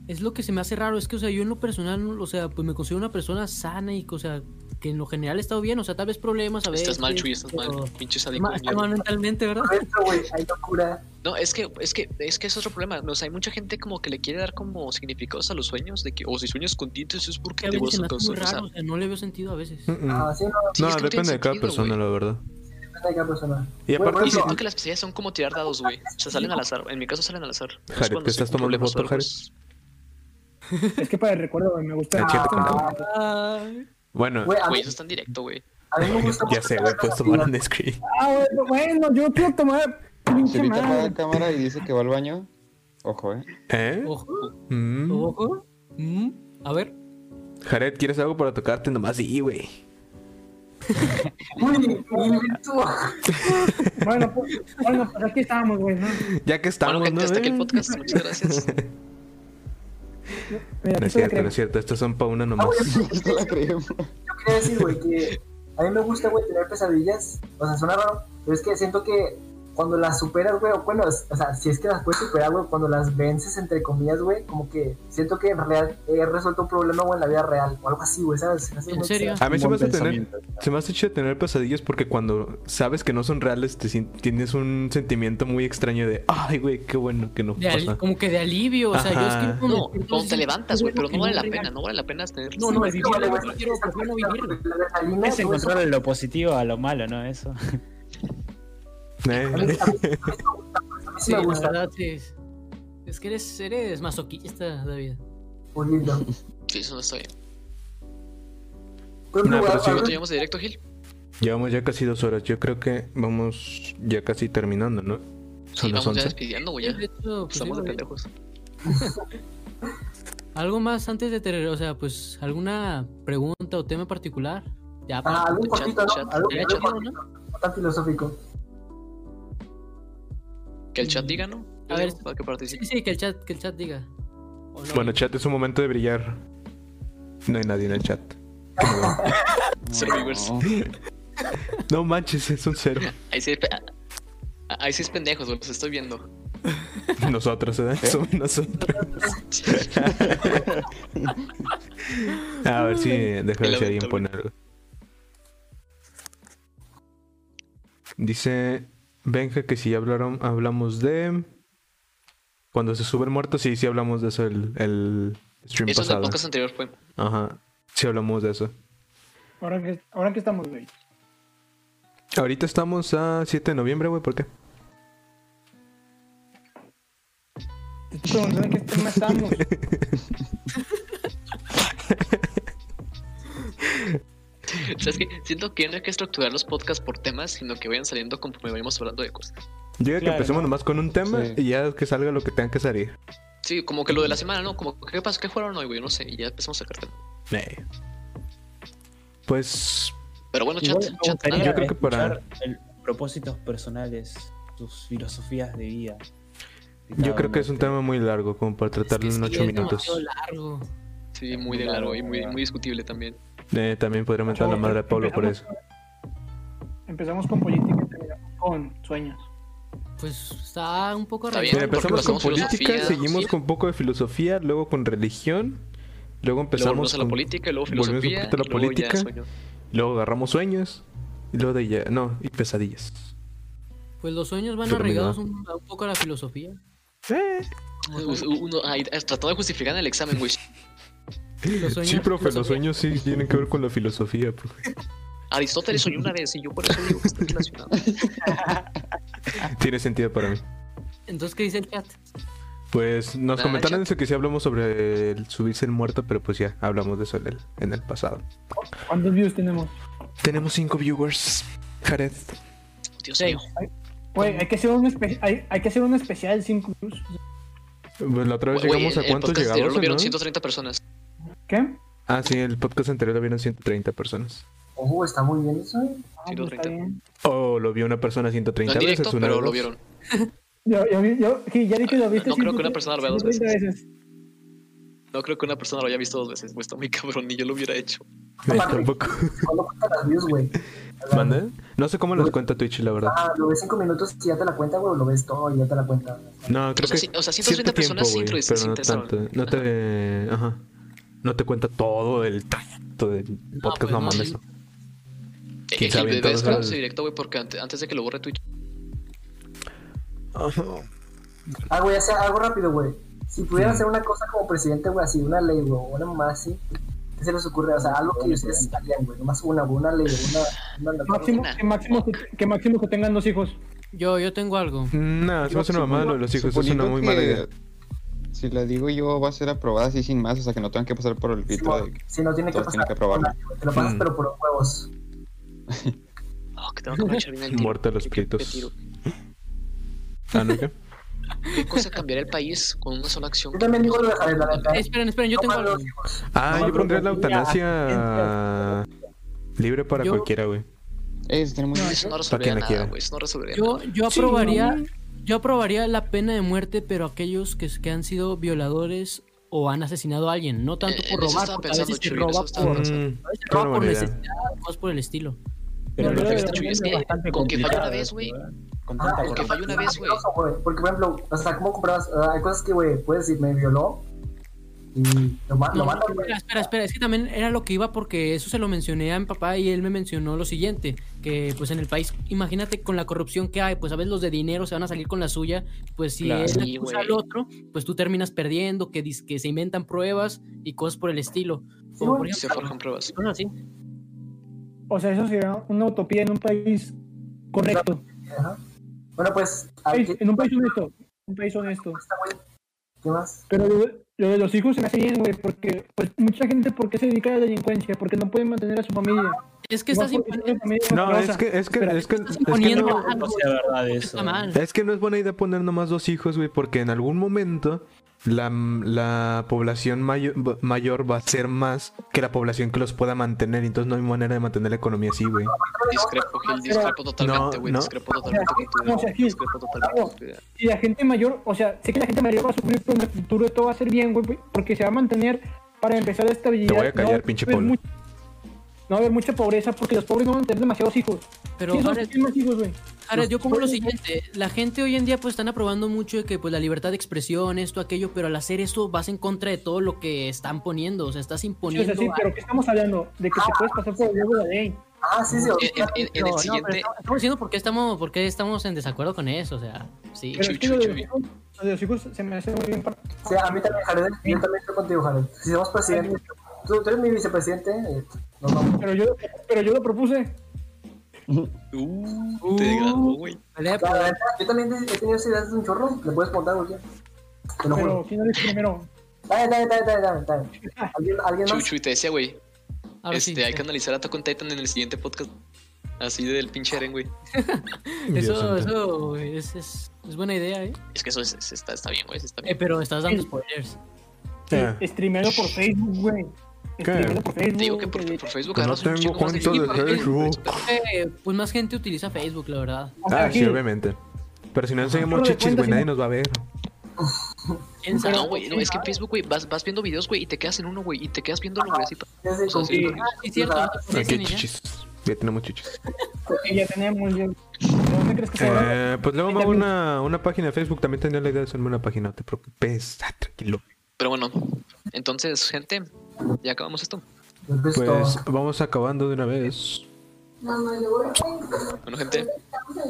Speaker 5: Es lo que se me hace raro, es que, o sea, yo en lo personal, no- o sea, pues me considero una persona sana y, o sea, que en lo general he estado bien, o sea, tal vez problemas a veces.
Speaker 1: Estás mal, Chuy, estás mal.
Speaker 5: pero-
Speaker 1: Pinche sádico.
Speaker 5: Ma-
Speaker 1: de
Speaker 5: Está
Speaker 1: mierda.
Speaker 5: mal mentalmente, ¿verdad?
Speaker 6: Esto, güey, hay locura.
Speaker 1: No, es que, es que, es que es otro problema. O sea, hay mucha gente como que le quiere dar como significados a los sueños, de que, o si sueños con tintes es
Speaker 5: Que
Speaker 1: porque
Speaker 5: a
Speaker 1: te vas
Speaker 5: veces se
Speaker 1: a
Speaker 5: me hace muy
Speaker 1: causar. O sea,
Speaker 5: raro, o sea, no le veo sentido a veces.
Speaker 2: Mm-mm.
Speaker 6: Ah, sí,
Speaker 1: sí, es
Speaker 6: no,
Speaker 2: No,
Speaker 1: que no tiene
Speaker 2: depende de cada
Speaker 1: sentido,
Speaker 2: persona,
Speaker 1: güey.
Speaker 2: la verdad.
Speaker 6: depende de cada persona.
Speaker 2: Y
Speaker 6: Bueno,
Speaker 2: aparte,
Speaker 1: Y
Speaker 6: eso-
Speaker 1: siento que las pesadillas son como tirar dados, güey. O sea, salen al azar. En mi caso salen al azar. No es
Speaker 2: Jared,
Speaker 1: cuando
Speaker 2: ¿te estás
Speaker 1: tengo
Speaker 2: tomando
Speaker 1: problemas o
Speaker 2: foto,
Speaker 1: algo,
Speaker 2: Jared?
Speaker 1: es-
Speaker 4: Es que para el recuerdo güey, me gusta.
Speaker 2: Ah, chécate con la-
Speaker 6: Ah,
Speaker 2: bueno,
Speaker 6: güey, a mí-
Speaker 1: Güey, eso está en directo, güey.
Speaker 6: a mí me gusta
Speaker 2: ya
Speaker 6: mucho
Speaker 2: sé,
Speaker 6: la
Speaker 2: güey. pues, Puedes
Speaker 6: narrativa.
Speaker 2: tomar un screen.
Speaker 4: Ah, bueno, bueno, yo quiero tomar.
Speaker 7: Si
Speaker 4: Pinche
Speaker 7: ahorita va a
Speaker 4: madre.
Speaker 7: la cámara y dice que va al baño, ojo, eh.
Speaker 2: ¿Eh?
Speaker 1: Oh,
Speaker 5: Ojo,
Speaker 2: Mm.
Speaker 5: ojo. mm, A ver,
Speaker 2: Jared, ¿quieres algo para tocarte? Nomás sí, güey.
Speaker 6: Uy, invento.
Speaker 4: Bueno, pues, bueno, pues aquí estamos, güey. ¿no?
Speaker 2: Ya que estamos,
Speaker 1: Bueno, gente, hasta
Speaker 2: ¿no?
Speaker 1: aquí el
Speaker 2: Eh.
Speaker 1: podcast. Muchas gracias.
Speaker 4: Mira, aquí
Speaker 2: No es
Speaker 4: se la
Speaker 2: cierto, no es cierto. Estos son para una nomás.
Speaker 7: No la creemos.
Speaker 6: Yo quería decir, güey, que a mí me gusta, güey, tener pesadillas. O sea, suena raro, pero es que siento que cuando las superas, güey, o bueno, es- o sea, si es que las puedes superar, güey, cuando las vences, entre comillas, güey, como que siento que en realidad he resuelto un problema, güey, en la vida real o algo así, güey, ¿sabes? Se me hace
Speaker 5: ¿En
Speaker 6: muy
Speaker 5: serio?
Speaker 6: extraño.
Speaker 2: A mí se me hace tener
Speaker 8: Pensamiento.
Speaker 2: Se me hace chido tener pesadillas porque cuando sabes que no son reales, te sien- tienes un sentimiento muy extraño de, ay, güey, qué bueno que no
Speaker 5: de al-
Speaker 2: pasa.
Speaker 5: como que de alivio, o sea, yo es que
Speaker 2: Ajá.
Speaker 5: cuando me
Speaker 1: No,
Speaker 5: despierto,
Speaker 1: no
Speaker 5: sí,
Speaker 1: te levantas, güey,
Speaker 5: bueno
Speaker 1: pero
Speaker 5: que
Speaker 1: no vale la
Speaker 5: me
Speaker 1: pena, no vale la pena tener.
Speaker 5: No, no, es
Speaker 1: Sí,
Speaker 5: que
Speaker 1: vale,
Speaker 5: vale,
Speaker 1: güey.
Speaker 5: no quiero- no quiero vivirlo.
Speaker 6: La adrenalina,
Speaker 8: Es
Speaker 6: güey,
Speaker 8: encontrarle lo positivo a lo malo, ¿no? Eso.
Speaker 2: Eh,
Speaker 6: A mí, a mí- a mí sí me gusta, pues, a mí sí
Speaker 5: Sí,
Speaker 6: me
Speaker 5: la
Speaker 6: gusta.
Speaker 5: verdad, sí. Es, es que eres, eres masoquista, David.
Speaker 6: Un lindo.
Speaker 1: Sí, eso no está bien.
Speaker 6: ¿Tú en
Speaker 2: No,
Speaker 6: tu
Speaker 2: pero
Speaker 6: lugar,
Speaker 2: sí.
Speaker 1: ¿Cuánto
Speaker 6: Pablo?
Speaker 1: llevamos de directo, Gil?
Speaker 2: Llevamos ya casi dos horas. Yo creo que vamos ya casi terminando, ¿no?
Speaker 1: Sí,
Speaker 2: Son
Speaker 1: vamos
Speaker 2: las
Speaker 1: ya
Speaker 2: 11.
Speaker 1: despidiendo, güey.
Speaker 5: Sí,
Speaker 1: ya.
Speaker 5: de hecho, pues,
Speaker 1: Estamos de
Speaker 5: digo,
Speaker 1: pendejos.
Speaker 5: Algo más antes de tener, o sea, pues alguna pregunta o tema en particular. Ya, pues,
Speaker 6: Ah,
Speaker 5: para-
Speaker 6: algo
Speaker 1: Chat,
Speaker 6: cortito, ¿no?
Speaker 1: chat,
Speaker 6: Algo
Speaker 5: ya,
Speaker 1: chat,
Speaker 5: chao,
Speaker 6: algo
Speaker 5: ¿no?
Speaker 6: tan filosófico.
Speaker 1: Que el chat diga, ¿no?
Speaker 5: A ver,
Speaker 1: Para que
Speaker 5: Sí,
Speaker 1: participe.
Speaker 5: sí, que el chat, que el chat diga. O no.
Speaker 2: Bueno, chat, es un momento de brillar. No hay nadie en el chat. No,
Speaker 1: Survivors.
Speaker 2: No manches, es un cero.
Speaker 1: Ahí sí, ahí sí es pendejos, güey, los estoy viendo.
Speaker 2: Nosotros, ¿eh? Somos nosotros. A ver si deja de si alguien pone algo. Dice Benja que si ya hablaron, hablamos de. Cuando se suben muertos, sí, sí hablamos de eso el, el stream
Speaker 1: Eso es del
Speaker 2: pasado.
Speaker 1: podcast anterior, fue.
Speaker 2: Ajá. Sí hablamos de eso.
Speaker 4: Ahora que, ahora que estamos, güey.
Speaker 2: Ahorita estamos a 7 de noviembre, güey, ¿por qué?
Speaker 4: Te estoy preguntando en qué tema estamos.
Speaker 1: ¿Sabes qué? Siento que no hay que estructurar los podcasts por temas, sino que vayan saliendo conforme vayamos hablando de cosas.
Speaker 2: Yo digo que
Speaker 8: Claro,
Speaker 2: empecemos nomás con un tema
Speaker 7: Sí.
Speaker 2: y ya que salga lo que tenga que salir.
Speaker 1: Sí, como que lo de la semana, ¿no? Como, ¿qué pasó? ¿Qué jugaron hoy, güey? No sé, y ya empezamos a sacar temas.
Speaker 2: Eh. Pues
Speaker 1: Pero bueno, chat,
Speaker 8: Igual me
Speaker 1: chat.
Speaker 8: gustaría
Speaker 2: yo creo que para-
Speaker 8: escuchar el- propósitos personales, sus filosofías de vida. de cada
Speaker 2: yo creo
Speaker 8: uno
Speaker 2: que
Speaker 8: de
Speaker 2: es un
Speaker 8: ustedes.
Speaker 2: tema muy largo como para tratarlo
Speaker 5: Es
Speaker 2: en
Speaker 5: que sí,
Speaker 2: 8
Speaker 5: es
Speaker 2: minutos.
Speaker 5: demasiado largo.
Speaker 1: Sí, muy de largo y muy, muy discutible también.
Speaker 2: Eh, también podría mentar la madre a Pablo por eso.
Speaker 4: Empezamos con política y terminamos con sueños.
Speaker 5: Pues está un poco
Speaker 1: Está
Speaker 5: raro.
Speaker 1: bien,
Speaker 2: Mira, empezamos
Speaker 1: porque
Speaker 2: con
Speaker 1: pasamos filosofía,
Speaker 2: política, seguimos
Speaker 1: filosofía.
Speaker 2: con un poco de filosofía, luego con religión, luego
Speaker 1: Luego volvemos
Speaker 2: empezamos
Speaker 1: a la
Speaker 2: con-
Speaker 1: política, y luego
Speaker 2: volvemos un
Speaker 1: filosofía,
Speaker 2: poquito a la
Speaker 1: y luego ya
Speaker 2: política.
Speaker 1: sueño.
Speaker 2: luego agarramos sueños, y luego de ya, no, y pesadillas.
Speaker 5: Pues los sueños van
Speaker 2: Dormido.
Speaker 5: arraigados un, a un poco a la filosofía.
Speaker 2: Eh,
Speaker 1: U- u- Uno, ay, tratando de justificar en el examen, güey.
Speaker 5: Los sueños,
Speaker 2: Sí, profe, los
Speaker 5: filosofía.
Speaker 2: sueños sí tienen que ver con la filosofía, pues. profe.
Speaker 1: Aristóteles soñó una vez y yo por eso digo que está relacionado.
Speaker 2: Tiene sentido para mí.
Speaker 5: Entonces, ¿qué dice el chat?
Speaker 2: Pues nos
Speaker 1: Ah,
Speaker 2: comentaron
Speaker 1: chat.
Speaker 2: eso que sí hablamos sobre el subirse el muerto, pero pues ya hablamos de eso en el, en el pasado.
Speaker 4: ¿Cuántos views tenemos?
Speaker 2: Tenemos cinco viewers. Jared.
Speaker 1: Dios mío.
Speaker 4: Güey, hay que hacer un, espe- hay, hay que hacer un especial 5 views.
Speaker 2: Pues la otra vez
Speaker 1: Güey,
Speaker 2: llegamos
Speaker 1: el-
Speaker 2: a
Speaker 1: el
Speaker 2: cuántos
Speaker 1: podcast anterior
Speaker 2: llegamos.
Speaker 1: Lo vieron
Speaker 2: ¿no?
Speaker 1: 130 personas.
Speaker 4: ¿Qué?
Speaker 2: Ah, sí, el podcast anterior lo vieron 130 personas.
Speaker 6: Ojo, está muy bien eso, ¿eh?
Speaker 4: Ah,
Speaker 1: Sí,
Speaker 4: pues
Speaker 1: los
Speaker 4: está
Speaker 1: 30.
Speaker 4: bien.
Speaker 2: Oh, lo vio una persona 130
Speaker 1: No en
Speaker 2: veces.
Speaker 1: directo,
Speaker 2: una
Speaker 1: pero
Speaker 2: vez.
Speaker 1: lo vieron.
Speaker 4: Yo, yo, vi- yo, sí, ya dije, lo viste.
Speaker 1: No creo que
Speaker 4: 130
Speaker 1: una persona lo vea dos veces.
Speaker 4: 130 veces.
Speaker 1: No creo que una persona lo haya visto dos veces, güey. Está muy cabrón, ni yo lo hubiera hecho.
Speaker 2: Eh,
Speaker 6: Aparte.
Speaker 2: tampoco.
Speaker 6: ¿Cuándo cuentan las views, güey?
Speaker 2: ¿Manda? No sé cómo las cuenta Twitch, la verdad.
Speaker 6: Ah, lo ves cinco minutos y ya te la cuenta, güey, o lo ves todo y ya te la cuenta.
Speaker 2: No, creo
Speaker 1: O sea,
Speaker 2: que.
Speaker 1: sí- o sea, 130
Speaker 2: cierto
Speaker 1: personas sí
Speaker 2: güey,
Speaker 1: introducen-
Speaker 2: pero no
Speaker 1: sí interesaron.
Speaker 2: tanto. No te. Ajá. No te cuenta todo el trayecto del
Speaker 1: Ah,
Speaker 2: podcast,
Speaker 5: pues
Speaker 2: no,
Speaker 5: no,
Speaker 2: mames.
Speaker 5: sí.
Speaker 2: no.
Speaker 1: Eh,
Speaker 2: ¿Quién
Speaker 1: eh,
Speaker 2: sabe?
Speaker 1: Gil,
Speaker 2: Entonces,
Speaker 1: debes grabar
Speaker 2: el-
Speaker 1: ese directo, güey, porque ante- antes de que lo borre Twitch.
Speaker 2: Ajá.
Speaker 6: Ah, güey, hace algo rápido, güey. Si pudieran hacer una cosa como presidente, güey, así, una ley, güey, una mamá así, ¿qué se les ocurre? O sea, algo que ustedes harían, güey, nomás una, güey, una ley, güey, una... una-
Speaker 4: Máximo, que, máximo que, que máximo que tengan dos hijos.
Speaker 5: Yo, yo tengo algo.
Speaker 2: No, se me hace una mamada lo de los hijos, es una
Speaker 7: Suponiendo
Speaker 2: muy
Speaker 7: que
Speaker 2: mala idea.
Speaker 7: Si la digo yo, va a ser aprobada así sin más, o sea que no tengan que pasar por el
Speaker 6: Si
Speaker 7: filtro
Speaker 6: no,
Speaker 7: de.
Speaker 6: si no tiene que
Speaker 7: Todos
Speaker 6: pasar.
Speaker 7: tienen que probarlo.
Speaker 6: una, güey, Te lo pasas,
Speaker 2: Mm.
Speaker 6: pero por los huevos.
Speaker 1: Oh, que tengo que aprovechar bien el tiro.
Speaker 2: Muerte a los
Speaker 1: ¿Qué- qué- qué
Speaker 2: pleitos.
Speaker 1: tiro?
Speaker 2: Ah, ¿no? ¿Qué?
Speaker 1: ¿Qué cosa cambiaría el país con una sola acción?
Speaker 6: Yo también digo lo de Jared, la neta.
Speaker 5: Eh, esperen, esperen, yo tengo
Speaker 6: Tómalo.
Speaker 5: algo.
Speaker 2: Ah,
Speaker 4: No,
Speaker 2: yo pondría la
Speaker 4: pero-
Speaker 2: eutanasia libre para
Speaker 5: Yo-
Speaker 2: cualquiera, güey.
Speaker 7: Eh, estaría muy bien.
Speaker 1: Eso no
Speaker 2: quién
Speaker 1: resolvería
Speaker 2: la
Speaker 1: nada,
Speaker 2: quiere?
Speaker 1: güey. Eso no resolvería
Speaker 5: Yo,
Speaker 1: nada.
Speaker 5: yo aprobaría, yo aprobaría la pena de muerte, pero aquellos que, que han sido violadores o han asesinado a alguien, no tanto
Speaker 1: Eh, en
Speaker 5: por
Speaker 1: eso
Speaker 5: robar,
Speaker 1: estaba
Speaker 5: porque a
Speaker 1: pensando,
Speaker 5: veces se
Speaker 1: Chuy, en
Speaker 5: roba
Speaker 1: eso estaba
Speaker 5: por,
Speaker 1: pensando.
Speaker 2: Mm,
Speaker 5: a veces se
Speaker 2: qué
Speaker 5: roba
Speaker 2: buena
Speaker 5: por
Speaker 2: idea.
Speaker 5: necesidad, cosas por el estilo.
Speaker 8: Pero
Speaker 6: No,
Speaker 8: lo
Speaker 6: pero
Speaker 8: que
Speaker 6: es que,
Speaker 8: está
Speaker 1: Chuy, es
Speaker 8: haciendo
Speaker 1: que
Speaker 8: bastante
Speaker 1: con que falló
Speaker 8: complicado,
Speaker 1: una vez, güey.
Speaker 8: Con
Speaker 6: Ah,
Speaker 8: tanta
Speaker 6: el
Speaker 1: Porque
Speaker 8: corrupción.
Speaker 6: que
Speaker 1: falló una vez, güey.
Speaker 6: peligroso, güey, Porque, por ejemplo, o sea, ¿cómo compras? Ah, hay cosas que, güey, puedes decir, me violó y lo, ma- lo
Speaker 5: No,
Speaker 6: mandan, güey.
Speaker 5: espera, espera, espera, es que también era lo que iba porque eso se lo mencioné a mi papá y él me mencionó lo siguiente, que pues en el país, imagínate con la corrupción que hay, pues a veces los de dinero se van a salir con la suya, pues si
Speaker 8: Claro.
Speaker 5: él
Speaker 1: Sí,
Speaker 5: acusa
Speaker 1: güey.
Speaker 5: al otro, pues tú terminas perdiendo, que, dis- que se inventan pruebas y cosas por el estilo.
Speaker 6: Sí,
Speaker 5: Como por
Speaker 6: güey.
Speaker 5: ejemplo,
Speaker 1: Se forjan pruebas.
Speaker 5: cosas así.
Speaker 4: O sea, eso sería una utopía en un país correcto.
Speaker 6: Ajá. Bueno, pues.
Speaker 4: País-
Speaker 6: Aquí,
Speaker 4: En un país honesto. Un país honesto.
Speaker 6: está, güey. ¿Qué más?
Speaker 4: Pero lo, lo de los hijos se me hace bien, güey, porque pues, mucha gente, ¿por qué se dedica a la delincuencia? Porque no pueden mantener a su familia.
Speaker 5: Es que estás
Speaker 4: No, porque
Speaker 5: imponiendo.
Speaker 4: tienen familia
Speaker 2: No,
Speaker 4: numerosa.
Speaker 2: es que, es que,
Speaker 4: Espera,
Speaker 2: es que,
Speaker 5: estás
Speaker 2: es que
Speaker 5: imponiendo
Speaker 2: no,
Speaker 5: algo,
Speaker 8: No sea verdad eso.
Speaker 5: Está mal.
Speaker 2: es que no es buena idea poner nomás dos hijos, güey, porque en algún momento la, la población mayo- mayor va a ser más que la población que los pueda mantener. Entonces no hay manera de mantener la economía así, güey.
Speaker 1: Discrepo, Gil, discrepo totalmente, güey.
Speaker 2: no.
Speaker 1: Discrepo totalmente con tu
Speaker 4: No, o sea, Gil,
Speaker 1: Discrepo totalmente con tu idea.
Speaker 4: Y la gente mayor, o sea, sé que la gente mayor va a sufrir, pero en el futuro todo va a ser bien, güey, porque se va a mantener para empezar la estabilidad.
Speaker 2: Te voy a
Speaker 4: No
Speaker 2: callar,
Speaker 4: va haber
Speaker 2: pinche Pablo.
Speaker 4: mucha- no va a haber mucha pobreza porque los pobres no van a tener demasiados hijos.
Speaker 5: Pero
Speaker 4: ¿Quién son
Speaker 5: Jared,
Speaker 4: los que tienen más hijos, güey?
Speaker 5: Ahora, yo como lo
Speaker 4: Los-
Speaker 5: siguiente, la gente hoy en día pues están aprobando mucho de que pues la libertad de expresión, esto, aquello, pero al hacer esto vas en contra de todo lo que están poniendo, o sea, estás
Speaker 4: Sí, o
Speaker 5: imponiendo...
Speaker 4: sea, sí,
Speaker 5: a-
Speaker 4: pero ¿qué estamos hablando? De que se puede pasar por el dedo de la ley.
Speaker 6: Ah, sí, sí.
Speaker 1: En, en- en- en
Speaker 5: No,
Speaker 1: el
Speaker 5: no, pero
Speaker 1: siguiente.
Speaker 5: estamos, estamos diciendo por qué estamos, por qué estamos en desacuerdo con eso, o sea, sí.
Speaker 4: Pero
Speaker 1: Chuy,
Speaker 4: es que lo
Speaker 1: chuy,
Speaker 4: de los
Speaker 1: chuy.
Speaker 4: hijos- lo de los hijos se me hace muy bien para...
Speaker 6: Sí, a mí también, Jared. Yo también estoy contigo, Jared. Si somos presidentes, tú, tú eres mi vicepresidente. eh, nos vamos.
Speaker 4: Pero yo, pero yo lo propuse.
Speaker 1: Uh, te degradó, güey.
Speaker 5: Pelea por-
Speaker 6: La verdad, yo también he tenido esas ideas de un chorro. Le puedes contar, güey. ya. Te lo
Speaker 4: Pero
Speaker 6: juro.
Speaker 4: ¿quién lo dijo primero?
Speaker 6: Dale, dale, dale, dale, dale, dale. ¿Alguien, alguien
Speaker 1: Chuy,
Speaker 6: más?
Speaker 1: Chuy, te decía, güey.
Speaker 5: ahora sí,
Speaker 1: Este, hay
Speaker 5: sí.
Speaker 1: que analizar a con Titan en el siguiente podcast. Así del pinche
Speaker 5: Ah.
Speaker 1: Eren, güey.
Speaker 2: Dios
Speaker 5: Eso,
Speaker 2: santo.
Speaker 5: eso es, es- es buena idea, ¿eh?
Speaker 1: Es que eso es- es- está, está bien, güey. Está
Speaker 5: Eh,
Speaker 1: bien.
Speaker 5: Pero estás dando spoilers.
Speaker 2: Eh,
Speaker 4: Streamero por Facebook, güey. Streamero por Facebook. eh,
Speaker 1: Te digo que por,
Speaker 4: güey.
Speaker 1: por Facebook
Speaker 2: Que no
Speaker 1: agarras un
Speaker 2: tengo
Speaker 1: chingo más de
Speaker 2: cuenta
Speaker 1: gente,
Speaker 2: de
Speaker 1: güey.
Speaker 2: Facebook.
Speaker 5: Eh, pues más gente utiliza Facebook, la verdad.
Speaker 4: O sea,
Speaker 2: Ah, sí,
Speaker 4: Gil,
Speaker 2: obviamente. Pero si no
Speaker 4: Pero
Speaker 2: enseñamos
Speaker 4: de
Speaker 2: chichis,
Speaker 4: cuenta,
Speaker 2: güey,
Speaker 4: si no-
Speaker 2: nadie nos va a ver.
Speaker 5: ¿Quién sabe?
Speaker 1: No, güey, no, es que en Facebook, güey, vas, vas viendo videos, güey, y te quedas en uno, güey, y te quedas viéndolo, güey, así. pa-
Speaker 6: Sí, sí,
Speaker 1: O sea,
Speaker 6: contigo.
Speaker 1: sí.
Speaker 5: Ah, sí, cierto.
Speaker 6: Ah,
Speaker 5: no te
Speaker 2: Aquí hay
Speaker 5: dicen y ya.
Speaker 2: chichis. Ya tenemos chichis.
Speaker 4: Sí, ya tenemos. Ya. ¿Dónde crees que se va?
Speaker 2: Eh, pues luego me hago una, una página de Facebook. También tenía la idea de hacerme una página. No te preocupes. Ah, tranquilo.
Speaker 1: Pero bueno, entonces, gente, ya acabamos esto.
Speaker 6: Entonces,
Speaker 2: Pues
Speaker 6: todo.
Speaker 2: vamos acabando de una vez.
Speaker 1: Bueno, gente,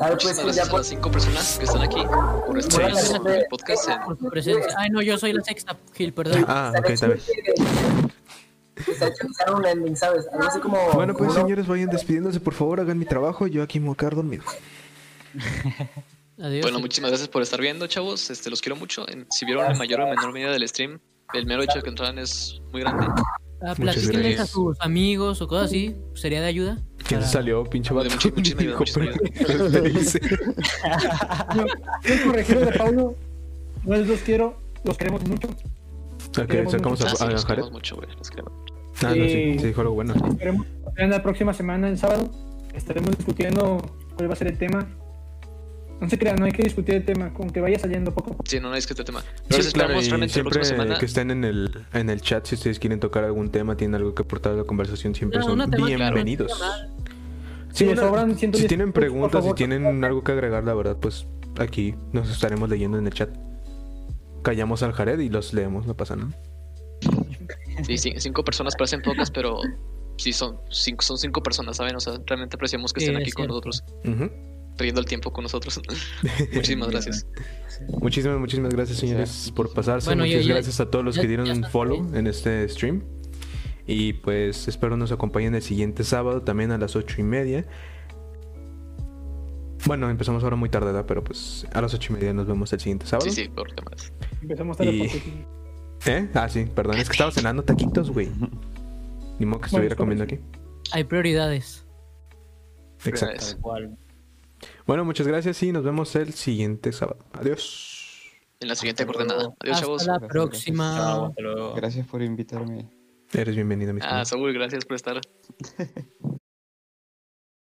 Speaker 6: A ver,
Speaker 1: muchas
Speaker 6: pues, ya
Speaker 1: gracias a
Speaker 6: por,
Speaker 1: las cinco personas que están aquí por este
Speaker 5: Sí.
Speaker 1: eh, podcast. eh.
Speaker 5: Por tu presencia. Ay, no, yo soy la sexta, Gil, perdón.
Speaker 2: Ah, ok, está
Speaker 6: Estaría
Speaker 2: bien.
Speaker 6: chido que- que se ha hecho quizá un ending, ¿sabes? Algo así como.
Speaker 2: Bueno, pues
Speaker 6: uno-
Speaker 2: señores, vayan despidiéndose, por favor, hagan mi trabajo. Yo aquí me voy a quedar dormido.
Speaker 5: Adiós.
Speaker 1: Bueno, muchísimas gracias por estar viendo, chavos. Este, los quiero mucho. En- Si vieron en mayor o menor medida del stream, el mero hecho de que entraran es muy grande.
Speaker 5: Ah, platíquenles a
Speaker 2: gracias.
Speaker 5: sus amigos o cosas así. ¿Sería de ayuda?
Speaker 2: ¿Quién
Speaker 5: Para-
Speaker 2: salió, pinche
Speaker 1: De
Speaker 2: vato?
Speaker 1: muchis- muchísimas
Speaker 2: Dijo,
Speaker 1: gracias,
Speaker 2: pero- te dice.
Speaker 4: Quiero corregir de Pablo. No les los quiero. Los queremos mucho.
Speaker 2: Ok, sacamos
Speaker 1: Ah,
Speaker 2: a,
Speaker 1: sí,
Speaker 2: a
Speaker 1: los
Speaker 2: Jared.
Speaker 1: queremos mucho, güey. los queremos.
Speaker 2: Ah, no, sí,
Speaker 4: Sí.
Speaker 2: sí, dijo algo bueno.
Speaker 4: Esperemos que la próxima semana, el sábado. Estaremos discutiendo cuál va a ser el tema. No se crean, no hay que discutir el tema. Con que vaya saliendo poco a poco.
Speaker 1: Sí, no, no es que este tema. Pero les
Speaker 2: Sí, claro,
Speaker 1: esperamos
Speaker 2: y
Speaker 1: realmente la
Speaker 2: siempre
Speaker 1: próxima semana.
Speaker 2: que estén en el, en el chat, si ustedes quieren tocar algún tema, tienen algo que aportar a la conversación, siempre
Speaker 5: No,
Speaker 2: son
Speaker 5: no te va-
Speaker 2: bienvenidos.
Speaker 5: claro, no
Speaker 2: Sí,
Speaker 4: Si les
Speaker 2: una-
Speaker 4: sobran 110
Speaker 2: si tienen
Speaker 4: por
Speaker 2: preguntas, si
Speaker 4: favor.
Speaker 2: tienen algo que agregar, la verdad, pues aquí nos estaremos leyendo en el chat. Callamos al Jared y los leemos, no pasa nada.
Speaker 1: Sí, sí, cinco personas parecen pocas, pero sí son cinco, son cinco personas, ¿saben? O sea, realmente apreciamos que
Speaker 5: Sí,
Speaker 1: estén
Speaker 5: es
Speaker 1: aquí con
Speaker 5: cierto.
Speaker 1: nosotros,
Speaker 2: Ujú.
Speaker 1: perdiendo el tiempo con nosotros. Muchísimas gracias.
Speaker 2: Muchísimas, muchísimas gracias, señores, por pasarse.
Speaker 5: Bueno, ya-
Speaker 2: Muchas
Speaker 5: ya-
Speaker 2: gracias a todos los
Speaker 5: ya-
Speaker 2: que
Speaker 5: ya
Speaker 2: dieron
Speaker 5: está ¿eh?
Speaker 2: follow
Speaker 5: bien.
Speaker 2: en este stream. Y pues espero nos acompañen el siguiente sábado también a las ocho y media. Bueno, empezamos ahora muy tarde, ¿verdad? pero pues a las ocho y media nos vemos el siguiente sábado.
Speaker 1: Sí, sí, por temas.
Speaker 4: Empezamos a la
Speaker 2: Y- ¿Eh? Ah, sí, perdón. Es que estaba cenando taquitos, güey. Ni modo que estuviera comiendo
Speaker 4: Bueno,
Speaker 2: aquí.
Speaker 5: Hay prioridades.
Speaker 2: Exacto.
Speaker 1: Gracias.
Speaker 8: Tal cual.
Speaker 2: Bueno, muchas gracias y nos vemos el siguiente sábado. Adiós.
Speaker 1: En la siguiente
Speaker 8: Hasta
Speaker 1: coordenada.
Speaker 8: luego.
Speaker 1: Adiós,
Speaker 5: Hasta
Speaker 1: chavos.
Speaker 5: la
Speaker 7: Gracias,
Speaker 5: próxima.
Speaker 8: Chao, hasta luego.
Speaker 7: Gracias por invitarme.
Speaker 2: Eres bienvenido, mis
Speaker 1: Ah, Saúl, gracias por estar.